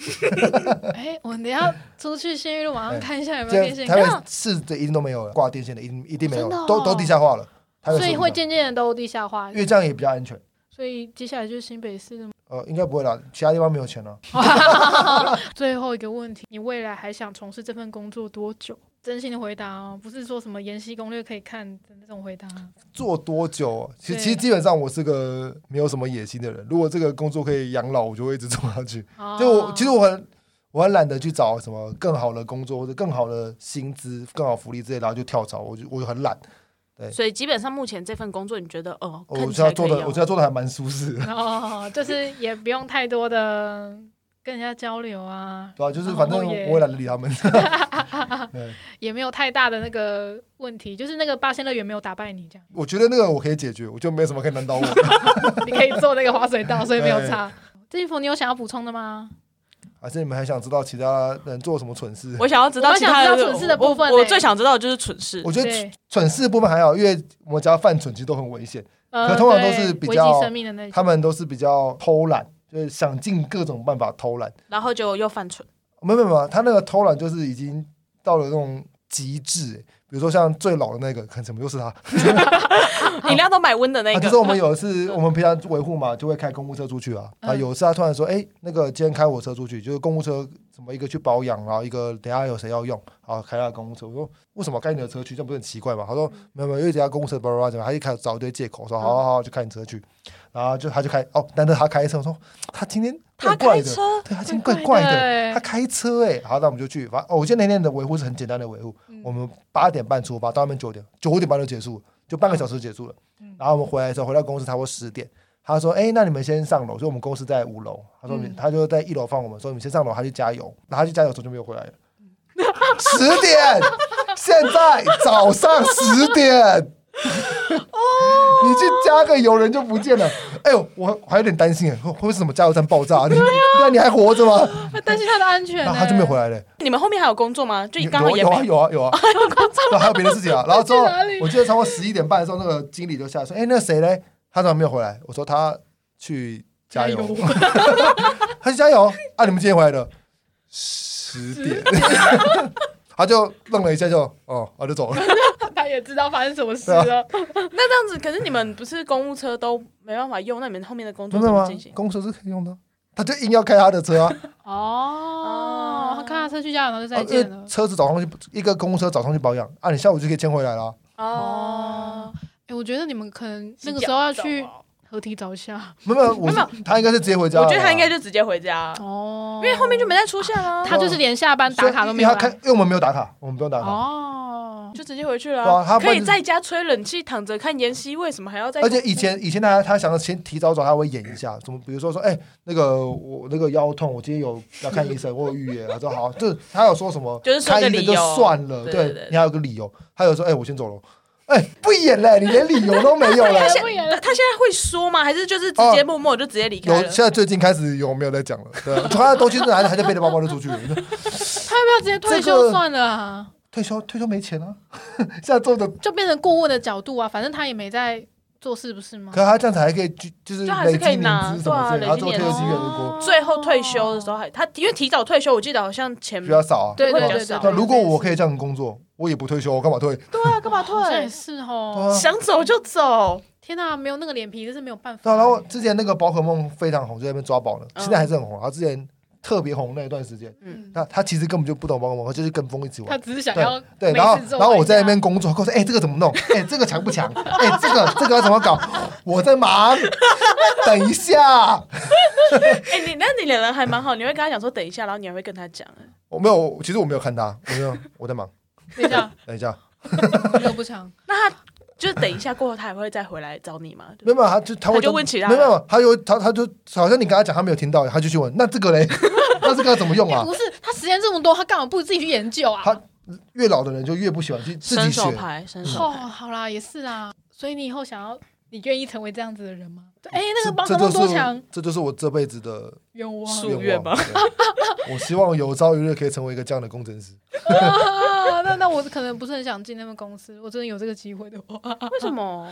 [SPEAKER 2] 哎，我等一下出去新玉路马上看一下有没有电
[SPEAKER 3] 这
[SPEAKER 2] 线
[SPEAKER 3] 台北
[SPEAKER 2] 杆，
[SPEAKER 3] 市的一定都没有了，挂电线的一定一定没有
[SPEAKER 2] 真的哦
[SPEAKER 3] 了，都都地下化了。台北市
[SPEAKER 2] 所以
[SPEAKER 3] 有
[SPEAKER 2] 会
[SPEAKER 3] 地下
[SPEAKER 2] 渐渐的都地下化
[SPEAKER 3] 化，因。为这样也比较安全。
[SPEAKER 2] 所以接下来就是新北市的嘛。
[SPEAKER 3] 呃，应该不会啦，其他地方没有钱啊了。
[SPEAKER 2] 最后一个问题，你未来还想从事这份工作多久？真心的回答哦，不是说什么《延禧攻略》可以看的那种回答。
[SPEAKER 3] 做多久哦？其实
[SPEAKER 2] 对
[SPEAKER 3] 其实基本上我是个没有什么野心的人。如果这个工作可以养老，我就会一直做下去。
[SPEAKER 2] 哦
[SPEAKER 3] 就我其实我很我很懒得去找什么更好的工作或者更好的薪资、更好福利之类的，然后就跳槽。我就我就很懒，对
[SPEAKER 1] 所以基本上目前这份工作，你觉得哦，
[SPEAKER 3] 我
[SPEAKER 1] 看
[SPEAKER 3] 觉
[SPEAKER 1] 起
[SPEAKER 3] 得
[SPEAKER 1] 来
[SPEAKER 3] 他做
[SPEAKER 1] 可以
[SPEAKER 3] 的，
[SPEAKER 1] 哦
[SPEAKER 3] 我觉得他做的还蛮舒适的，
[SPEAKER 2] 哦， 就是也不用太多的跟人家交流啊，
[SPEAKER 3] 对吧、就是
[SPEAKER 2] 哦
[SPEAKER 3] 反正
[SPEAKER 2] 耶
[SPEAKER 3] 我也懒得理他们。对，
[SPEAKER 2] 也没有太大的那个问题，就是那个八仙乐园没有打败你这样，
[SPEAKER 3] 我觉得那个我可以解决，我觉得没有什么可以难倒我啊的。
[SPEAKER 2] 你可以做那个滑水道，所以没 有差。这衣服你有想要补充的吗？
[SPEAKER 3] 还是你们还想知道其他人做了什么蠢事？
[SPEAKER 1] 我想要知道
[SPEAKER 2] 我
[SPEAKER 1] 其
[SPEAKER 2] 想
[SPEAKER 1] 他
[SPEAKER 2] 知道蠢事的部分
[SPEAKER 1] 我我
[SPEAKER 2] 欸
[SPEAKER 1] 最想知道的就是蠢事
[SPEAKER 3] 我。觉得蠢
[SPEAKER 2] 对，
[SPEAKER 3] 蠢事部分还好，因为我们只要犯蠢其实都很危险，
[SPEAKER 2] 呃，
[SPEAKER 3] 可通常都是
[SPEAKER 2] 对
[SPEAKER 3] 比
[SPEAKER 2] 危
[SPEAKER 3] 较
[SPEAKER 2] 及生命的那
[SPEAKER 3] 他
[SPEAKER 2] 种。
[SPEAKER 3] 们都是比较偷懒，就是想尽各种办法偷懒。
[SPEAKER 1] 然后就又犯 蠢，
[SPEAKER 3] 没有没有没有，他那个偷懒就是已经到了那种极致、欸比如说像最老的那个，可能什么又是他，
[SPEAKER 1] 饮料都买温的那
[SPEAKER 3] 啊，就
[SPEAKER 1] 个
[SPEAKER 3] 是，我们有一次，我们平常维护嘛，就会开公务车出 去啊。啊，
[SPEAKER 2] 嗯
[SPEAKER 3] 有一次他突然说：“哎、那个今天开我车出去，就是公务车什么一个去保养，然后一个等一下有谁要用，好开他的公务车。”我说：“嗯为什么开你的车去？这样不是很奇怪吗？”他说：“没有没有，因为等一下公务车巴拉巴拉怎么样，他一开始找一堆借口，我说：‘好好好，就开你车去。’然后就他就开哦，难得他开车，我说他今天
[SPEAKER 1] 他
[SPEAKER 3] 怪怪
[SPEAKER 1] 开
[SPEAKER 3] 的，
[SPEAKER 1] 车，
[SPEAKER 3] 对他今天怪怪的，
[SPEAKER 2] 对
[SPEAKER 3] 他开车哎、好，那我们就去。反正哦，我记得那天的维护是很简单的维护，
[SPEAKER 2] 嗯
[SPEAKER 3] 我们八点半出发，到那边九点，九点半就结束了，就半个小时就结束了。然后我们回来的时候，回到公司差不多十点。他说：“哎、那你们先上楼，所以我们公司在五楼。他说你，
[SPEAKER 2] 嗯
[SPEAKER 3] 他就在一楼放我们，说你们先上楼，他去加油。然后他去加油，之后就没有回来了。十点，现在早上十点。你去加个油，人就不见了。哎呦，我还有点担心，哎会会不会是什么加油站爆炸？你对啊，你还活着吗？
[SPEAKER 2] 会担心他的安全、
[SPEAKER 3] 然
[SPEAKER 2] 呢
[SPEAKER 3] 后他就没有回来了。
[SPEAKER 1] 你们后面还有工作吗？就
[SPEAKER 3] 有
[SPEAKER 1] 刚好也
[SPEAKER 3] 有啊
[SPEAKER 1] 没，
[SPEAKER 3] 有啊有啊，然后还有别的事情啊。然后之后
[SPEAKER 2] 在哪里
[SPEAKER 3] 我记得超过十一点半的时候，那个经理就下来说：“哎，那谁嘞？他怎么没有回来？”我说：“他去加油。” 他去加油啊！你们几点回来的？十点。 他就愣了一下就，哦，他就走了。
[SPEAKER 2] 他也知道发生什么事
[SPEAKER 3] 啊
[SPEAKER 2] 了。
[SPEAKER 1] 那这样子，可是你们不是公务车都没办法用，那你们后面的工
[SPEAKER 3] 真
[SPEAKER 1] 作
[SPEAKER 3] 的
[SPEAKER 1] 怎么
[SPEAKER 3] 吗
[SPEAKER 1] 进？行？
[SPEAKER 3] 啊公车是可以用的啊，他就硬要开他的车啊！
[SPEAKER 2] 哦，他开他车去加油，然后就再
[SPEAKER 3] 啊因为
[SPEAKER 2] 见了。
[SPEAKER 3] 车子早上去一个公车早上去保养啊，你下午就可以牵回来了啊。
[SPEAKER 1] 哦，
[SPEAKER 2] 哎、我觉得你们可能那个时
[SPEAKER 1] 啊
[SPEAKER 2] 候要
[SPEAKER 3] 啊
[SPEAKER 2] 去合体找一下
[SPEAKER 3] 没有，没有，我
[SPEAKER 1] 没有
[SPEAKER 3] 他应该是直接回家
[SPEAKER 1] 我
[SPEAKER 3] 了啊。
[SPEAKER 1] 觉得他应该就直接回家，啊
[SPEAKER 2] 哦
[SPEAKER 1] 因，为后面就没再出现啊了，
[SPEAKER 3] 哦
[SPEAKER 2] 他就是连下班打卡都没有
[SPEAKER 3] 因为他看
[SPEAKER 2] 来。
[SPEAKER 3] 因为我们没有打卡，我们不用打卡。
[SPEAKER 2] 哦，
[SPEAKER 1] 就直接回去了
[SPEAKER 3] 对啊他
[SPEAKER 1] 啊。
[SPEAKER 3] 不然
[SPEAKER 1] 可以
[SPEAKER 3] 就是
[SPEAKER 1] 在家吹冷气，躺着看妍希，为什么还要在？
[SPEAKER 3] 而且以前以前他他想要先提早找他会演一下，怎么比如说说哎、那个我那个腰痛，我今天有要看医生，我有预约，他说好，就他有说什么
[SPEAKER 1] 就是说
[SPEAKER 3] 开
[SPEAKER 1] 个
[SPEAKER 3] 医的就
[SPEAKER 1] 理由
[SPEAKER 3] 算了，
[SPEAKER 1] 对对对
[SPEAKER 3] 你还有个理由，他有说哎、我先走了，哎、不演了，你连理由都没有了。
[SPEAKER 2] 太不演
[SPEAKER 1] 他
[SPEAKER 2] 了。
[SPEAKER 1] 他现在会说吗？还是就是直接默默就直接离
[SPEAKER 3] 哦有
[SPEAKER 1] 开了？
[SPEAKER 3] 现在最近开始有没有在讲了？对，他的东西拿着，他就背着包包就出去了。
[SPEAKER 2] 他要不要直接退
[SPEAKER 3] 这
[SPEAKER 2] 休
[SPEAKER 3] 个
[SPEAKER 2] 算了啊？
[SPEAKER 3] 退休退休没钱啊，现在做的，
[SPEAKER 2] 就变成顾问的角度啊，反正他也没在做事，不是吗？
[SPEAKER 3] 可他这样子还可以就就是
[SPEAKER 1] 就还
[SPEAKER 3] 累
[SPEAKER 1] 是
[SPEAKER 3] 积
[SPEAKER 1] 可以
[SPEAKER 3] 年
[SPEAKER 1] 拿
[SPEAKER 3] 资什么之类
[SPEAKER 1] 对啊
[SPEAKER 3] 的，他做
[SPEAKER 2] 哦
[SPEAKER 1] 累积
[SPEAKER 3] 退
[SPEAKER 1] 年
[SPEAKER 3] 休
[SPEAKER 1] 资
[SPEAKER 3] 金越来越多，
[SPEAKER 1] 最后退休的时候还他因为提早退休，我记得好像钱
[SPEAKER 3] 比较少啊。
[SPEAKER 2] 对对
[SPEAKER 1] 会比较
[SPEAKER 2] 对对
[SPEAKER 1] 少
[SPEAKER 3] 那
[SPEAKER 2] 对，
[SPEAKER 3] 如果我
[SPEAKER 2] 以
[SPEAKER 3] 可以这样工作，我也不退休，我干嘛退？
[SPEAKER 1] 对啊，干嘛
[SPEAKER 2] 哦好像也
[SPEAKER 1] 退？
[SPEAKER 2] 是
[SPEAKER 3] 对
[SPEAKER 2] 哦。
[SPEAKER 3] 啊
[SPEAKER 1] 想走就走，
[SPEAKER 2] 天哪、没有那个脸皮，这是没有办
[SPEAKER 3] 对
[SPEAKER 2] 法
[SPEAKER 3] 啊，
[SPEAKER 2] 欸。
[SPEAKER 3] 然后之前那个宝可梦非常红，就在那边抓宝呢，
[SPEAKER 1] 嗯
[SPEAKER 3] 现在还是很红。他之前特别红那一段时间，
[SPEAKER 2] 嗯，
[SPEAKER 3] 那他其实根本就不懂宝可梦，他就是跟风一起
[SPEAKER 2] 他
[SPEAKER 3] 玩。
[SPEAKER 2] 只是想要
[SPEAKER 3] 对，
[SPEAKER 2] 没
[SPEAKER 3] 然后
[SPEAKER 2] 事做啊
[SPEAKER 3] 然后我
[SPEAKER 2] 玩
[SPEAKER 3] 在那
[SPEAKER 2] 家
[SPEAKER 3] 边工作，跟我说：“哎、这个怎么弄？哎、这个强不强？哎、这个这个要怎么搞？我在忙， 等一下。
[SPEAKER 1] 哎、你那你人还蛮好，你会跟他讲说等一下，然后你还会跟他讲、哎
[SPEAKER 3] 我没有，其实我没有看他，我没有，我在忙。
[SPEAKER 2] 等一 下，
[SPEAKER 3] 等一下，
[SPEAKER 2] 没有不强，
[SPEAKER 1] 那他就是等一下过后，他还会再回来找你吗？
[SPEAKER 3] 没有，没有他就他会
[SPEAKER 1] 他就问其他
[SPEAKER 3] 没
[SPEAKER 1] 人
[SPEAKER 3] 有，没有，他就他他就好像你跟他讲，他没有听到，他就去问那这个嘞， 那这个要怎么用啊？
[SPEAKER 2] 哎不是他时间这么多，他干嘛不自己去研究啊？
[SPEAKER 3] 他越老的人就越不喜欢去自己
[SPEAKER 1] 伸
[SPEAKER 3] 学
[SPEAKER 1] 手。牌，伸手
[SPEAKER 2] 哦，
[SPEAKER 1] 牌，
[SPEAKER 2] 好啦，也是啦。所以你以后想要，你愿意成为这样子的人吗？对哎、那
[SPEAKER 3] 嗯这
[SPEAKER 2] 个宝
[SPEAKER 3] 这
[SPEAKER 2] 可
[SPEAKER 3] 就
[SPEAKER 2] 梦多
[SPEAKER 3] 是
[SPEAKER 2] 强，
[SPEAKER 3] 这就是我这辈子的
[SPEAKER 2] 愿望
[SPEAKER 1] 树
[SPEAKER 3] 愿望
[SPEAKER 1] 愿吧
[SPEAKER 3] 对 我希望有朝一日可以成为一个这样的 工程师。
[SPEAKER 2] 啊！ 那那我可能不是很想进那个公司，我真的有这个机会的话，
[SPEAKER 1] 为什么？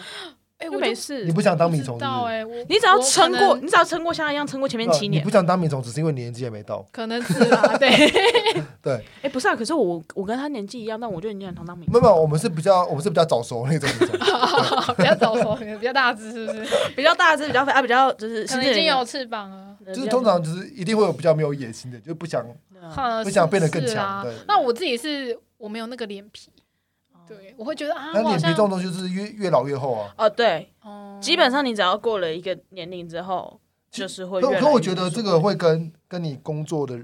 [SPEAKER 2] 哎、
[SPEAKER 1] 因
[SPEAKER 2] 哦
[SPEAKER 1] 为
[SPEAKER 2] 我就
[SPEAKER 1] 没
[SPEAKER 2] 不
[SPEAKER 1] 事
[SPEAKER 3] 你，不想当米
[SPEAKER 2] 知
[SPEAKER 3] 虫是
[SPEAKER 2] 道
[SPEAKER 3] 不是？
[SPEAKER 2] 哎、我
[SPEAKER 1] 你只要撑
[SPEAKER 2] 我
[SPEAKER 1] 过，
[SPEAKER 2] 可能
[SPEAKER 1] 你只要撑过像他一样撑过前面七
[SPEAKER 3] 啊你
[SPEAKER 1] 年
[SPEAKER 3] 不。想当米虫，只是因为你年纪还没到。
[SPEAKER 2] 可能是 啦，对，
[SPEAKER 3] 对，
[SPEAKER 1] 哎、不是啊，可是我我跟他年纪一样，但我就已经很常当明
[SPEAKER 3] 没有，没有，我们是比较， 我们是比较早熟那种米虫。
[SPEAKER 2] 比较早熟，比较大只，是不是？
[SPEAKER 1] 比较大只，比较肥啊，比较就是
[SPEAKER 2] 可能已经有翅膀了，
[SPEAKER 3] 就是通常就是一定会有比较没有野心的，就不想
[SPEAKER 1] 常
[SPEAKER 2] 哈
[SPEAKER 3] 嗯不想变得更
[SPEAKER 2] 是
[SPEAKER 3] 强
[SPEAKER 2] 啦
[SPEAKER 3] 对
[SPEAKER 2] 那我自己是我没有那个脸皮，对我会觉得啊，
[SPEAKER 3] 那
[SPEAKER 2] 我好
[SPEAKER 3] 脸皮
[SPEAKER 2] 像
[SPEAKER 3] 这种东西就是越越老越厚啊。
[SPEAKER 1] 哦，对，
[SPEAKER 2] 哦
[SPEAKER 1] 基本上你只要过了一个年龄之后，就是会
[SPEAKER 3] 可
[SPEAKER 1] 越来
[SPEAKER 3] 可我
[SPEAKER 1] 越
[SPEAKER 3] 觉得
[SPEAKER 1] 无所
[SPEAKER 3] 这
[SPEAKER 1] 谓
[SPEAKER 3] 个会跟跟你工作的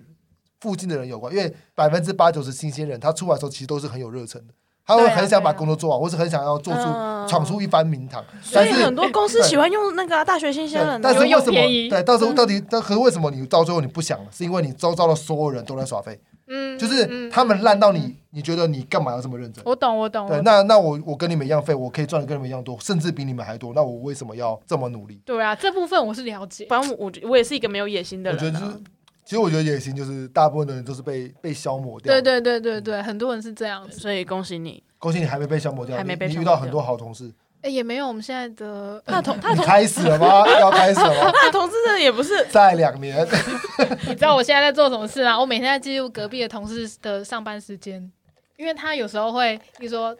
[SPEAKER 3] 附近的人有关，因为百分之八九十新鲜人，他出来的时候其实都是很有热忱的，他会
[SPEAKER 2] 对啊
[SPEAKER 3] 很想把
[SPEAKER 2] 对啊
[SPEAKER 3] 工作做完，或是很想要做出
[SPEAKER 1] 嗯
[SPEAKER 3] 闯出一番名堂。
[SPEAKER 1] 所
[SPEAKER 3] 但
[SPEAKER 1] 以
[SPEAKER 3] 是
[SPEAKER 1] 很多公司喜欢用那个啊大学新鲜
[SPEAKER 3] 对
[SPEAKER 1] 人啊，
[SPEAKER 3] 但是
[SPEAKER 2] 因为
[SPEAKER 3] 为
[SPEAKER 2] 又
[SPEAKER 3] 什么
[SPEAKER 2] 便宜嗯
[SPEAKER 3] 对？到时候到底，但可是为什么你到最后你不想了？是因为你周遭的所有人都在耍废，
[SPEAKER 2] 嗯，
[SPEAKER 3] 就是
[SPEAKER 2] 嗯哦
[SPEAKER 3] 他们烂到你，你觉得你干嘛要这么认真？
[SPEAKER 2] 我懂，我懂，
[SPEAKER 3] 对，
[SPEAKER 2] 我
[SPEAKER 3] 那那我我跟你们一样废，我可以赚的跟你们一样多，甚至比你们还多，那我为什么要这么努力？
[SPEAKER 2] 对啊，这部分我是了解。
[SPEAKER 1] 反正我我也是一个没有野心的
[SPEAKER 3] 我觉
[SPEAKER 1] 人
[SPEAKER 3] 得
[SPEAKER 1] 啊、
[SPEAKER 3] 就是，其实我觉得野心就是大部分的人都是被被消磨掉。
[SPEAKER 2] 对，对对对
[SPEAKER 3] 嗯
[SPEAKER 2] 对，很多人是这样子。
[SPEAKER 1] 所以恭喜你。
[SPEAKER 3] 恭喜你还没被消磨掉，
[SPEAKER 1] 还没被
[SPEAKER 3] 你你
[SPEAKER 1] 消
[SPEAKER 3] 遇
[SPEAKER 1] 磨
[SPEAKER 3] 到
[SPEAKER 1] 掉
[SPEAKER 3] 很多好同事。
[SPEAKER 2] 哎，也没有，我们现在 的呃
[SPEAKER 1] 他的同他
[SPEAKER 3] 你
[SPEAKER 1] 的同
[SPEAKER 3] 开始 了吗？要开始了吗？
[SPEAKER 1] 他的同事真的也不是
[SPEAKER 3] 再两年，
[SPEAKER 2] 你知道我现在在做什么事吗？我每天在记录隔壁的同事的上班时间，因为他有时候会，比如说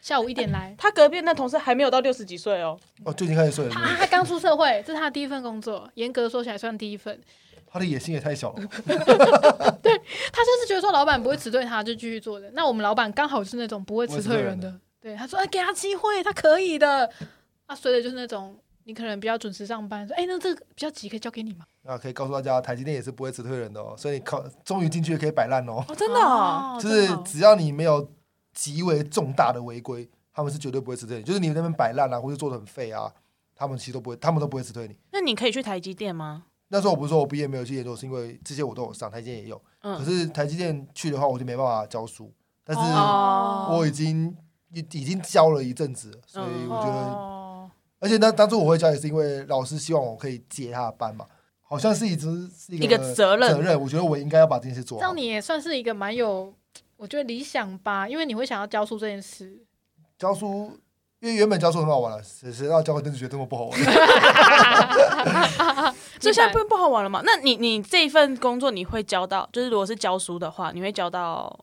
[SPEAKER 2] 下午一点来，
[SPEAKER 1] 他隔壁那同事还没有到六十几岁哦，
[SPEAKER 3] 哦，最近开始睡了是不
[SPEAKER 2] 他
[SPEAKER 3] 是。
[SPEAKER 2] 他刚出社会，这是他第一份工作，严格说起来算第一份。
[SPEAKER 3] 他的野心也太 小了，
[SPEAKER 2] 他甚至觉得说老板不会辞退他，就继续做的。那我们老板刚好是那种不会辞退人的，对他说：“哎，给他机会，他可以的。”啊，所以就是那种你可能比较准时上班，说：“哎，那这个比较急，可以交给你吗
[SPEAKER 3] 那啊可以告诉大家，台积电也是不会辞退人的哦，所以你考终于进去也可以摆烂哦，
[SPEAKER 1] 哦，真的、？”哦，
[SPEAKER 2] 哦
[SPEAKER 3] 就
[SPEAKER 2] 真
[SPEAKER 3] 是
[SPEAKER 2] 的哦
[SPEAKER 3] 只要你没有极为重大的违规，他们是绝对不会辞退你，就是你那边摆烂啊，或者做的很废啊，他们其实都不会，他们都不会辞退你。
[SPEAKER 1] 那你可以去台积电吗？
[SPEAKER 3] 那时候我不是说我毕业没有去研究，是因为这些我都有上，台积电也有，可
[SPEAKER 1] 嗯，
[SPEAKER 3] 是台积电去的话我就没办法教书，但是
[SPEAKER 1] 哦
[SPEAKER 3] 我已经已已经教了一阵子了，所以
[SPEAKER 1] 嗯
[SPEAKER 3] 我觉得
[SPEAKER 2] 哦
[SPEAKER 3] 而且那当初我会教也是因为老师希望我可以接他的班嘛，好像是一直是
[SPEAKER 1] 一
[SPEAKER 3] 一
[SPEAKER 1] 个
[SPEAKER 3] 个
[SPEAKER 1] 责任
[SPEAKER 3] 责任，我觉得我应该要把这件事
[SPEAKER 2] 这
[SPEAKER 3] 做好
[SPEAKER 2] 样。你也算是一个蛮有，我觉得理想吧，因为你会想要教书这件事。
[SPEAKER 3] 教书，因为原本教书很好玩了，谁谁让教科电子学这么不好玩？
[SPEAKER 1] 这现在不不好玩了嘛？那你你这一份工作你会教到，就是如果是教书的话，你会教到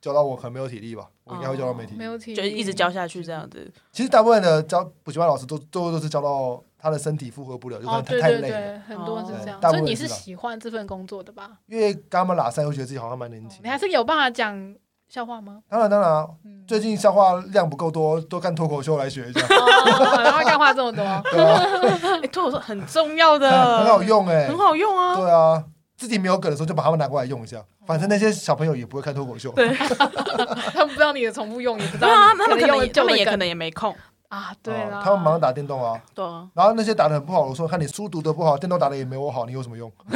[SPEAKER 3] 教到我可能没有体力吧，我应该会教到没体
[SPEAKER 2] 没
[SPEAKER 3] 力。
[SPEAKER 2] 有体力，
[SPEAKER 1] 就是一直教下去这样子。
[SPEAKER 3] 其实大部分的教补习班老师都最后都是教到他的身体负荷不了，就可
[SPEAKER 2] 哦
[SPEAKER 3] 能，太
[SPEAKER 2] 对
[SPEAKER 3] 太
[SPEAKER 2] 对
[SPEAKER 3] 累了。
[SPEAKER 2] 对，很多人是这
[SPEAKER 3] 哦
[SPEAKER 2] 样，
[SPEAKER 3] 大部
[SPEAKER 2] 所以
[SPEAKER 3] 分
[SPEAKER 2] 你
[SPEAKER 3] 是
[SPEAKER 2] 是
[SPEAKER 3] 吧
[SPEAKER 2] 喜欢这份工作的吧？哦
[SPEAKER 3] 因为跟他们拉塞，会觉得自己好像蛮
[SPEAKER 1] 哦
[SPEAKER 3] 年轻
[SPEAKER 2] 你。还是有办法讲笑话吗？
[SPEAKER 3] 当然当然啊，
[SPEAKER 2] 嗯，
[SPEAKER 3] 最近消化量不够多，多看脱口秀来学一下，
[SPEAKER 2] 哦，然后干话这么多，
[SPEAKER 3] 对吧？
[SPEAKER 1] 哎、对我说很重要的，
[SPEAKER 3] 很好用哎，
[SPEAKER 1] 很好用啊。
[SPEAKER 3] 对啊，自己没有梗的时候就把他们拿过来用一下，反正那些小朋友也不会看脱口秀。
[SPEAKER 1] 对
[SPEAKER 2] 他们不知道你的重复用，也不知
[SPEAKER 1] 对
[SPEAKER 2] 道
[SPEAKER 1] 啊，
[SPEAKER 2] 你
[SPEAKER 1] 他们可
[SPEAKER 2] 用的
[SPEAKER 1] 能他
[SPEAKER 2] 旧的
[SPEAKER 1] 们也
[SPEAKER 2] 梗
[SPEAKER 1] 可能也没空，
[SPEAKER 2] 啊，对
[SPEAKER 3] 哦
[SPEAKER 2] 啦，
[SPEAKER 3] 他们忙着打电动啊。
[SPEAKER 1] 对啊，
[SPEAKER 3] 然后那些打的很不好，我说看你书读的不好，电动打的也没我好，你有什么用？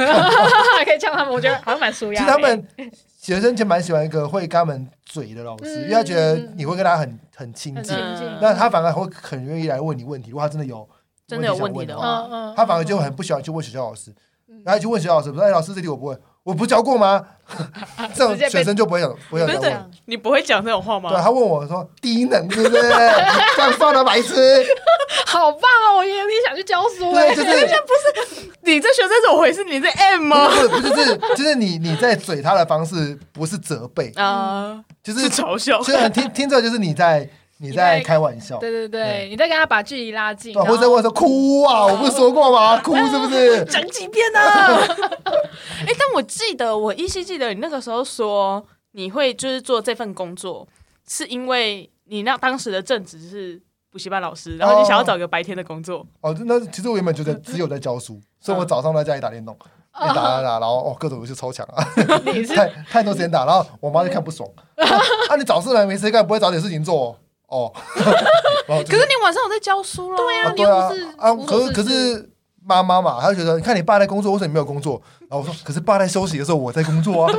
[SPEAKER 2] 还可以呛他们，我觉得好像蛮舒
[SPEAKER 3] 其
[SPEAKER 2] 压
[SPEAKER 3] 实
[SPEAKER 2] 的。
[SPEAKER 3] 他们学生其实蛮喜欢一个会跟他们嘴的老师，
[SPEAKER 2] 嗯
[SPEAKER 3] 因为他觉得你会跟他很很亲
[SPEAKER 2] 很
[SPEAKER 3] 近
[SPEAKER 2] 亲，近
[SPEAKER 1] 嗯，
[SPEAKER 3] 那他反而会很愿意来问你问题。如果他真的有
[SPEAKER 1] 真的有
[SPEAKER 3] 问
[SPEAKER 1] 问
[SPEAKER 3] 题
[SPEAKER 1] 题
[SPEAKER 3] 想
[SPEAKER 1] 的
[SPEAKER 3] 问
[SPEAKER 1] 话，
[SPEAKER 2] 嗯嗯，
[SPEAKER 3] 他反而就很不喜欢去问学校老师，
[SPEAKER 2] 嗯
[SPEAKER 3] 然后去问学校老师，说哎老师这题我不会，我不是教过吗？ 这种
[SPEAKER 2] 直接被
[SPEAKER 3] 学生就不会想不会想
[SPEAKER 1] 不
[SPEAKER 3] 再
[SPEAKER 1] 是
[SPEAKER 3] 问。
[SPEAKER 1] 你不会讲这种话吗？
[SPEAKER 3] 对，他啊问我说：“低能是不是？这样算了，白痴。
[SPEAKER 2] 好棒哦！我也很想去教”书哎
[SPEAKER 3] 对，， 就是
[SPEAKER 1] 你这学生怎么回事？你这 M 吗？
[SPEAKER 3] 不是不是就是就是你你在嘴他的方式不是责备，
[SPEAKER 1] 啊，
[SPEAKER 3] 就是
[SPEAKER 1] 是嘲笑。
[SPEAKER 3] 虽然听听着就是你在你在
[SPEAKER 2] 你在
[SPEAKER 3] 开玩笑，
[SPEAKER 2] 对对对，
[SPEAKER 3] 对
[SPEAKER 2] 你再跟他把距离拉近，
[SPEAKER 3] 对，或
[SPEAKER 2] 然
[SPEAKER 3] 者
[SPEAKER 2] 后
[SPEAKER 3] 我说哭啊，我不是说过吗？哭是不 是？
[SPEAKER 1] 讲几遍呢、 啊？哎、但我记得，我依稀记得你那个时候说你会就是做这份工作，是因为你那当时的正职是补习班老师，然后你想要找一个白天的工作。
[SPEAKER 3] 哦，那其实我原本就在只有在教书，所以我早上在家里打电动，一打打打，然后哦各种游戏超强啊，
[SPEAKER 2] 你是
[SPEAKER 3] 太太多时间打，然后我妈就看不爽，啊你早上来没事干，不会找点事情做哦？哦， 然后就
[SPEAKER 1] 可是你晚上有在教书了，对
[SPEAKER 2] 呀
[SPEAKER 3] 啊，
[SPEAKER 2] 你
[SPEAKER 3] 对
[SPEAKER 2] 又
[SPEAKER 3] 啊
[SPEAKER 2] 不是，
[SPEAKER 3] 啊，
[SPEAKER 2] 无
[SPEAKER 3] 可
[SPEAKER 2] 所
[SPEAKER 3] 是
[SPEAKER 2] 事
[SPEAKER 3] 可
[SPEAKER 2] 事
[SPEAKER 3] 是妈妈嘛，她就觉得你看你爸在工作，为什么你没有工作？然后我说，可是爸在休息的时候，我在 工作啊，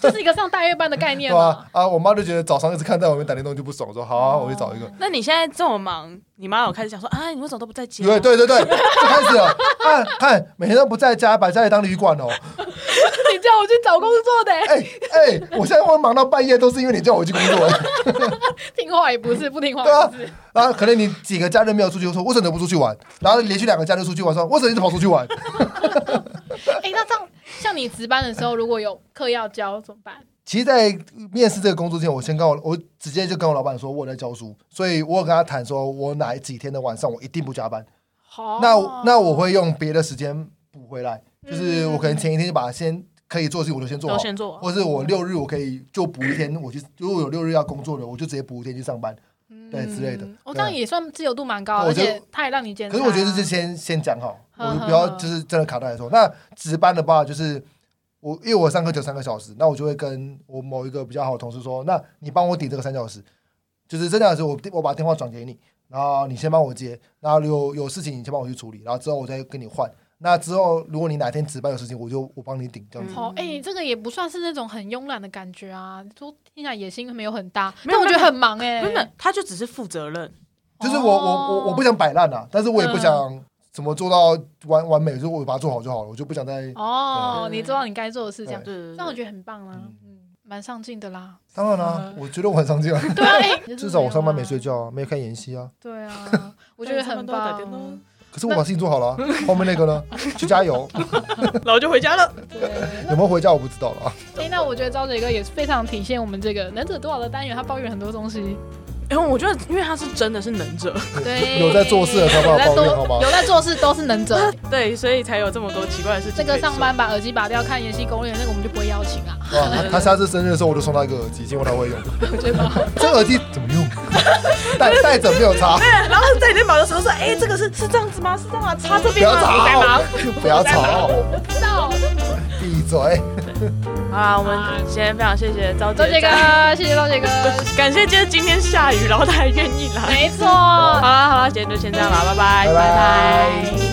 [SPEAKER 2] 就是一个上大夜班的概念
[SPEAKER 3] 对吧
[SPEAKER 2] 嘛。？
[SPEAKER 3] 啊，我妈就觉得早上一直看在我们打电动就不爽，我说好
[SPEAKER 2] 哦
[SPEAKER 3] 啊，我去找一个。
[SPEAKER 1] 那你现在这么忙，你妈有开始想说啊，你为什么都不在家？
[SPEAKER 3] 对对对对，就开始了。 看看，每天都不在家，把家里当旅馆哦。
[SPEAKER 2] 你叫我去找工作的，
[SPEAKER 3] 哎哎，我现在会忙到半夜，都是因为你叫我去工作。
[SPEAKER 2] 听话也不是，不听话
[SPEAKER 3] 对啊
[SPEAKER 2] 也不是。
[SPEAKER 3] 然后可能你几个假日没有出去，我说为什么你不出去玩？然后连续两个假日出去玩，说为什么一直跑出去玩？
[SPEAKER 2] 哎，那这样像你值班的时候，如果有课要教怎么办？
[SPEAKER 3] 其实，在面试这个工作之前，我先跟我我直接就跟我老板说我有在教书，所以我有跟他谈说，我哪几天的晚上我一定不加班。
[SPEAKER 2] 好，
[SPEAKER 1] 哦
[SPEAKER 3] 那我那我会用别的时间补回来，
[SPEAKER 2] 嗯
[SPEAKER 3] 就是我可能前一天就把先可以做的事情我就先做
[SPEAKER 1] 都
[SPEAKER 3] 好，
[SPEAKER 1] 先做。
[SPEAKER 3] 或是我六日我可以就补一天，我去如果有六日要工作的，我就直接补一天去上班，对之类的
[SPEAKER 2] 嗯。哦，这样
[SPEAKER 3] 对啊
[SPEAKER 2] 也算自由度蛮高，
[SPEAKER 3] 我
[SPEAKER 2] 而
[SPEAKER 3] 觉得
[SPEAKER 2] 且他也让你兼
[SPEAKER 3] 可
[SPEAKER 2] 差。
[SPEAKER 3] 是我觉得是先先讲好，
[SPEAKER 2] 呵
[SPEAKER 3] 我
[SPEAKER 2] 呵
[SPEAKER 3] 就不要就是真的卡带来说。那值班的话，就是我因为我上课只有三个小时，那我就会跟我某一个比较好的同事说，那你帮我顶这个三小时。就是真的假的时候，我我把电话转给你，然后你先帮我接，然后有有事情你先帮我去处理，然后之后我再跟你换。那之后如果你哪天值班有事情，我就我帮你顶这样子。
[SPEAKER 2] 好，哎、这个也不算是那种很慵懒的感觉啊，说听起来野心没有很大，
[SPEAKER 1] 没有
[SPEAKER 2] 但我觉得很忙哎、
[SPEAKER 1] 没有，没有他就只是负责任。
[SPEAKER 3] 就是我我我
[SPEAKER 2] 哦
[SPEAKER 3] 我不想摆烂啊，但是我也不想怎么做到完完美，就是我把它做好就好了，我就不想再。
[SPEAKER 2] 哦，
[SPEAKER 1] 对
[SPEAKER 2] 你做到你该做的事，这样，
[SPEAKER 1] 对对
[SPEAKER 2] 那我觉
[SPEAKER 1] 得
[SPEAKER 2] 得很棒啦，嗯，蛮上进的 啦。
[SPEAKER 3] 当然啦、我觉得我很上进啊，
[SPEAKER 2] 对啊，哎、
[SPEAKER 3] 至少我上班没睡。觉啊，没有看演戏啊。
[SPEAKER 2] 对啊，我觉得
[SPEAKER 1] 上
[SPEAKER 2] 很
[SPEAKER 1] 班都会打电动
[SPEAKER 2] 棒。
[SPEAKER 3] 可是我把事情做好了啊、后面那个呢？去加油，
[SPEAKER 1] 然后就回家了。
[SPEAKER 2] 对，
[SPEAKER 3] 有没有回家我不知道了啊。
[SPEAKER 2] 哎、那我觉得招姐哥也是非常体现我们这个能者多劳的单元，他抱怨很多东西，
[SPEAKER 1] 因为我觉得，因为他是真的是能者，
[SPEAKER 2] 对，
[SPEAKER 3] 有在做事的时候帮我
[SPEAKER 2] 有在做
[SPEAKER 3] 抱怨好吗
[SPEAKER 2] 有在做事都是能者。
[SPEAKER 1] 对，所以才有这么多奇怪的事情。
[SPEAKER 2] 这个上，班把耳机拔掉看《延禧攻略》，那个我们就不会邀请啊，
[SPEAKER 3] 哇他他下次生日的时候，我就送他一个耳机，结果他会用。
[SPEAKER 2] 对吧？
[SPEAKER 3] 这耳机怎么用？ 戴戴着没有 差，
[SPEAKER 1] 然后在里面忙的时候说：“哎、这个是是这样子吗？是这样啊，插这
[SPEAKER 3] 不
[SPEAKER 1] 边
[SPEAKER 3] 要
[SPEAKER 1] 吗？”我在
[SPEAKER 3] 吵
[SPEAKER 1] 忙。，
[SPEAKER 3] 不要吵，
[SPEAKER 2] 我不知道。
[SPEAKER 3] 闭嘴。
[SPEAKER 1] 好啊，我们今天非常谢谢赵
[SPEAKER 2] 周
[SPEAKER 1] 姐，
[SPEAKER 2] 杰哥，谢谢周杰哥。
[SPEAKER 1] 感谢今天今天下雨，然后他还愿意来。
[SPEAKER 2] 没错。
[SPEAKER 1] 好啦好啦，今天就先这样啦，拜拜
[SPEAKER 3] 拜拜
[SPEAKER 2] 拜